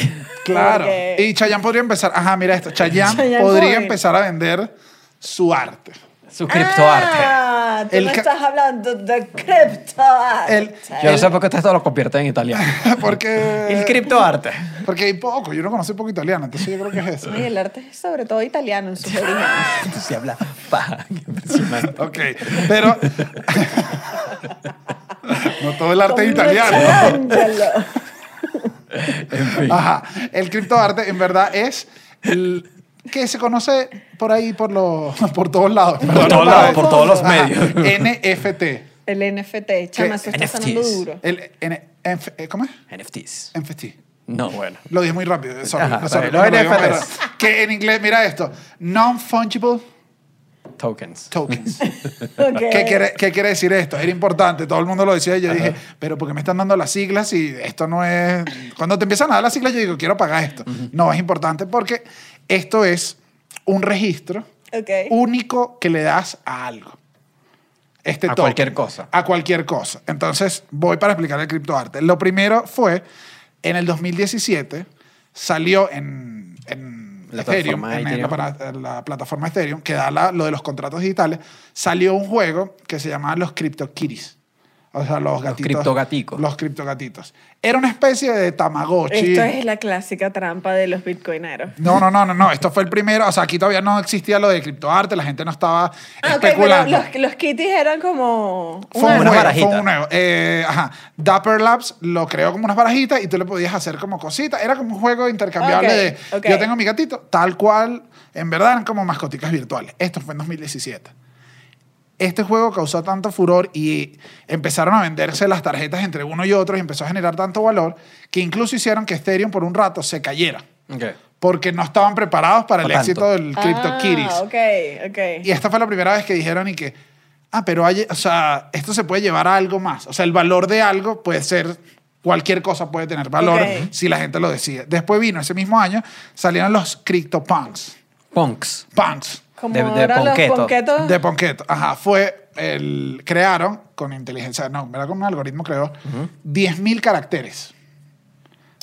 [SPEAKER 1] Claro.
[SPEAKER 2] Porque-
[SPEAKER 1] Y Chayanne podría empezar, ajá, mira esto, Chayanne,
[SPEAKER 2] Chayanne
[SPEAKER 1] podría
[SPEAKER 2] joven.
[SPEAKER 1] empezar a vender su arte.
[SPEAKER 3] su criptoarte
[SPEAKER 2] Ah, tú
[SPEAKER 1] El
[SPEAKER 2] no
[SPEAKER 1] ca-
[SPEAKER 2] estás hablando de criptoarte.
[SPEAKER 1] El-
[SPEAKER 3] yo no sé por qué ustedes todo lo convierten en italiano
[SPEAKER 1] Porque
[SPEAKER 3] el criptoarte
[SPEAKER 1] Porque hay poco, yo no conozco poco italiano, entonces yo creo que es eso.
[SPEAKER 2] Ay, el arte es sobre todo italiano en sus orígenes.
[SPEAKER 3] tú sí hablas paja qué impresionante
[SPEAKER 1] Ok, pero... no todo el arte es italiano.
[SPEAKER 2] Michelangelo.
[SPEAKER 3] en fin
[SPEAKER 1] Ajá, el criptoarte en verdad es el que se conoce por ahí, por, los por todos lados. Por
[SPEAKER 3] todos lados,
[SPEAKER 2] por todos
[SPEAKER 3] los medios.
[SPEAKER 1] NFT.
[SPEAKER 2] El NFT, chama, eso está sonando
[SPEAKER 3] NFTs.
[SPEAKER 2] duro.
[SPEAKER 1] El, N- enf- eh, ¿Cómo es?
[SPEAKER 3] NFTs
[SPEAKER 1] NFT.
[SPEAKER 3] no bueno
[SPEAKER 1] Lo dije muy rápido. Sorry, sorry,
[SPEAKER 3] Ajá, está bien.
[SPEAKER 1] lo digo muy
[SPEAKER 3] Los
[SPEAKER 1] rápido. Que en inglés, mira esto. Non-fungible
[SPEAKER 3] Tokens.
[SPEAKER 1] Tokens.
[SPEAKER 2] Ok.
[SPEAKER 1] ¿Qué quiere, qué quiere decir esto? Era importante, todo el mundo lo decía y yo dije, pero ¿por qué me están dando las siglas y esto no es... Cuando te empiezan a dar las siglas yo digo, quiero pagar esto. No, es importante porque esto es un registro
[SPEAKER 2] Ok.
[SPEAKER 1] único que le das a algo. Este
[SPEAKER 3] A
[SPEAKER 1] token.
[SPEAKER 3] cualquier cosa.
[SPEAKER 1] A cualquier cosa. Entonces, voy para explicar el criptoarte. Lo primero fue, en el 2017, salió en, en
[SPEAKER 3] La
[SPEAKER 1] Ethereum,
[SPEAKER 3] plataforma
[SPEAKER 1] en, en
[SPEAKER 3] Ethereum.
[SPEAKER 1] la, para- en la plataforma Ethereum, que da la- lo de los contratos digitales, salió un juego que se llamaba los CryptoKitties. O sea, los gatitos.
[SPEAKER 3] criptogaticos.
[SPEAKER 1] Los criptogatitos. Era una especie de Tamagotchi.
[SPEAKER 2] Esto es la clásica trampa de los bitcoineros.
[SPEAKER 1] No, no, no, no, no. Esto fue el primero. O sea, aquí todavía no existía lo de criptoarte, la gente no estaba
[SPEAKER 2] Ah, ok, pero
[SPEAKER 1] especulando.
[SPEAKER 2] los, los kitties eran como...
[SPEAKER 1] Fue un
[SPEAKER 3] Unas
[SPEAKER 1] nuevo,
[SPEAKER 3] barajitas.
[SPEAKER 1] fue un nuevo. Eh, ajá. Dapper Labs lo creó como unas barajitas y tú le podías hacer como cositas. Era como un juego intercambiable
[SPEAKER 2] Ok,
[SPEAKER 1] de
[SPEAKER 2] ok.
[SPEAKER 1] yo tengo mi gatito, tal cual. En verdad eran como mascoticas virtuales. Esto fue en 2017. Este juego causó tanto furor y empezaron a venderse las tarjetas entre uno y otro y empezó a generar tanto valor que incluso hicieron que Ethereum por un rato se cayera
[SPEAKER 3] Ok.
[SPEAKER 1] porque no estaban preparados para el
[SPEAKER 3] No tanto.
[SPEAKER 1] éxito del CryptoKitties.
[SPEAKER 2] Ah, ok, ok.
[SPEAKER 1] Y esta fue la primera vez que dijeron y que, ah, pero hay, o sea, esto se puede llevar a algo más. O sea, el valor de algo puede ser, cualquier cosa puede tener valor
[SPEAKER 2] Ok.
[SPEAKER 1] si la gente lo decide. Después vino ese mismo año, salieron los CryptoPunks.
[SPEAKER 3] Punks.
[SPEAKER 1] Punks.
[SPEAKER 2] Como
[SPEAKER 3] de- de
[SPEAKER 2] ahora
[SPEAKER 3] ponqueto.
[SPEAKER 2] los ponquetos.
[SPEAKER 1] De Ponqueto. Ajá, fue el. Crearon con inteligencia. No, era con un algoritmo, creo. 10.000 caracteres.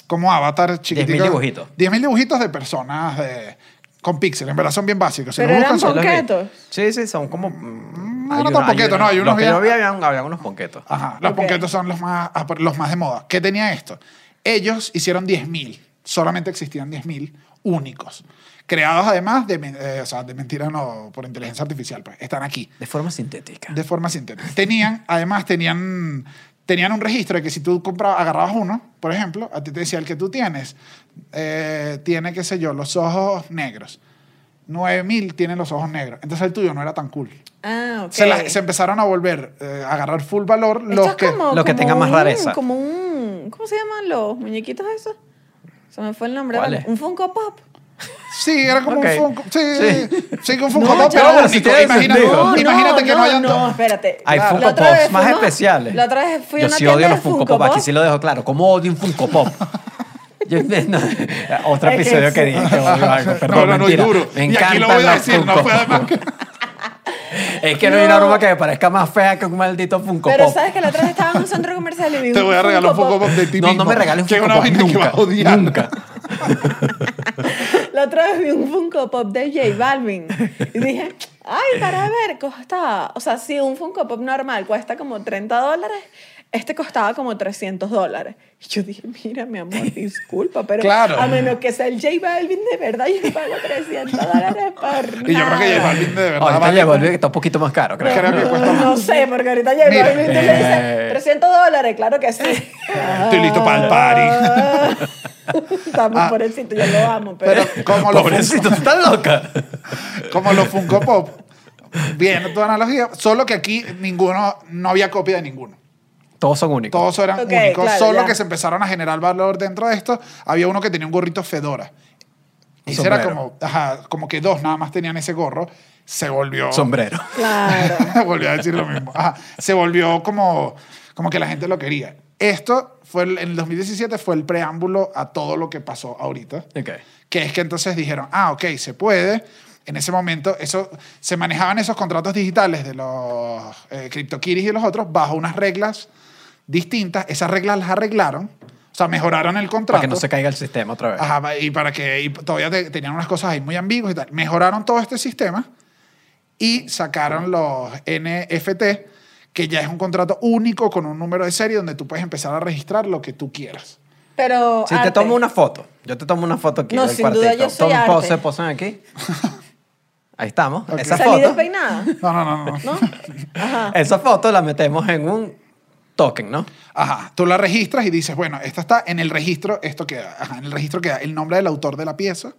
[SPEAKER 1] Como avatar chiquitico.
[SPEAKER 3] 10.000 dibujitos.
[SPEAKER 1] 10.000 dibujitos de personas de- con píxeles. En verdad son bien básicos. Si
[SPEAKER 2] Pero
[SPEAKER 1] lo
[SPEAKER 2] eran
[SPEAKER 1] buscan, son-
[SPEAKER 3] Sí, los vi.
[SPEAKER 2] ¿Ponquetos?
[SPEAKER 3] Sí, sí, son como... mm,
[SPEAKER 1] No,
[SPEAKER 3] hay
[SPEAKER 1] no
[SPEAKER 3] unos-
[SPEAKER 1] tan
[SPEAKER 3] hay
[SPEAKER 1] ponquetos, no, hay unos
[SPEAKER 3] Los que Ah.
[SPEAKER 1] bien-
[SPEAKER 3] yo vi habían, habían unos ponquetos.
[SPEAKER 1] Ajá, los
[SPEAKER 2] Ok.
[SPEAKER 1] ponquetos son los más, ah, los más de moda. ¿Qué tenía esto? Ellos hicieron 10.000. Solamente existían 10.000 únicos. Creados además de, men- eh, o sea, de mentira no, por inteligencia artificial. Pues. Están aquí.
[SPEAKER 3] De forma sintética.
[SPEAKER 1] De forma sintética. Tenían, además, tenían, tenían un registro de que si tú comprabas, agarrabas uno, por ejemplo, a ti te decía el que tú tienes, eh, tiene, qué sé yo, los ojos negros. 9000 tienen los ojos negros. Entonces el tuyo no era tan cool.
[SPEAKER 2] Ah, ok.
[SPEAKER 1] Se, la- se empezaron a volver, eh, a agarrar full valor
[SPEAKER 2] Esto
[SPEAKER 1] los
[SPEAKER 2] es
[SPEAKER 1] que.
[SPEAKER 2] como-
[SPEAKER 3] los que
[SPEAKER 2] como
[SPEAKER 3] tengan más
[SPEAKER 2] un-
[SPEAKER 3] rareza.
[SPEAKER 2] Como un... ¿Cómo se llaman los muñequitos esos? Se me fue el nombre.
[SPEAKER 3] ¿Cuál
[SPEAKER 2] ¿vale?
[SPEAKER 3] es?
[SPEAKER 2] Un Funko Pop.
[SPEAKER 1] Sí, era como
[SPEAKER 3] Ok.
[SPEAKER 1] un Funko. Sí, sí,
[SPEAKER 3] Sí.
[SPEAKER 1] que un Funko
[SPEAKER 2] No,
[SPEAKER 1] Pop, pero
[SPEAKER 2] chamo,
[SPEAKER 3] si
[SPEAKER 1] único.
[SPEAKER 3] tiene
[SPEAKER 1] Imagínate,
[SPEAKER 3] sentido. No,
[SPEAKER 1] imagínate que no, hayan.
[SPEAKER 2] No, espérate.
[SPEAKER 3] Hay
[SPEAKER 2] La- la
[SPEAKER 3] Funko
[SPEAKER 2] otra vez
[SPEAKER 3] Pops más
[SPEAKER 2] fuimos-
[SPEAKER 3] especiales.
[SPEAKER 2] La otra vez fui a
[SPEAKER 3] Yo
[SPEAKER 2] una
[SPEAKER 3] sí
[SPEAKER 2] tienda
[SPEAKER 3] odio
[SPEAKER 2] de
[SPEAKER 3] los Funko Pop. Aquí sí lo dejo claro. ¿Cómo odio un Funko Pop? Yo- no, otro
[SPEAKER 2] Es que
[SPEAKER 3] episodio que
[SPEAKER 2] sí.
[SPEAKER 3] dije que odio algo, perdón,
[SPEAKER 1] no, no, y
[SPEAKER 3] mentira.
[SPEAKER 1] duro.
[SPEAKER 3] Me
[SPEAKER 1] y
[SPEAKER 3] encantan
[SPEAKER 1] aquí lo voy a
[SPEAKER 3] los
[SPEAKER 1] decir, no
[SPEAKER 3] Funko
[SPEAKER 1] fue además
[SPEAKER 3] Pop.
[SPEAKER 1] que.
[SPEAKER 3] Es que no hay una
[SPEAKER 2] No.
[SPEAKER 3] broma que me parezca más fea que un maldito Funko
[SPEAKER 2] Pero
[SPEAKER 3] Pop.
[SPEAKER 2] sabes que la otra vez estaba en un centro comercial y vi
[SPEAKER 1] Te voy a regalar un
[SPEAKER 2] Funko
[SPEAKER 1] Funko Pop de ti
[SPEAKER 3] no, no
[SPEAKER 1] mismo,
[SPEAKER 3] me regales un
[SPEAKER 1] que es
[SPEAKER 3] Funko
[SPEAKER 1] una
[SPEAKER 3] Pop
[SPEAKER 1] vaina que
[SPEAKER 3] nunca,
[SPEAKER 1] vas a odiar.
[SPEAKER 3] nunca.
[SPEAKER 2] La otra vez vi un Funko Pop de J Balvin y dije, ay, para ver, costaba, o sea, si un Funko Pop normal cuesta como 30 dólares, este costaba como 300 dólares. Y yo dije, mira, mi amor, disculpa, pero
[SPEAKER 1] Claro.
[SPEAKER 2] a menos que sea el J Balvin de verdad, yo pago 300 dólares por
[SPEAKER 1] Y yo creo que J
[SPEAKER 2] nada".
[SPEAKER 1] Balvin de verdad.
[SPEAKER 3] Ahorita
[SPEAKER 1] vale-
[SPEAKER 3] le volví que está un poquito más caro, creo.
[SPEAKER 1] Creo que cuesta más.
[SPEAKER 2] No sé, porque ahorita J
[SPEAKER 1] Mira.
[SPEAKER 2] Balvin te le dice
[SPEAKER 3] Eh.
[SPEAKER 2] 300 dólares, claro que sí.
[SPEAKER 1] Estoy listo pa'l party.
[SPEAKER 2] Estamos
[SPEAKER 1] Ah.
[SPEAKER 2] por el sitio, yo lo amo,
[SPEAKER 1] Pero como los,
[SPEAKER 3] Pobrecito,
[SPEAKER 1] Funko,
[SPEAKER 3] está loca.
[SPEAKER 1] como los Funko Pop, bien tu analogía, solo que aquí ninguno, no había copia de ninguno.
[SPEAKER 3] Todos son únicos.
[SPEAKER 1] Todos eran
[SPEAKER 2] Ok,
[SPEAKER 1] únicos,
[SPEAKER 2] claro,
[SPEAKER 1] solo
[SPEAKER 2] ya.
[SPEAKER 1] que se empezaron a generar valor dentro de esto. Había uno que tenía un gorrito Fedora. Y ese era
[SPEAKER 3] sombrero.
[SPEAKER 1] como, ajá, como que dos nada más tenían ese gorro. Se volvió.
[SPEAKER 3] Sombrero.
[SPEAKER 2] Claro.
[SPEAKER 1] volvió a decir lo mismo. Ajá, se volvió como, como que la gente lo quería. Esto fue el- en el 2017 fue el preámbulo a todo lo que pasó ahorita.
[SPEAKER 3] Ok.
[SPEAKER 1] Que es que entonces dijeron, ah, ok, se puede. En ese momento, eso, se manejaban esos contratos digitales de los eh, CryptoKitties y los otros bajo unas reglas distintas. Esas reglas las arreglaron, o sea, mejoraron el contrato.
[SPEAKER 3] Para que no se caiga el sistema otra vez.
[SPEAKER 1] Ajá, y para que y todavía te- tenían unas cosas ahí muy ambiguas y tal. Mejoraron todo este sistema y sacaron los NFT, que ya es un contrato único con un número de serie donde tú puedes empezar a registrar lo que tú quieras.
[SPEAKER 2] Pero
[SPEAKER 3] Si te
[SPEAKER 2] arte.
[SPEAKER 3] tomo una foto, yo te tomo una foto aquí
[SPEAKER 2] No,
[SPEAKER 3] del
[SPEAKER 2] sin duda
[SPEAKER 3] cuartito.
[SPEAKER 2] yo soy
[SPEAKER 3] Tomen
[SPEAKER 2] arte.
[SPEAKER 3] pose, posen aquí. Ahí estamos.
[SPEAKER 1] Ok.
[SPEAKER 3] Esa
[SPEAKER 2] Salí
[SPEAKER 3] foto,
[SPEAKER 2] despeinada,
[SPEAKER 1] No, no, no, no. no.
[SPEAKER 2] ¿no? Ajá.
[SPEAKER 3] esa foto la metemos en un token, ¿no?
[SPEAKER 1] Ajá, tú la registras y dices, bueno, esta está en el registro, esto queda, ajá, en el registro queda el nombre del autor de la pieza.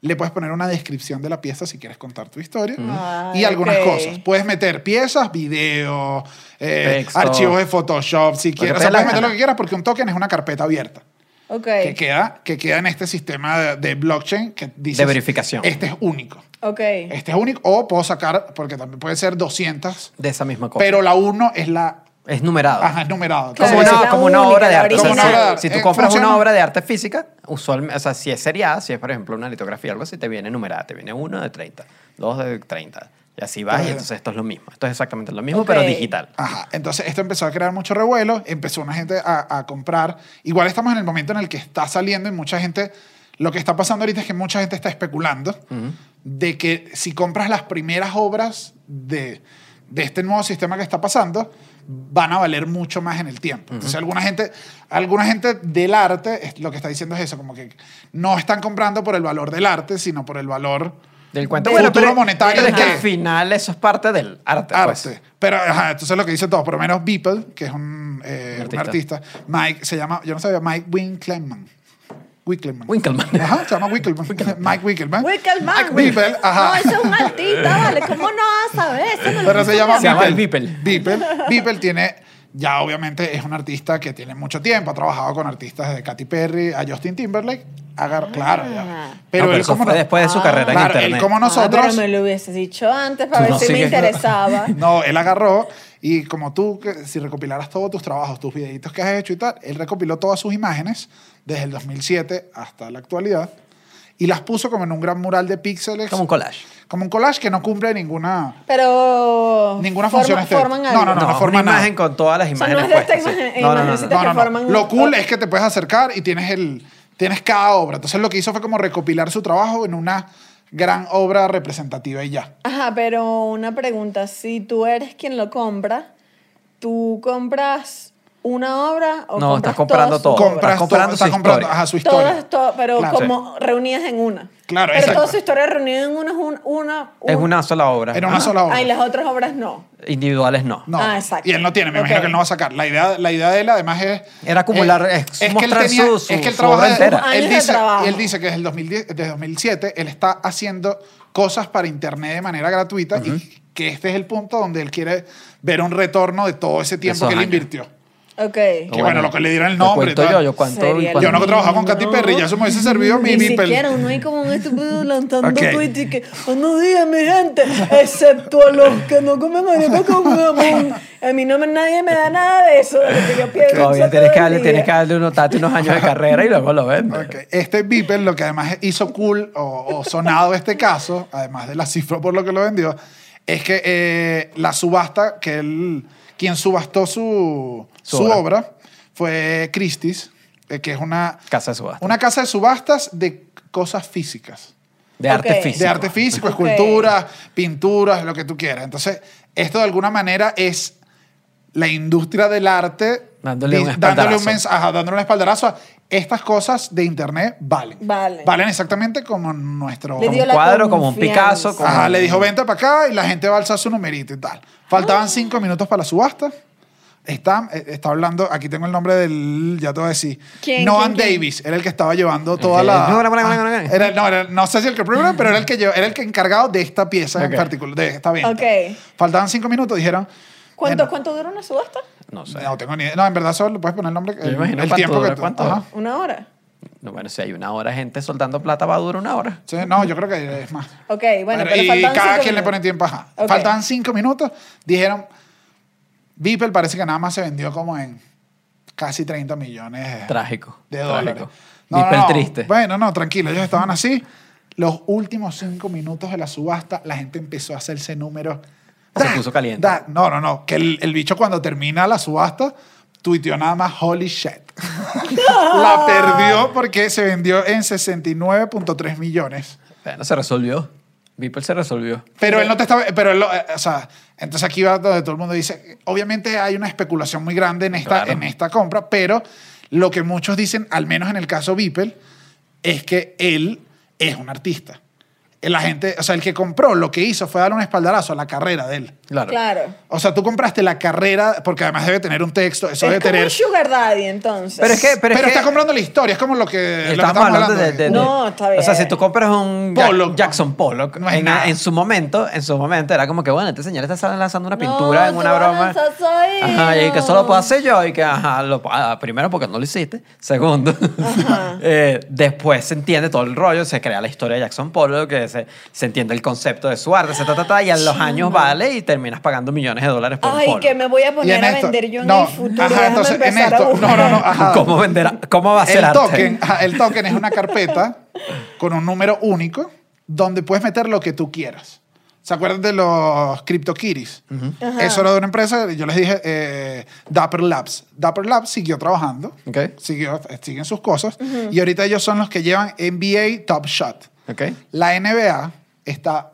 [SPEAKER 1] Le puedes poner una descripción de la pieza si quieres contar tu historia
[SPEAKER 3] Mm.
[SPEAKER 2] Ah,
[SPEAKER 1] y algunas
[SPEAKER 2] ok.
[SPEAKER 1] cosas. Puedes meter piezas, videos, eh,
[SPEAKER 3] Texto.
[SPEAKER 1] archivos de Photoshop, si quieres. O
[SPEAKER 3] te
[SPEAKER 1] sea,
[SPEAKER 3] dé la
[SPEAKER 1] puedes meter
[SPEAKER 3] gana.
[SPEAKER 1] lo que quieras porque un token es una carpeta abierta.
[SPEAKER 2] Ok.
[SPEAKER 1] que, queda, que queda en este sistema de, de blockchain que dice...
[SPEAKER 3] De verificación.
[SPEAKER 1] Este es único.
[SPEAKER 2] Ok.
[SPEAKER 3] ¿Ah?
[SPEAKER 1] Este es único. O puedo sacar, porque también puede ser 200,
[SPEAKER 3] De esa misma cosa.
[SPEAKER 1] pero la 1 es la...
[SPEAKER 3] es numerado.
[SPEAKER 1] Ajá, es numerado.
[SPEAKER 2] Claro,
[SPEAKER 3] como,
[SPEAKER 2] es
[SPEAKER 1] Entonces,
[SPEAKER 3] una,
[SPEAKER 2] la
[SPEAKER 3] como una
[SPEAKER 2] única,
[SPEAKER 3] obra de
[SPEAKER 2] la
[SPEAKER 3] arte. O sea,
[SPEAKER 1] original. Como una obra de
[SPEAKER 3] si, si tú
[SPEAKER 1] arte.
[SPEAKER 3] compras
[SPEAKER 1] Funciona.
[SPEAKER 3] una obra de arte física, usualmente, o sea, si es seriada, si es por ejemplo una litografía o algo así, te viene numerada, te viene uno de 30, dos de 30. Y así vas, y
[SPEAKER 1] Ajá.
[SPEAKER 3] entonces esto es lo mismo. Esto es exactamente lo mismo,
[SPEAKER 2] Ok.
[SPEAKER 3] pero digital.
[SPEAKER 1] Ajá, entonces esto empezó a crear mucho revuelo, empezó una gente a, a comprar. Igual estamos en el momento en el que está saliendo y mucha gente, lo que está pasando ahorita es que mucha gente está especulando de que si compras las primeras obras de, de este nuevo sistema que está pasando, van a valer mucho más en el tiempo. Entonces alguna gente, alguna gente del arte es- lo que está diciendo es eso, como que no están comprando por el valor del arte, sino por el valor
[SPEAKER 3] Del cuento.
[SPEAKER 1] Del futuro monetario
[SPEAKER 3] pero es que
[SPEAKER 1] de-
[SPEAKER 3] al final eso es parte del arte. pues.
[SPEAKER 1] arte. Pero, ajá, entonces lo que dicen todos, por lo menos Beeple, que es un, eh,
[SPEAKER 3] Un
[SPEAKER 1] un artista. Mike, se llama, yo no sabía, Mike Winkleman. Winkleman.
[SPEAKER 3] Winkelmann.
[SPEAKER 1] Ajá, se llama Winkleman. Mike Winkleman.
[SPEAKER 2] Wickelman.
[SPEAKER 1] Mike Beeple, ajá.
[SPEAKER 2] No, ese es un artista, vale. ¿Cómo no vas a saber? Ese no lo
[SPEAKER 1] Pero se
[SPEAKER 2] hizo
[SPEAKER 1] llama,
[SPEAKER 3] Se llama el
[SPEAKER 1] Beeple. Beeple tiene, ya obviamente es un artista que tiene mucho tiempo, ha trabajado con artistas desde Katy Perry a Justin Timberlake. Agar, Claro, ya. Pero,
[SPEAKER 3] No,
[SPEAKER 1] él
[SPEAKER 3] eso
[SPEAKER 1] como
[SPEAKER 3] fue
[SPEAKER 1] no-
[SPEAKER 3] después de su carrera en
[SPEAKER 1] Claro, él
[SPEAKER 3] internet.
[SPEAKER 1] como
[SPEAKER 2] Ah,
[SPEAKER 1] nosotros.
[SPEAKER 2] pero me lo hubieses dicho antes para ver
[SPEAKER 3] Tú no
[SPEAKER 2] si me
[SPEAKER 3] sigues.
[SPEAKER 2] interesaba.
[SPEAKER 1] No, él agarró y como tú, que si recopilaras todos tus trabajos, tus videitos que has hecho y tal, él recopiló todas sus imágenes desde el 2007 hasta la actualidad y las puso como en un gran mural de píxeles,
[SPEAKER 3] Como un collage.
[SPEAKER 1] como un collage que no cumple ninguna...
[SPEAKER 2] Pero.
[SPEAKER 1] Ninguna
[SPEAKER 2] forma-
[SPEAKER 1] función estética.
[SPEAKER 2] Forman
[SPEAKER 1] No,
[SPEAKER 2] algo.
[SPEAKER 1] no, no.
[SPEAKER 3] es
[SPEAKER 1] forma
[SPEAKER 3] una
[SPEAKER 1] nada.
[SPEAKER 3] imagen con todas las
[SPEAKER 2] sea,
[SPEAKER 3] imágenes
[SPEAKER 2] no es de esta
[SPEAKER 3] puestas, sí.
[SPEAKER 2] imagen-
[SPEAKER 3] No, no, no, no.
[SPEAKER 2] imagencita. que forman un-
[SPEAKER 1] Lo cool es que te puedes acercar y tienes el tienes cada obra. Entonces lo que hizo fue como recopilar su trabajo en una gran obra representativa y ya.
[SPEAKER 2] Ajá, pero una pregunta. Si tú eres quien lo compra, ¿tú compras una obra o compras
[SPEAKER 3] No, Oh. estás
[SPEAKER 2] todas sus
[SPEAKER 3] comprando todo.
[SPEAKER 2] obras?
[SPEAKER 1] Compras
[SPEAKER 3] comprando
[SPEAKER 1] todo,
[SPEAKER 3] su
[SPEAKER 1] estás comprando
[SPEAKER 3] historia.
[SPEAKER 1] ajá, su historia.
[SPEAKER 2] Todas, to- pero
[SPEAKER 1] Claro.
[SPEAKER 2] como reunidas en una.
[SPEAKER 1] Claro,
[SPEAKER 2] Pero
[SPEAKER 1] exacto.
[SPEAKER 2] toda su historia reunida en una es un- una.
[SPEAKER 3] Es
[SPEAKER 2] un-
[SPEAKER 3] una sola obra.
[SPEAKER 1] Era una
[SPEAKER 3] Ajá.
[SPEAKER 1] sola obra.
[SPEAKER 2] Ah, y las otras obras no.
[SPEAKER 3] Individuales no.
[SPEAKER 1] No.
[SPEAKER 2] Ah, exacto.
[SPEAKER 1] Y él no tiene, me imagino
[SPEAKER 2] Ok.
[SPEAKER 1] que él no va a sacar. La idea, la idea de él, además, es.
[SPEAKER 3] Era acumular,
[SPEAKER 1] eh,
[SPEAKER 3] es mostrar su- su-
[SPEAKER 1] es que él
[SPEAKER 3] su
[SPEAKER 1] trabaja
[SPEAKER 3] obra
[SPEAKER 1] de-
[SPEAKER 3] entera.
[SPEAKER 2] Años
[SPEAKER 1] Él
[SPEAKER 2] de
[SPEAKER 1] dice,
[SPEAKER 2] trabajo.
[SPEAKER 1] y él dice que desde el 2010, desde 2007 él está haciendo cosas para Internet de manera gratuita y que este es el punto donde él quiere ver un retorno de todo ese tiempo
[SPEAKER 3] Esos
[SPEAKER 1] que él
[SPEAKER 3] años.
[SPEAKER 1] invirtió.
[SPEAKER 2] Ok.
[SPEAKER 1] Que bueno, lo que le dieron el
[SPEAKER 3] Lo
[SPEAKER 1] nombre y
[SPEAKER 3] cuento
[SPEAKER 1] tal.
[SPEAKER 3] yo, yo cuánto.
[SPEAKER 2] Sería
[SPEAKER 3] cuánto-
[SPEAKER 1] Yo no he
[SPEAKER 2] lindo.
[SPEAKER 1] trabajado con Katy Perry, ya eso me hubiese servido mi
[SPEAKER 2] Ni
[SPEAKER 1] Beeple.
[SPEAKER 2] siquiera uno hay como un estúpido lanzando
[SPEAKER 1] Ok.
[SPEAKER 2] tweets y que, buenos días, mi gente, excepto a los que no comen marico con jamón. A mí no me, nadie me da nada de eso, de lo que yo pienso
[SPEAKER 3] Todavía tienes
[SPEAKER 2] todo
[SPEAKER 3] que
[SPEAKER 2] el
[SPEAKER 3] darle,
[SPEAKER 2] día".
[SPEAKER 3] tienes que darle unos, date unos años de carrera y luego lo vendes.
[SPEAKER 1] Ok, Este Beeple, lo que además hizo cool o, o sonado este caso, además de la cifra por lo que lo vendió, es que eh, la subasta, que él, quien subastó su,
[SPEAKER 3] Su
[SPEAKER 1] su,
[SPEAKER 3] obra.
[SPEAKER 1] obra. fue Christie's, eh, que es una,
[SPEAKER 3] Casa de subasta.
[SPEAKER 1] una casa de subastas de cosas físicas.
[SPEAKER 3] de
[SPEAKER 2] Ok.
[SPEAKER 3] arte físico.
[SPEAKER 1] De arte físico, esculturas, pinturas, lo que tú quieras. Entonces, esto de alguna manera es la industria del arte
[SPEAKER 3] Dándole un
[SPEAKER 1] di- dándole
[SPEAKER 3] espaldarazo.
[SPEAKER 1] un mens- ajá, dándole un espaldarazo a estas cosas de internet valen.
[SPEAKER 2] Valen.
[SPEAKER 1] Valen exactamente como nuestro...
[SPEAKER 2] Le
[SPEAKER 3] Como
[SPEAKER 2] dio
[SPEAKER 3] un
[SPEAKER 2] la
[SPEAKER 3] cuadro, como un
[SPEAKER 2] confianza.
[SPEAKER 3] Picasso, como-
[SPEAKER 1] Ajá, le dijo, vente para acá y la gente va a alzar su numerito y tal. Faltaban cinco minutos para la subasta. Está, eh, está hablando, aquí tengo el nombre del, ya te voy a decir,
[SPEAKER 2] ¿Quién,
[SPEAKER 1] Noam
[SPEAKER 2] quién, quién?
[SPEAKER 1] Davis, era el que estaba llevando toda
[SPEAKER 3] Ok.
[SPEAKER 1] la...
[SPEAKER 3] No, no, no, no, no, no.
[SPEAKER 1] Ah, era- no, era- no sé si el que primero, pero era el que, llevó- era el que encargado de esta pieza
[SPEAKER 3] Ok.
[SPEAKER 1] en particular, de esta venta.
[SPEAKER 2] Ok.
[SPEAKER 1] Faltaban cinco minutos, dijeron...
[SPEAKER 2] ¿Cuánto,
[SPEAKER 1] bueno,
[SPEAKER 2] ¿Cuánto dura una subasta?
[SPEAKER 3] No sé.
[SPEAKER 1] No tengo ni idea. No, en verdad solo le puedes poner el nombre,
[SPEAKER 3] Yo
[SPEAKER 1] el,
[SPEAKER 3] imagino
[SPEAKER 1] el
[SPEAKER 3] cuánto
[SPEAKER 1] tiempo que...
[SPEAKER 3] dura,
[SPEAKER 1] tú-
[SPEAKER 3] cuánto
[SPEAKER 1] ajá.
[SPEAKER 3] dura.
[SPEAKER 2] ¿Una hora?
[SPEAKER 3] No, bueno, si hay una hora gente soltando plata, va a durar una hora.
[SPEAKER 1] Sí, no, yo creo que es más.
[SPEAKER 2] Ok, bueno, pero
[SPEAKER 1] y
[SPEAKER 2] faltaban
[SPEAKER 1] cada
[SPEAKER 2] cinco
[SPEAKER 1] quien le
[SPEAKER 2] minutos.
[SPEAKER 1] pone tiempo, ajá.
[SPEAKER 2] Ok.
[SPEAKER 1] Faltaban cinco minutos. Dijeron, Beeple parece que nada más se vendió como en casi 30 millones de,
[SPEAKER 3] Trágico.
[SPEAKER 1] de
[SPEAKER 3] trágico.
[SPEAKER 1] dólares.
[SPEAKER 3] Beeple triste.
[SPEAKER 1] Bueno, no, tranquilo, ellos estaban así. Los últimos cinco minutos de la subasta, la gente empezó a hacerse números.
[SPEAKER 3] Se
[SPEAKER 1] Da,
[SPEAKER 3] puso caliente.
[SPEAKER 1] da. No, no, no. Que el, el bicho cuando termina la subasta, tuiteó nada más, holy shit. la perdió porque se vendió en 69.3 millones.
[SPEAKER 3] Bueno, se resolvió. Beeple se resolvió.
[SPEAKER 1] Pero él no te está. Pero él lo- eh, o sea, entonces aquí va donde todo el mundo dice. Obviamente hay una especulación muy grande en esta,
[SPEAKER 3] Claro.
[SPEAKER 1] en esta compra, pero lo que muchos dicen, al menos en el caso Beeple, es que él es un artista. la gente, o sea, el que compró lo que hizo fue darle un espaldarazo a la carrera de él.
[SPEAKER 3] Claro.
[SPEAKER 2] Claro.
[SPEAKER 1] O sea, tú compraste la carrera, porque además debe tener un texto, eso
[SPEAKER 2] es
[SPEAKER 1] debe
[SPEAKER 2] como
[SPEAKER 1] tener.
[SPEAKER 2] un sugar daddy, entonces.
[SPEAKER 3] Pero es que. Pero,
[SPEAKER 1] Pero,
[SPEAKER 3] es que
[SPEAKER 1] está comprando la historia, es como lo que, Eh, lo que
[SPEAKER 3] Estamos hablando de, de- de-
[SPEAKER 2] No, está
[SPEAKER 3] O sea,
[SPEAKER 2] bien.
[SPEAKER 3] si tú compras un Jack-
[SPEAKER 1] Pollock.
[SPEAKER 3] Jackson Pollock,
[SPEAKER 1] No es
[SPEAKER 3] en,
[SPEAKER 1] nada.
[SPEAKER 3] en su momento, en su momento era como que, bueno, este señor está lanzando una
[SPEAKER 2] No,
[SPEAKER 3] pintura en
[SPEAKER 2] tú
[SPEAKER 3] una
[SPEAKER 2] vas a
[SPEAKER 3] broma.
[SPEAKER 2] lanzar eso ahí,
[SPEAKER 3] Ajá, y que
[SPEAKER 2] no.
[SPEAKER 3] solo puedo hacer yo y que, ajá, lo- ah, primero porque no lo hiciste, segundo,
[SPEAKER 2] Ajá.
[SPEAKER 3] eh, después se entiende todo el rollo, se crea la historia de Jackson Pollock, que se, se entiende el concepto de su arte, se ta, ta, ta, y a los años vale y terminas pagando millones de dólares por un
[SPEAKER 2] Ay,
[SPEAKER 3] Pollock.
[SPEAKER 2] que me voy a
[SPEAKER 1] Y
[SPEAKER 2] poner
[SPEAKER 1] en
[SPEAKER 2] a
[SPEAKER 1] esto-
[SPEAKER 2] vender yo en
[SPEAKER 1] no,
[SPEAKER 2] el futuro.
[SPEAKER 1] ajá,
[SPEAKER 2] Déjame
[SPEAKER 1] entonces, en
[SPEAKER 2] empezar a
[SPEAKER 1] esto- no, no,
[SPEAKER 2] buscar.
[SPEAKER 1] no, ah, ajá.
[SPEAKER 3] ¿Cómo venderá? ¿Cómo va a ser
[SPEAKER 1] el
[SPEAKER 3] arte?
[SPEAKER 1] token, ajá, el token es una carpeta con un número único donde puedes meter lo que tú quieras. ¿Se acuerdan de los CryptoKitties?
[SPEAKER 2] Ajá.
[SPEAKER 1] Eso era de una empresa, yo les dije, eh, Dapper Labs. Dapper Labs siguió trabajando,
[SPEAKER 3] Ok.
[SPEAKER 1] siguió, siguen sus cosas, y ahorita ellos son los que llevan NBA Top Shot.
[SPEAKER 3] Ok.
[SPEAKER 1] La NBA está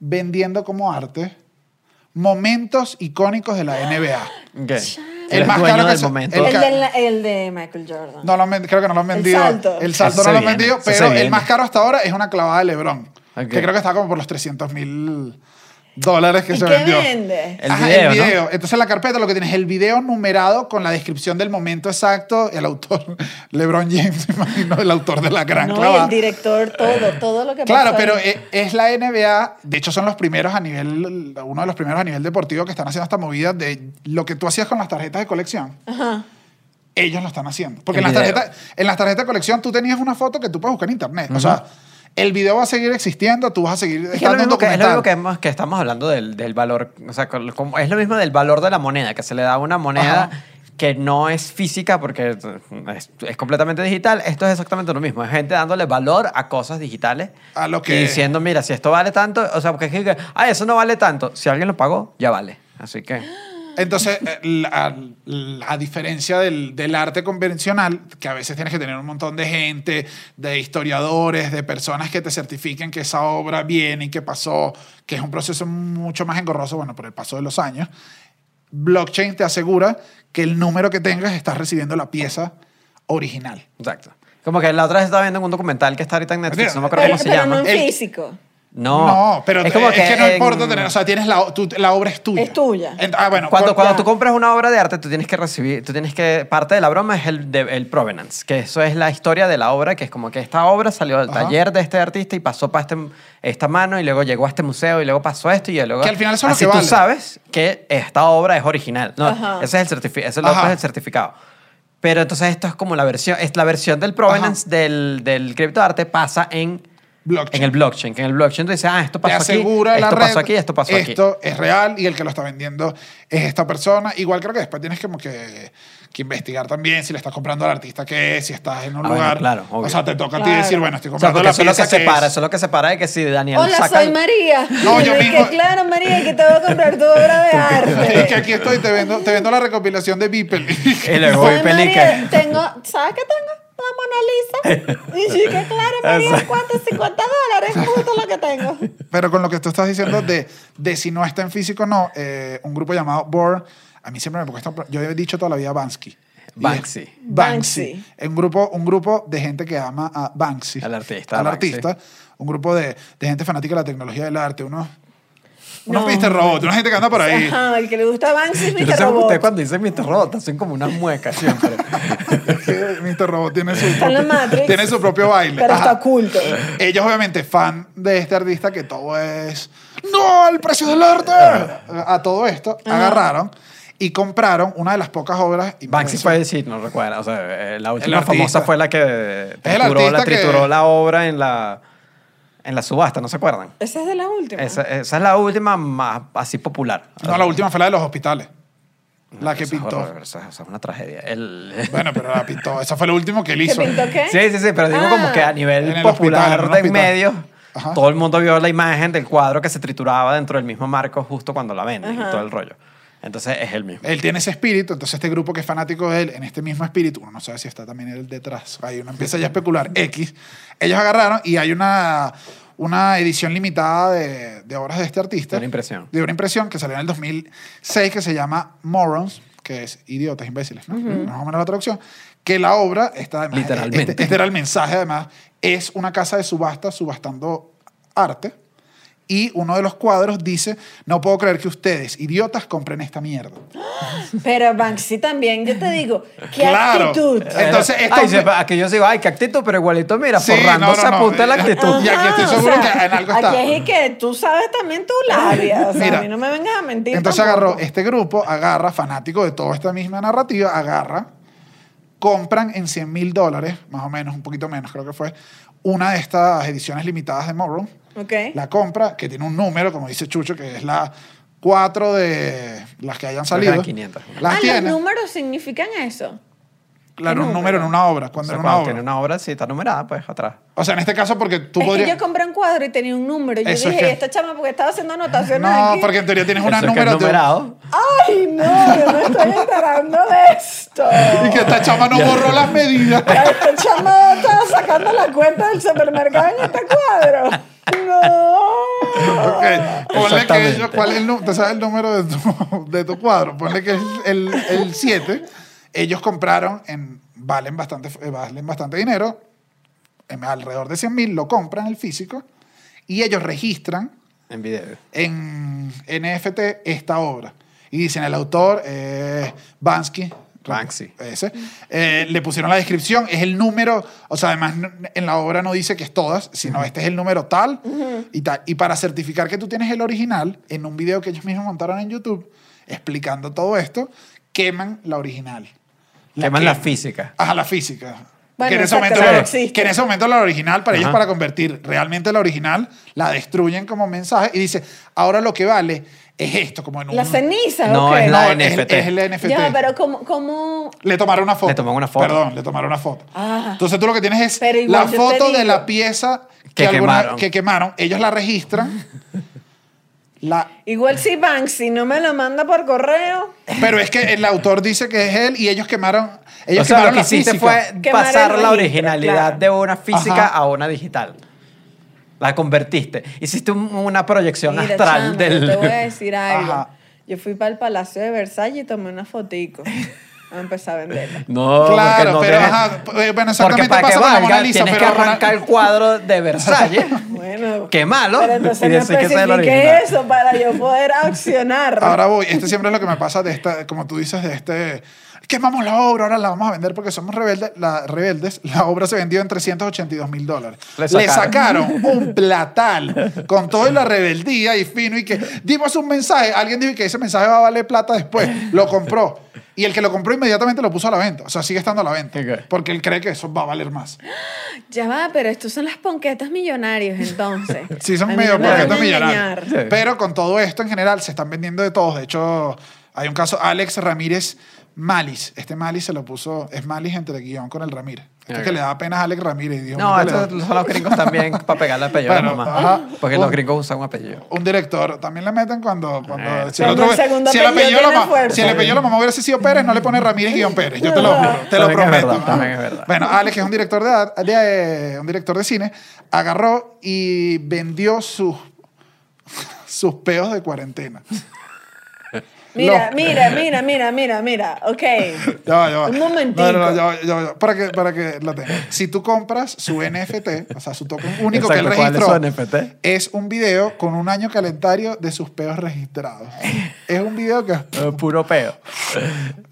[SPEAKER 1] vendiendo como arte momentos icónicos de la NBA.
[SPEAKER 3] Ok.
[SPEAKER 1] El
[SPEAKER 3] Eres
[SPEAKER 1] más
[SPEAKER 3] dueño
[SPEAKER 1] caro que
[SPEAKER 3] del
[SPEAKER 1] se-
[SPEAKER 3] momento.
[SPEAKER 1] el
[SPEAKER 2] El
[SPEAKER 1] ca-
[SPEAKER 2] de, la- el de Michael Jordan.
[SPEAKER 1] No lo han ven- creo que no lo han vendido.
[SPEAKER 2] salto.
[SPEAKER 1] El salto
[SPEAKER 3] Eso
[SPEAKER 1] no
[SPEAKER 3] se
[SPEAKER 1] lo han
[SPEAKER 3] viene,
[SPEAKER 1] vendido,
[SPEAKER 3] eso se
[SPEAKER 1] pero el
[SPEAKER 3] viene.
[SPEAKER 1] más caro hasta ahora es una clavada de Lebron.
[SPEAKER 3] Ok.
[SPEAKER 1] Que creo que está como por los 300 mil dólares que
[SPEAKER 2] ¿Y
[SPEAKER 1] se
[SPEAKER 2] qué
[SPEAKER 1] vendió.
[SPEAKER 2] vende?
[SPEAKER 3] El video, ¿no?
[SPEAKER 1] Entonces la carpeta lo que tienes es el video numerado con la descripción del momento exacto, el autor, LeBron James, me imagino, el autor de la gran
[SPEAKER 2] No, y
[SPEAKER 1] clavada.
[SPEAKER 2] el director, todo, todo lo que
[SPEAKER 1] Claro,
[SPEAKER 2] pasó
[SPEAKER 1] pero
[SPEAKER 2] ahí.
[SPEAKER 1] e- es la NBA, de hecho son los primeros a nivel, uno de los primeros a nivel deportivo que están haciendo esta movida de lo que tú hacías con las tarjetas de colección.
[SPEAKER 2] Ajá.
[SPEAKER 1] Ellos lo están haciendo. Porque en
[SPEAKER 3] El
[SPEAKER 1] las,
[SPEAKER 3] video.
[SPEAKER 1] tarjetas, en las tarjetas de colección tú tenías una foto que tú puedes buscar en internet. O sea, el video va a seguir existiendo, tú vas a seguir
[SPEAKER 3] Es que es
[SPEAKER 1] estando
[SPEAKER 3] lo
[SPEAKER 1] en
[SPEAKER 3] mismo que, es lo
[SPEAKER 1] documental.
[SPEAKER 3] mismo que, hemos- que estamos hablando del, del valor, o sea, con- como- es lo mismo del valor de la moneda, que se le da a una moneda
[SPEAKER 1] Ajá.
[SPEAKER 3] que no es física porque es, es completamente digital. Esto es exactamente lo mismo, es gente dándole valor a cosas digitales
[SPEAKER 1] A lo que-
[SPEAKER 3] y diciendo, mira, si esto vale tanto, o sea, porque es que, ah, eso no vale tanto. Si alguien lo pagó, ya vale. Así que...
[SPEAKER 1] Entonces, eh, la, la diferencia del, del arte convencional, que a veces tienes que tener un montón de gente, de historiadores, de personas que te certifiquen que esa obra viene y que pasó, que es un proceso mucho más engorroso, bueno, por el paso de los años, blockchain te asegura que el número que tengas estás recibiendo la pieza original.
[SPEAKER 3] Exacto. Como que la otra vez estaba viendo un documental que está ahorita en Netflix, no me acuerdo
[SPEAKER 2] Pero,
[SPEAKER 3] cómo se
[SPEAKER 2] pero
[SPEAKER 3] llama.
[SPEAKER 2] no en
[SPEAKER 1] El-
[SPEAKER 2] físico.
[SPEAKER 3] No,
[SPEAKER 1] eh, No, pero es,
[SPEAKER 3] como
[SPEAKER 1] que, no
[SPEAKER 3] en-
[SPEAKER 1] importa tener, o sea, tienes la, o- tu- la obra es tuya.
[SPEAKER 2] Es tuya.
[SPEAKER 1] Ent- ah, bueno,
[SPEAKER 3] Cuando,
[SPEAKER 1] por-
[SPEAKER 3] cuando
[SPEAKER 2] ya.
[SPEAKER 3] tú compras una obra de arte, tú tienes que recibir, tú tienes que, parte de la broma es el, de- el provenance, que eso es la historia de la obra, que es como que esta obra salió del
[SPEAKER 1] Ajá.
[SPEAKER 3] taller de este artista y pasó para este, esta mano y luego llegó a este museo y luego pasó esto y luego...
[SPEAKER 1] Que al final eso es lo
[SPEAKER 3] Así
[SPEAKER 1] que
[SPEAKER 3] tú
[SPEAKER 1] vale.
[SPEAKER 3] sabes que esta obra es original. No,
[SPEAKER 2] Ajá.
[SPEAKER 3] ese es el, certifi- ese
[SPEAKER 1] Ajá.
[SPEAKER 3] otro es el certificado. Pero entonces esto es como la versión, es la versión del provenance del, del criptoarte pasa en...
[SPEAKER 1] blockchain.
[SPEAKER 3] En el blockchain, que en el blockchain tú dices, ah, esto
[SPEAKER 1] te
[SPEAKER 3] pasó aquí,
[SPEAKER 1] asegura la
[SPEAKER 3] esto
[SPEAKER 1] red,
[SPEAKER 3] pasó aquí, esto pasó aquí.
[SPEAKER 1] esto es real y el que lo está vendiendo es esta persona. Igual creo que después tienes como que, que investigar también si le estás comprando al artista que es, si estás en un
[SPEAKER 3] Ah, bueno,
[SPEAKER 1] lugar.
[SPEAKER 3] claro, obvio.
[SPEAKER 1] o sea, te toca a ti
[SPEAKER 2] Claro.
[SPEAKER 1] decir, bueno, estoy
[SPEAKER 3] O sea,
[SPEAKER 1] comprando
[SPEAKER 3] porque
[SPEAKER 1] la
[SPEAKER 3] eso es lo que
[SPEAKER 1] pieza que
[SPEAKER 3] separa,
[SPEAKER 1] es.
[SPEAKER 3] eso es lo que separa de que si Daniel
[SPEAKER 2] Hola,
[SPEAKER 3] saca...
[SPEAKER 2] soy María.
[SPEAKER 1] No,
[SPEAKER 2] y
[SPEAKER 1] yo
[SPEAKER 2] le
[SPEAKER 1] mismo-
[SPEAKER 2] dije, claro, María, que te voy a comprar tu obra de arte.
[SPEAKER 1] Es que aquí estoy, te vendo, te vendo la recopilación de Beeple.
[SPEAKER 3] Y luego
[SPEAKER 2] Soy
[SPEAKER 3] voy
[SPEAKER 2] María,
[SPEAKER 3] pelica.
[SPEAKER 2] tengo, ¿sabes qué tengo? La Mona Lisa. Y sí, que claro, María,
[SPEAKER 3] Exacto.
[SPEAKER 2] ¿cuánto? 50 dólares, justo lo que tengo.
[SPEAKER 1] Pero con lo que tú estás diciendo de, de si no está en físico o no, eh, un grupo llamado Born, a mí siempre me cuesta. Yo he dicho toda la vida Bansky. Y
[SPEAKER 3] Banksy.
[SPEAKER 1] es- Banksy.
[SPEAKER 2] Banksy.
[SPEAKER 1] Un grupo, un grupo de gente que ama a Banksy.
[SPEAKER 3] Al artista,
[SPEAKER 1] Al
[SPEAKER 3] Banksy.
[SPEAKER 1] artista. Un grupo de, de gente fanática de la tecnología del arte. Unos, unos
[SPEAKER 2] No.
[SPEAKER 1] Mr. Robot, una gente que anda por ahí.
[SPEAKER 2] Ajá, el que le gusta Banksy es
[SPEAKER 3] Yo
[SPEAKER 2] Mr.
[SPEAKER 3] no sé
[SPEAKER 2] Robot.
[SPEAKER 3] ustedes cuando dicen Mr. Robot hacen como una mueca siempre.
[SPEAKER 1] Que Mr. Robot tiene su,
[SPEAKER 2] en la Matrix.
[SPEAKER 1] tiene su propio baile.
[SPEAKER 2] Pero está
[SPEAKER 1] Ajá.
[SPEAKER 2] oculto.
[SPEAKER 1] Ellos obviamente fan de este artista que todo es no el precio del arte a todo esto
[SPEAKER 2] Ajá.
[SPEAKER 1] agarraron y compraron una de las pocas obras y
[SPEAKER 3] Banksy
[SPEAKER 1] por
[SPEAKER 3] puede
[SPEAKER 1] eso-
[SPEAKER 3] decir, no recuerda, o sea, eh, la última
[SPEAKER 1] artista.
[SPEAKER 3] famosa fue la que trituró,
[SPEAKER 1] artista
[SPEAKER 3] la,
[SPEAKER 1] que-
[SPEAKER 3] trituró la obra en la, en la subasta, ¿no se acuerdan?
[SPEAKER 2] Esa es de la última.
[SPEAKER 3] Esa, esa es la última más así popular.
[SPEAKER 1] no la última fue la de los hospitales la que
[SPEAKER 3] Esa Ah, es
[SPEAKER 1] pintó
[SPEAKER 3] horrible, esa, esa es una tragedia. El-
[SPEAKER 1] bueno pero la pintó esa fue lo último que él
[SPEAKER 2] ¿Qué
[SPEAKER 1] hizo
[SPEAKER 2] pintó qué?
[SPEAKER 3] Sí, sí, sí, pero digo
[SPEAKER 2] Ah.
[SPEAKER 3] como que a
[SPEAKER 1] En
[SPEAKER 3] nivel
[SPEAKER 1] el hospital, en
[SPEAKER 3] popular
[SPEAKER 1] un
[SPEAKER 3] de en
[SPEAKER 1] hospital.
[SPEAKER 3] medio,
[SPEAKER 1] Ajá.
[SPEAKER 3] todo el mundo vio la imagen del cuadro que se trituraba dentro del mismo marco justo cuando la venden
[SPEAKER 2] Ajá.
[SPEAKER 3] y todo el rollo. Entonces es el mismo.
[SPEAKER 1] él tiene ese espíritu, entonces este grupo que es fanático de él, en este mismo espíritu, uno no sabe si está también él detrás, ahí uno empieza ya a especular, X, ellos agarraron y hay una, una edición limitada de, de obras de este artista.
[SPEAKER 3] De una impresión.
[SPEAKER 1] De una impresión que salió en el 2006 que se llama Morons, que es idiotas, imbéciles, ¿no? Más o menos la traducción, que la obra está además...
[SPEAKER 3] Literalmente.
[SPEAKER 1] Este, este era el mensaje además, es una casa de subasta subastando arte. Y uno de los cuadros dice, no puedo creer que ustedes, idiotas, compren esta mierda.
[SPEAKER 2] Pero Banksy también, yo te digo, qué
[SPEAKER 1] Claro.
[SPEAKER 2] actitud.
[SPEAKER 1] Entonces,
[SPEAKER 3] Ay,
[SPEAKER 1] estos-
[SPEAKER 3] se- aquellos digo, ay, qué actitud, pero igualito, mira, forrando se apunta la actitud.
[SPEAKER 1] Y aquí estoy
[SPEAKER 2] Ajá, o
[SPEAKER 1] seguro
[SPEAKER 2] sea,
[SPEAKER 1] que en algo está.
[SPEAKER 2] Aquí es y que tú sabes también tu labia. O sea,
[SPEAKER 1] Mira.
[SPEAKER 2] a mí no me vengas a mentir.
[SPEAKER 1] Entonces
[SPEAKER 2] tampoco.
[SPEAKER 1] agarró este grupo, agarra, fanático de toda esta misma narrativa, agarra, compran en 100 mil dólares, más o menos, un poquito menos creo que fue, una de estas ediciones limitadas de Morrow.
[SPEAKER 2] Ok.
[SPEAKER 1] La compra, que tiene un número, como dice Chucho, que es la 4 de las que hayan
[SPEAKER 3] Creo que eran
[SPEAKER 1] salido.
[SPEAKER 3] 500.
[SPEAKER 1] Las
[SPEAKER 2] ah,
[SPEAKER 1] tiene.
[SPEAKER 2] los números significan eso.
[SPEAKER 1] claro, un número
[SPEAKER 2] número?
[SPEAKER 1] en una obra,
[SPEAKER 3] O
[SPEAKER 1] cuando
[SPEAKER 3] sea,
[SPEAKER 1] era una
[SPEAKER 3] cuando
[SPEAKER 1] obra.
[SPEAKER 3] tiene una obra, sí, está numerada, pues atrás.
[SPEAKER 1] O sea, en este caso, porque tú
[SPEAKER 2] es
[SPEAKER 1] podrías.
[SPEAKER 2] que yo compré un cuadro y tenía un número. Yo
[SPEAKER 1] Eso es
[SPEAKER 2] dije,
[SPEAKER 1] que-
[SPEAKER 2] ¿y esta chama porque estaba haciendo anotaciones
[SPEAKER 1] no,
[SPEAKER 2] aquí?
[SPEAKER 1] porque en teoría tienes una
[SPEAKER 3] Eso es que es
[SPEAKER 1] número. de-
[SPEAKER 3] numerado.
[SPEAKER 2] ¡Ay, no! Yo me estoy enterando de esto.
[SPEAKER 1] Y que esta chama no borró las medidas.
[SPEAKER 2] Esta chama estaba sacando la cuenta del supermercado en este cuadro. ¡No!
[SPEAKER 1] Ok, ponle que
[SPEAKER 3] Exactamente.
[SPEAKER 1] ellos, ¿cuál es el, nu- ¿te sabes el número de tu, de tu cuadro? Ponle que es el el 7. ellos compraron, en, valen, bastante, eh, valen bastante dinero, en alrededor de 100 mil, lo compran el físico y ellos registran
[SPEAKER 3] En video.
[SPEAKER 1] en NFT esta obra. Y dicen, el autor eh, Bansky.
[SPEAKER 3] Banksy.
[SPEAKER 1] Ese. eh, le pusieron la descripción, es el número, o sea, además n- en la obra no dice que es todas, sino este es el número tal y tal. Y para certificar que tú tienes el original, en un video que ellos mismos montaron en YouTube explicando todo esto, queman la original.
[SPEAKER 3] Llaman la
[SPEAKER 1] queman.
[SPEAKER 3] física.
[SPEAKER 1] Ajá, la física.
[SPEAKER 2] Bueno,
[SPEAKER 1] que, en ese
[SPEAKER 2] exacto,
[SPEAKER 1] momento,
[SPEAKER 2] la
[SPEAKER 1] la-
[SPEAKER 2] que existe.
[SPEAKER 1] que en ese momento la original, para ellos,
[SPEAKER 3] Ajá.
[SPEAKER 1] para convertir realmente la original, la destruyen como mensaje y dice, ahora lo que vale es esto, como en un...
[SPEAKER 2] La ceniza,
[SPEAKER 3] No,
[SPEAKER 2] ok.
[SPEAKER 3] es la-
[SPEAKER 1] No, es,
[SPEAKER 3] NFT.
[SPEAKER 1] es el NFT.
[SPEAKER 2] Ya, pero como, como...
[SPEAKER 1] Le tomaron una foto.
[SPEAKER 3] Le tomaron una foto.
[SPEAKER 1] Perdón, le tomaron una foto.
[SPEAKER 2] Ah.
[SPEAKER 1] Entonces tú lo que tienes es
[SPEAKER 2] Pero igual
[SPEAKER 1] la
[SPEAKER 2] yo te
[SPEAKER 1] foto
[SPEAKER 2] digo.
[SPEAKER 1] de la pieza que,
[SPEAKER 3] Que
[SPEAKER 1] alguna-
[SPEAKER 3] quemaron.
[SPEAKER 1] que quemaron. Ellos la registran. la,
[SPEAKER 2] Igual si Banksy no me lo manda por correo,
[SPEAKER 1] pero es que el autor dice que es él y ellos quemaron. Ellos
[SPEAKER 3] o sea,
[SPEAKER 1] quemaron
[SPEAKER 3] lo que
[SPEAKER 1] la
[SPEAKER 3] hiciste
[SPEAKER 1] física.
[SPEAKER 3] fue
[SPEAKER 2] Quemar el
[SPEAKER 3] pasar la
[SPEAKER 2] registro,
[SPEAKER 3] originalidad
[SPEAKER 2] claro.
[SPEAKER 3] de una física
[SPEAKER 1] Ajá.
[SPEAKER 3] a una digital. La convertiste. Hiciste un- una proyección
[SPEAKER 2] mira,
[SPEAKER 3] astral
[SPEAKER 2] chama,
[SPEAKER 3] del.
[SPEAKER 2] yo te voy a decir algo.
[SPEAKER 1] Ajá.
[SPEAKER 2] Yo fui para el Palacio de Versalles y tomé una fotico. Voy a empezar a venderla.
[SPEAKER 3] No,
[SPEAKER 1] Claro,
[SPEAKER 3] porque no
[SPEAKER 1] pero
[SPEAKER 3] tienes-
[SPEAKER 1] ajá, eh, bueno,
[SPEAKER 3] Porque
[SPEAKER 1] exactamente
[SPEAKER 3] para
[SPEAKER 1] pasa
[SPEAKER 3] que
[SPEAKER 1] con la Mona
[SPEAKER 3] valga,
[SPEAKER 1] Lisa,
[SPEAKER 3] tienes
[SPEAKER 1] pero
[SPEAKER 3] que
[SPEAKER 1] Mona-
[SPEAKER 3] arrancar el cuadro de Versalles.
[SPEAKER 2] Bueno.
[SPEAKER 3] Qué malo.
[SPEAKER 2] Pero entonces
[SPEAKER 3] Y
[SPEAKER 2] no
[SPEAKER 3] decir que ese es el
[SPEAKER 2] especifiqué
[SPEAKER 3] original.
[SPEAKER 2] eso para yo poder accionar.
[SPEAKER 1] Ahora voy, este siempre es lo que me pasa de esta, como tú dices, de este, quemamos la obra, ahora la vamos a vender porque somos rebeldes, la, rebeldes. La obra se vendió en 382 mil dólares.
[SPEAKER 3] Le
[SPEAKER 1] Le sacaron un platal con toda la rebeldía y fino y que dimos un mensaje, alguien dijo que ese mensaje va a valer plata después, lo compró. Y el que lo compró inmediatamente lo puso a la venta, o sea, sigue estando a la venta,
[SPEAKER 3] Ok.
[SPEAKER 1] porque él cree que eso va a valer más.
[SPEAKER 2] Ya va, pero estos son las ponquetas millonarios, entonces.
[SPEAKER 1] Sí,
[SPEAKER 2] A
[SPEAKER 1] son
[SPEAKER 2] mí
[SPEAKER 1] medio
[SPEAKER 2] no me van a
[SPEAKER 1] poquito millonarios.
[SPEAKER 2] engañar.
[SPEAKER 3] Sí.
[SPEAKER 1] Pero con todo esto en general se están vendiendo de todos. De hecho, hay un caso, Alex Ramírez Malis. Este Malis se lo puso, es Malis entre guión con el Ramírez. Este
[SPEAKER 3] Ok.
[SPEAKER 1] que le da apenas a Alex Ramírez. y dijo,
[SPEAKER 3] No,
[SPEAKER 1] "Mira, le
[SPEAKER 3] estos
[SPEAKER 1] da".
[SPEAKER 3] son los gringos también para pegarle apellido
[SPEAKER 1] Bueno,
[SPEAKER 3] a la mamá.
[SPEAKER 1] ajá. Uh.
[SPEAKER 3] Porque
[SPEAKER 1] Un-
[SPEAKER 3] los gringos usan un apellido.
[SPEAKER 1] Un director también le meten cuando. cuando
[SPEAKER 3] Eh,
[SPEAKER 1] si, el
[SPEAKER 2] Cuando
[SPEAKER 1] otro-
[SPEAKER 2] el segundo
[SPEAKER 1] si el
[SPEAKER 2] apellido
[SPEAKER 1] apellido de la
[SPEAKER 2] tiene
[SPEAKER 1] ma-
[SPEAKER 2] fuerza.
[SPEAKER 1] si el apellido de la mamá hubiese sido Pérez, no le pone Ramírez guión Pérez. Yo te lo juro, te lo
[SPEAKER 3] También es
[SPEAKER 1] prometo.
[SPEAKER 3] verdad,
[SPEAKER 1] Ah.
[SPEAKER 3] también es verdad.
[SPEAKER 1] Bueno, Alex, que es un director de, de- eh, un director de cine, agarró y vendió sus, sus peos de cuarentena.
[SPEAKER 2] Mira,
[SPEAKER 1] Los-
[SPEAKER 2] mira, mira, mira, mira, mira. Ok.
[SPEAKER 1] Ya va, ya va.
[SPEAKER 2] Un momentico.
[SPEAKER 1] No, no, no, ya va, ya va, ya va. Para que, para que la tenga. Si tú compras su NFT, o sea, su token único que él
[SPEAKER 3] Exacto, ¿cuál es
[SPEAKER 1] registró,
[SPEAKER 3] su NFT?
[SPEAKER 1] es un video con un año calendario de sus peos registrados. es un video que
[SPEAKER 3] Eh, Puro peo.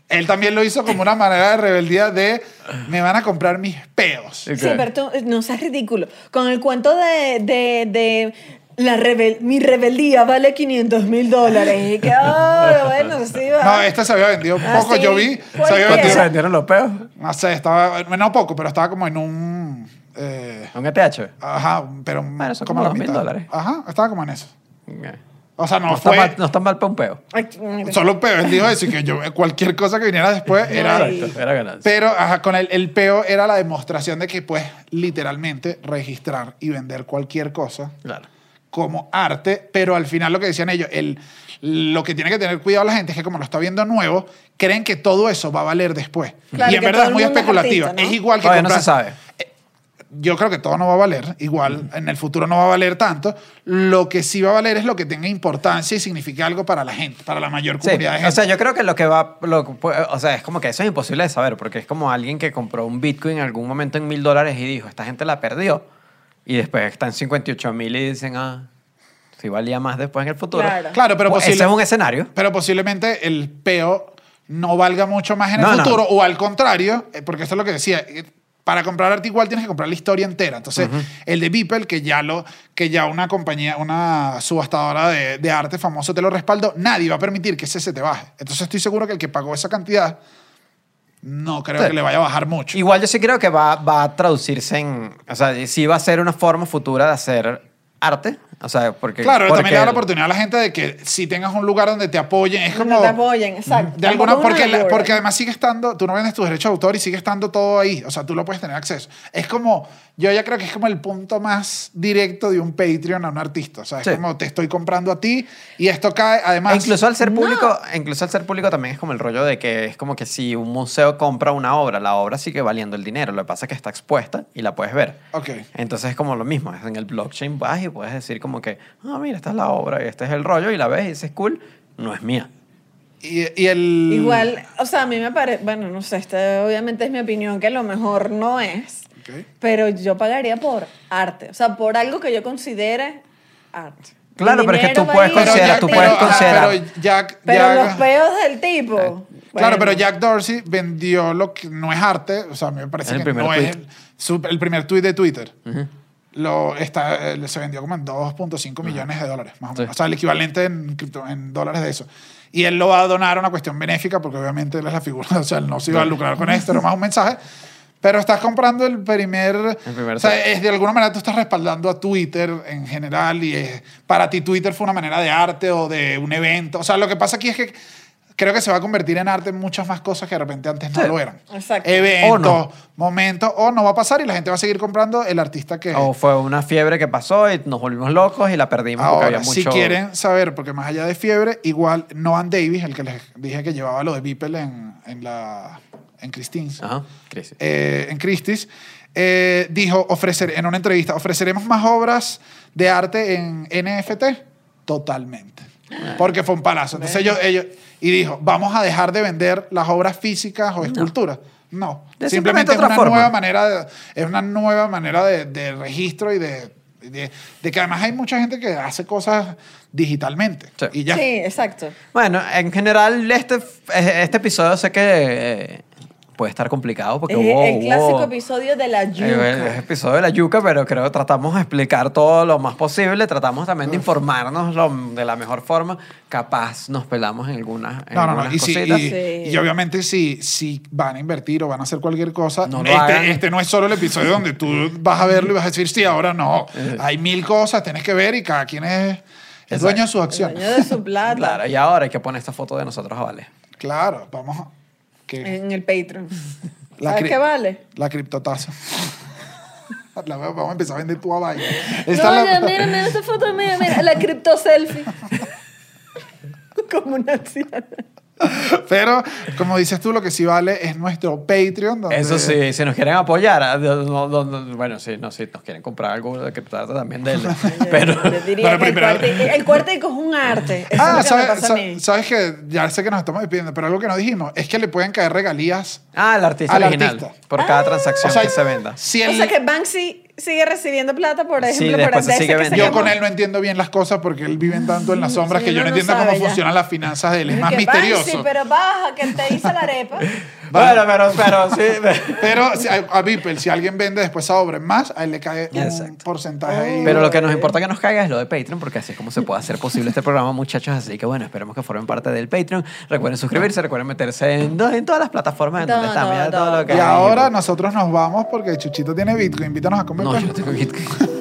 [SPEAKER 1] él también lo hizo como una manera de rebeldía de me van a comprar mis peos.
[SPEAKER 2] Sí, pero tú, no seas ridículo. Con el cuento de, de, de la rebel mi rebeldía vale 500 mil dólares. Y que, ay, bueno, sí va.
[SPEAKER 1] No, este se había vendido
[SPEAKER 2] Ah,
[SPEAKER 1] poco,
[SPEAKER 2] sí,
[SPEAKER 1] yo vi. Se había
[SPEAKER 2] cualquiera.
[SPEAKER 3] ¿Cuánto se
[SPEAKER 1] vendido.
[SPEAKER 3] vendieron los peos?
[SPEAKER 1] No sé, estaba. No poco, pero estaba como en un. eh,
[SPEAKER 3] ¿Un E ETH?
[SPEAKER 1] ajá, pero.
[SPEAKER 3] Bueno, son
[SPEAKER 1] a
[SPEAKER 3] como
[SPEAKER 1] la
[SPEAKER 3] dos mil
[SPEAKER 1] mitad.
[SPEAKER 3] dólares.
[SPEAKER 1] Ajá, estaba como en eso.
[SPEAKER 3] No,
[SPEAKER 1] O sea, no,
[SPEAKER 3] está
[SPEAKER 1] fue.
[SPEAKER 3] mal, no está mal para un peo.
[SPEAKER 2] Ay, mira.
[SPEAKER 1] Solo peor, él dijo eso, y que yo, cualquier cosa que viniera después era...
[SPEAKER 2] Ay.
[SPEAKER 3] Exacto, era ganancia.
[SPEAKER 1] Pero ajá, con el, el peo era la demostración de que puedes literalmente registrar y vender cualquier cosa
[SPEAKER 3] Claro.
[SPEAKER 1] como arte, pero al final lo que decían ellos, el, lo que tiene que tener cuidado la gente es que como lo está viendo nuevo, creen que todo eso va a valer después.
[SPEAKER 2] Claro,
[SPEAKER 1] y en
[SPEAKER 2] que
[SPEAKER 1] verdad
[SPEAKER 2] todo
[SPEAKER 1] es
[SPEAKER 2] el
[SPEAKER 1] muy
[SPEAKER 2] mundo es
[SPEAKER 1] especulativa.
[SPEAKER 2] artista, ¿no?
[SPEAKER 1] Es igual que
[SPEAKER 3] Todavía no
[SPEAKER 1] comprar-
[SPEAKER 3] se sabe.
[SPEAKER 1] yo creo que todo no va a valer, igual en el futuro no va a valer tanto. Lo que sí va a valer es lo que tenga importancia y signifique algo para la gente, para la mayor
[SPEAKER 3] Sí,
[SPEAKER 1] comunidad de gente.
[SPEAKER 3] o sea, yo creo que lo que va, lo que puede- o sea, es como que eso es imposible de saber, porque es como alguien que compró un Bitcoin en algún momento en mil dólares y dijo, esta gente la perdió, Y después están 58 mil y dicen, ah, si valía más después en el futuro.
[SPEAKER 2] Claro.
[SPEAKER 1] Claro, pero
[SPEAKER 3] Pues
[SPEAKER 1] posible-
[SPEAKER 3] Ese es un escenario.
[SPEAKER 1] Pero posiblemente el peo no valga mucho más en
[SPEAKER 3] No,
[SPEAKER 1] el
[SPEAKER 3] no.
[SPEAKER 1] futuro, o al contrario, eh, porque eso es lo que decía. eh, Para comprar arte igual tienes que comprar la historia entera. Entonces, el de Beeple, que ya, lo, que ya una compañía, una subastadora de, de arte famoso te lo respaldó, nadie va a permitir que ese se te baje. Entonces, estoy seguro que el que pagó esa cantidad no creo
[SPEAKER 3] Sí.
[SPEAKER 1] que le vaya a bajar mucho.
[SPEAKER 3] Igual yo sí creo que va, va a traducirse en. O sea, sí va a ser una forma futura de hacer arte. O sea, porque.
[SPEAKER 1] claro,
[SPEAKER 3] Eh, porque
[SPEAKER 1] también le da la
[SPEAKER 3] el-
[SPEAKER 1] oportunidad a la gente de que si tengas un lugar donde te apoyen, es como...
[SPEAKER 2] No te apoyen, exacto.
[SPEAKER 1] De alguna,
[SPEAKER 2] Tampoco es
[SPEAKER 1] porque,
[SPEAKER 2] una
[SPEAKER 1] la-
[SPEAKER 2] locura.
[SPEAKER 1] porque además sigue estando, tú no vendes tus derechos de autor y sigue estando todo ahí. O sea, tú lo puedes tener acceso. Es como, yo ya creo que es como el punto más directo de un Patreon a un artista. O sea, es
[SPEAKER 3] Sí.
[SPEAKER 1] como te estoy comprando a ti y esto cae,
[SPEAKER 3] E
[SPEAKER 1] además.
[SPEAKER 3] incluso al ser público, e incluso al ser público también es como el rollo de que es como que si un museo compra una obra, la obra sigue valiendo el dinero. Lo que pasa es que está expuesta y la puedes ver.
[SPEAKER 1] Ok.
[SPEAKER 3] Entonces es como lo mismo, es en el blockchain vas y puedes decir como que, ah, mira, esta es la obra y este es el rollo y la ves y dices, cool, no es mía.
[SPEAKER 1] Y, y el.
[SPEAKER 2] Igual, o sea, a mí me parece, bueno, no sé, esta obviamente es mi opinión que a lo mejor no es,
[SPEAKER 1] Ok.
[SPEAKER 2] pero yo pagaría por arte, o sea, por algo que yo considere arte.
[SPEAKER 3] Claro,
[SPEAKER 2] El
[SPEAKER 3] pero es que
[SPEAKER 2] dinero
[SPEAKER 3] tú
[SPEAKER 2] va
[SPEAKER 3] puedes
[SPEAKER 2] ahí,
[SPEAKER 1] Pero
[SPEAKER 3] considerar,
[SPEAKER 1] Jack-
[SPEAKER 3] tú
[SPEAKER 1] pero-
[SPEAKER 3] puedes
[SPEAKER 1] ajá,
[SPEAKER 3] considerar.
[SPEAKER 1] Pero Jack.
[SPEAKER 2] Pero
[SPEAKER 1] Jack-
[SPEAKER 2] los peos del tipo.
[SPEAKER 1] Claro,
[SPEAKER 2] bueno.
[SPEAKER 1] pero Jack Dorsey vendió lo que no es arte, o sea, a mí me parece
[SPEAKER 3] El
[SPEAKER 1] que
[SPEAKER 3] primer
[SPEAKER 1] no es
[SPEAKER 3] tweet.
[SPEAKER 1] su- el primer tweet de Twitter. lo está, eh, se vendió como en 2.5 millones de dólares, más o
[SPEAKER 3] Sí.
[SPEAKER 1] menos. O sea, el equivalente en, cripto- en dólares de eso. Y él lo va a donar a una cuestión benéfica, porque obviamente él es la figura, o sea, él no se iba a lucrar con esto, era más un mensaje. Pero estás comprando el primer...
[SPEAKER 3] primer
[SPEAKER 1] o sea,
[SPEAKER 3] tweet.
[SPEAKER 1] es, de alguna manera tú estás respaldando a Twitter en general y es- para ti Twitter fue una manera de arte o de un evento. O sea, lo que pasa aquí es que creo que se va a convertir en arte muchas más cosas que de repente antes no
[SPEAKER 3] Sí.
[SPEAKER 1] lo eran.
[SPEAKER 2] Exacto.
[SPEAKER 1] Eventos,
[SPEAKER 3] O no.
[SPEAKER 1] momentos, o no va a pasar y la gente va a seguir comprando el artista que...
[SPEAKER 3] O fue una fiebre que pasó y nos volvimos locos y la perdimos Oh, porque
[SPEAKER 1] Ahora,
[SPEAKER 3] había mucho...
[SPEAKER 1] si quieren saber, porque más allá de fiebre, igual Noam Davis, el que les dije que llevaba lo de Beeple en, en la en Christie's,
[SPEAKER 3] Ajá, crisis.
[SPEAKER 1] eh, en Christie's, eh, dijo ofrecer en una entrevista, ofreceremos más obras de arte en NFT, totalmente,
[SPEAKER 3] Ah.
[SPEAKER 1] porque fue un palazo. Entonces ellos, ellos y dijo, vamos a dejar de vender las obras físicas o esculturas. No,
[SPEAKER 3] De
[SPEAKER 1] simplemente
[SPEAKER 3] simplemente
[SPEAKER 1] es
[SPEAKER 3] otra
[SPEAKER 1] una
[SPEAKER 3] forma.
[SPEAKER 1] nueva manera de- es una nueva manera de, de registro y de, de- de que además hay mucha gente que hace cosas digitalmente
[SPEAKER 3] Sí.
[SPEAKER 1] y ya
[SPEAKER 2] Sí, exacto.
[SPEAKER 3] Bueno, en general, este, este episodio sé que eh, puede estar complicado porque
[SPEAKER 2] es
[SPEAKER 3] hubo-
[SPEAKER 2] el clásico
[SPEAKER 3] hubo-
[SPEAKER 2] episodio de la
[SPEAKER 3] Eh,
[SPEAKER 2] yuca.
[SPEAKER 3] Es episodio de la yuca, pero creo que tratamos de explicar todo lo más posible. Tratamos también de informarnos lo- de la mejor forma. Capaz nos pelamos en algunas, en
[SPEAKER 1] No, no, no.
[SPEAKER 3] algunas
[SPEAKER 1] Y, si-
[SPEAKER 3] cositas.
[SPEAKER 1] y-
[SPEAKER 2] Sí.
[SPEAKER 1] y obviamente si, si van a invertir o van a hacer cualquier cosa,
[SPEAKER 3] No lo hagan.
[SPEAKER 1] este, este no es solo el episodio donde tú vas a verlo y vas a decir, sí, ahora no.
[SPEAKER 3] Eh.
[SPEAKER 1] Hay mil cosas, tienes que ver y cada quien es, es dueño de sus
[SPEAKER 2] El
[SPEAKER 1] acciones.
[SPEAKER 2] dueño de su plata.
[SPEAKER 3] Claro, y ahora hay que poner esta foto de nosotros a Vale.
[SPEAKER 1] Claro, vamos. a- Que
[SPEAKER 2] En el Patreon.
[SPEAKER 1] La
[SPEAKER 2] ¿Sabes
[SPEAKER 1] cri-
[SPEAKER 2] qué vale?
[SPEAKER 1] la criptotaza. La- vamos a empezar a vender tu a baile.
[SPEAKER 2] no, ya, mira, mira esa foto mía, mira, la cripto selfie. Como una anciana.
[SPEAKER 1] Pero, como dices tú, lo que sí vale es nuestro Patreon. donde-
[SPEAKER 3] Eso sí, si nos quieren apoyar, ah, no- no- no- bueno, sí, no, si nos quieren comprar algo de criptata también del pero
[SPEAKER 2] Yo diría
[SPEAKER 1] Pero
[SPEAKER 2] que el
[SPEAKER 1] primero-
[SPEAKER 2] cuartico- el cuartico es un arte. Eso
[SPEAKER 1] Ah,
[SPEAKER 2] es lo que me
[SPEAKER 1] ¿sabes,
[SPEAKER 2] pasa a mí.
[SPEAKER 1] sa- sabes que ya sé que nos estamos despidiendo, pero algo que no dijimos es que le pueden caer regalías
[SPEAKER 3] Ah, el artista
[SPEAKER 1] Al
[SPEAKER 3] original.
[SPEAKER 1] artista. Ah.
[SPEAKER 3] Por cada
[SPEAKER 1] O
[SPEAKER 3] transacción
[SPEAKER 1] sea,
[SPEAKER 3] que se venda.
[SPEAKER 1] Si el-
[SPEAKER 2] O sea que Banksy sigue recibiendo plata, por
[SPEAKER 3] Sí,
[SPEAKER 2] ejemplo, por
[SPEAKER 3] después se
[SPEAKER 2] Andrés.
[SPEAKER 3] sigue
[SPEAKER 2] que se
[SPEAKER 3] vendiendo.
[SPEAKER 1] yo
[SPEAKER 2] quemó.
[SPEAKER 1] con él no entiendo bien las cosas porque él vive tanto en las sombras
[SPEAKER 2] Sí,
[SPEAKER 1] que yo
[SPEAKER 2] uno
[SPEAKER 1] no
[SPEAKER 2] no
[SPEAKER 1] entiendo cómo
[SPEAKER 2] sabe ya.
[SPEAKER 1] funcionan las finanzas de él. Es más
[SPEAKER 2] Que
[SPEAKER 1] misterioso.
[SPEAKER 2] Banksy, pero baja, que te hice la arepa.
[SPEAKER 3] Bueno, pero, pero sí.
[SPEAKER 1] Pero si- a, a Beeple, si alguien vende después esa obra en más, a él le cae un
[SPEAKER 3] Exacto.
[SPEAKER 1] porcentaje ahí.
[SPEAKER 3] Pero lo que nos importa que nos caiga es lo de Patreon, porque así es como se puede hacer posible este programa, muchachos. Así que bueno, esperemos que formen parte del Patreon. Recuerden suscribirse, recuerden meterse en, do- en todas las plataformas en donde
[SPEAKER 2] Todo,
[SPEAKER 3] están. Mira
[SPEAKER 2] todo.
[SPEAKER 3] todo lo que
[SPEAKER 1] y
[SPEAKER 3] hay.
[SPEAKER 1] ahora nosotros nos vamos porque Chuchito tiene Bitcoin. Invítanos a comer.
[SPEAKER 3] No,
[SPEAKER 1] pues.
[SPEAKER 3] yo tengo Bitcoin.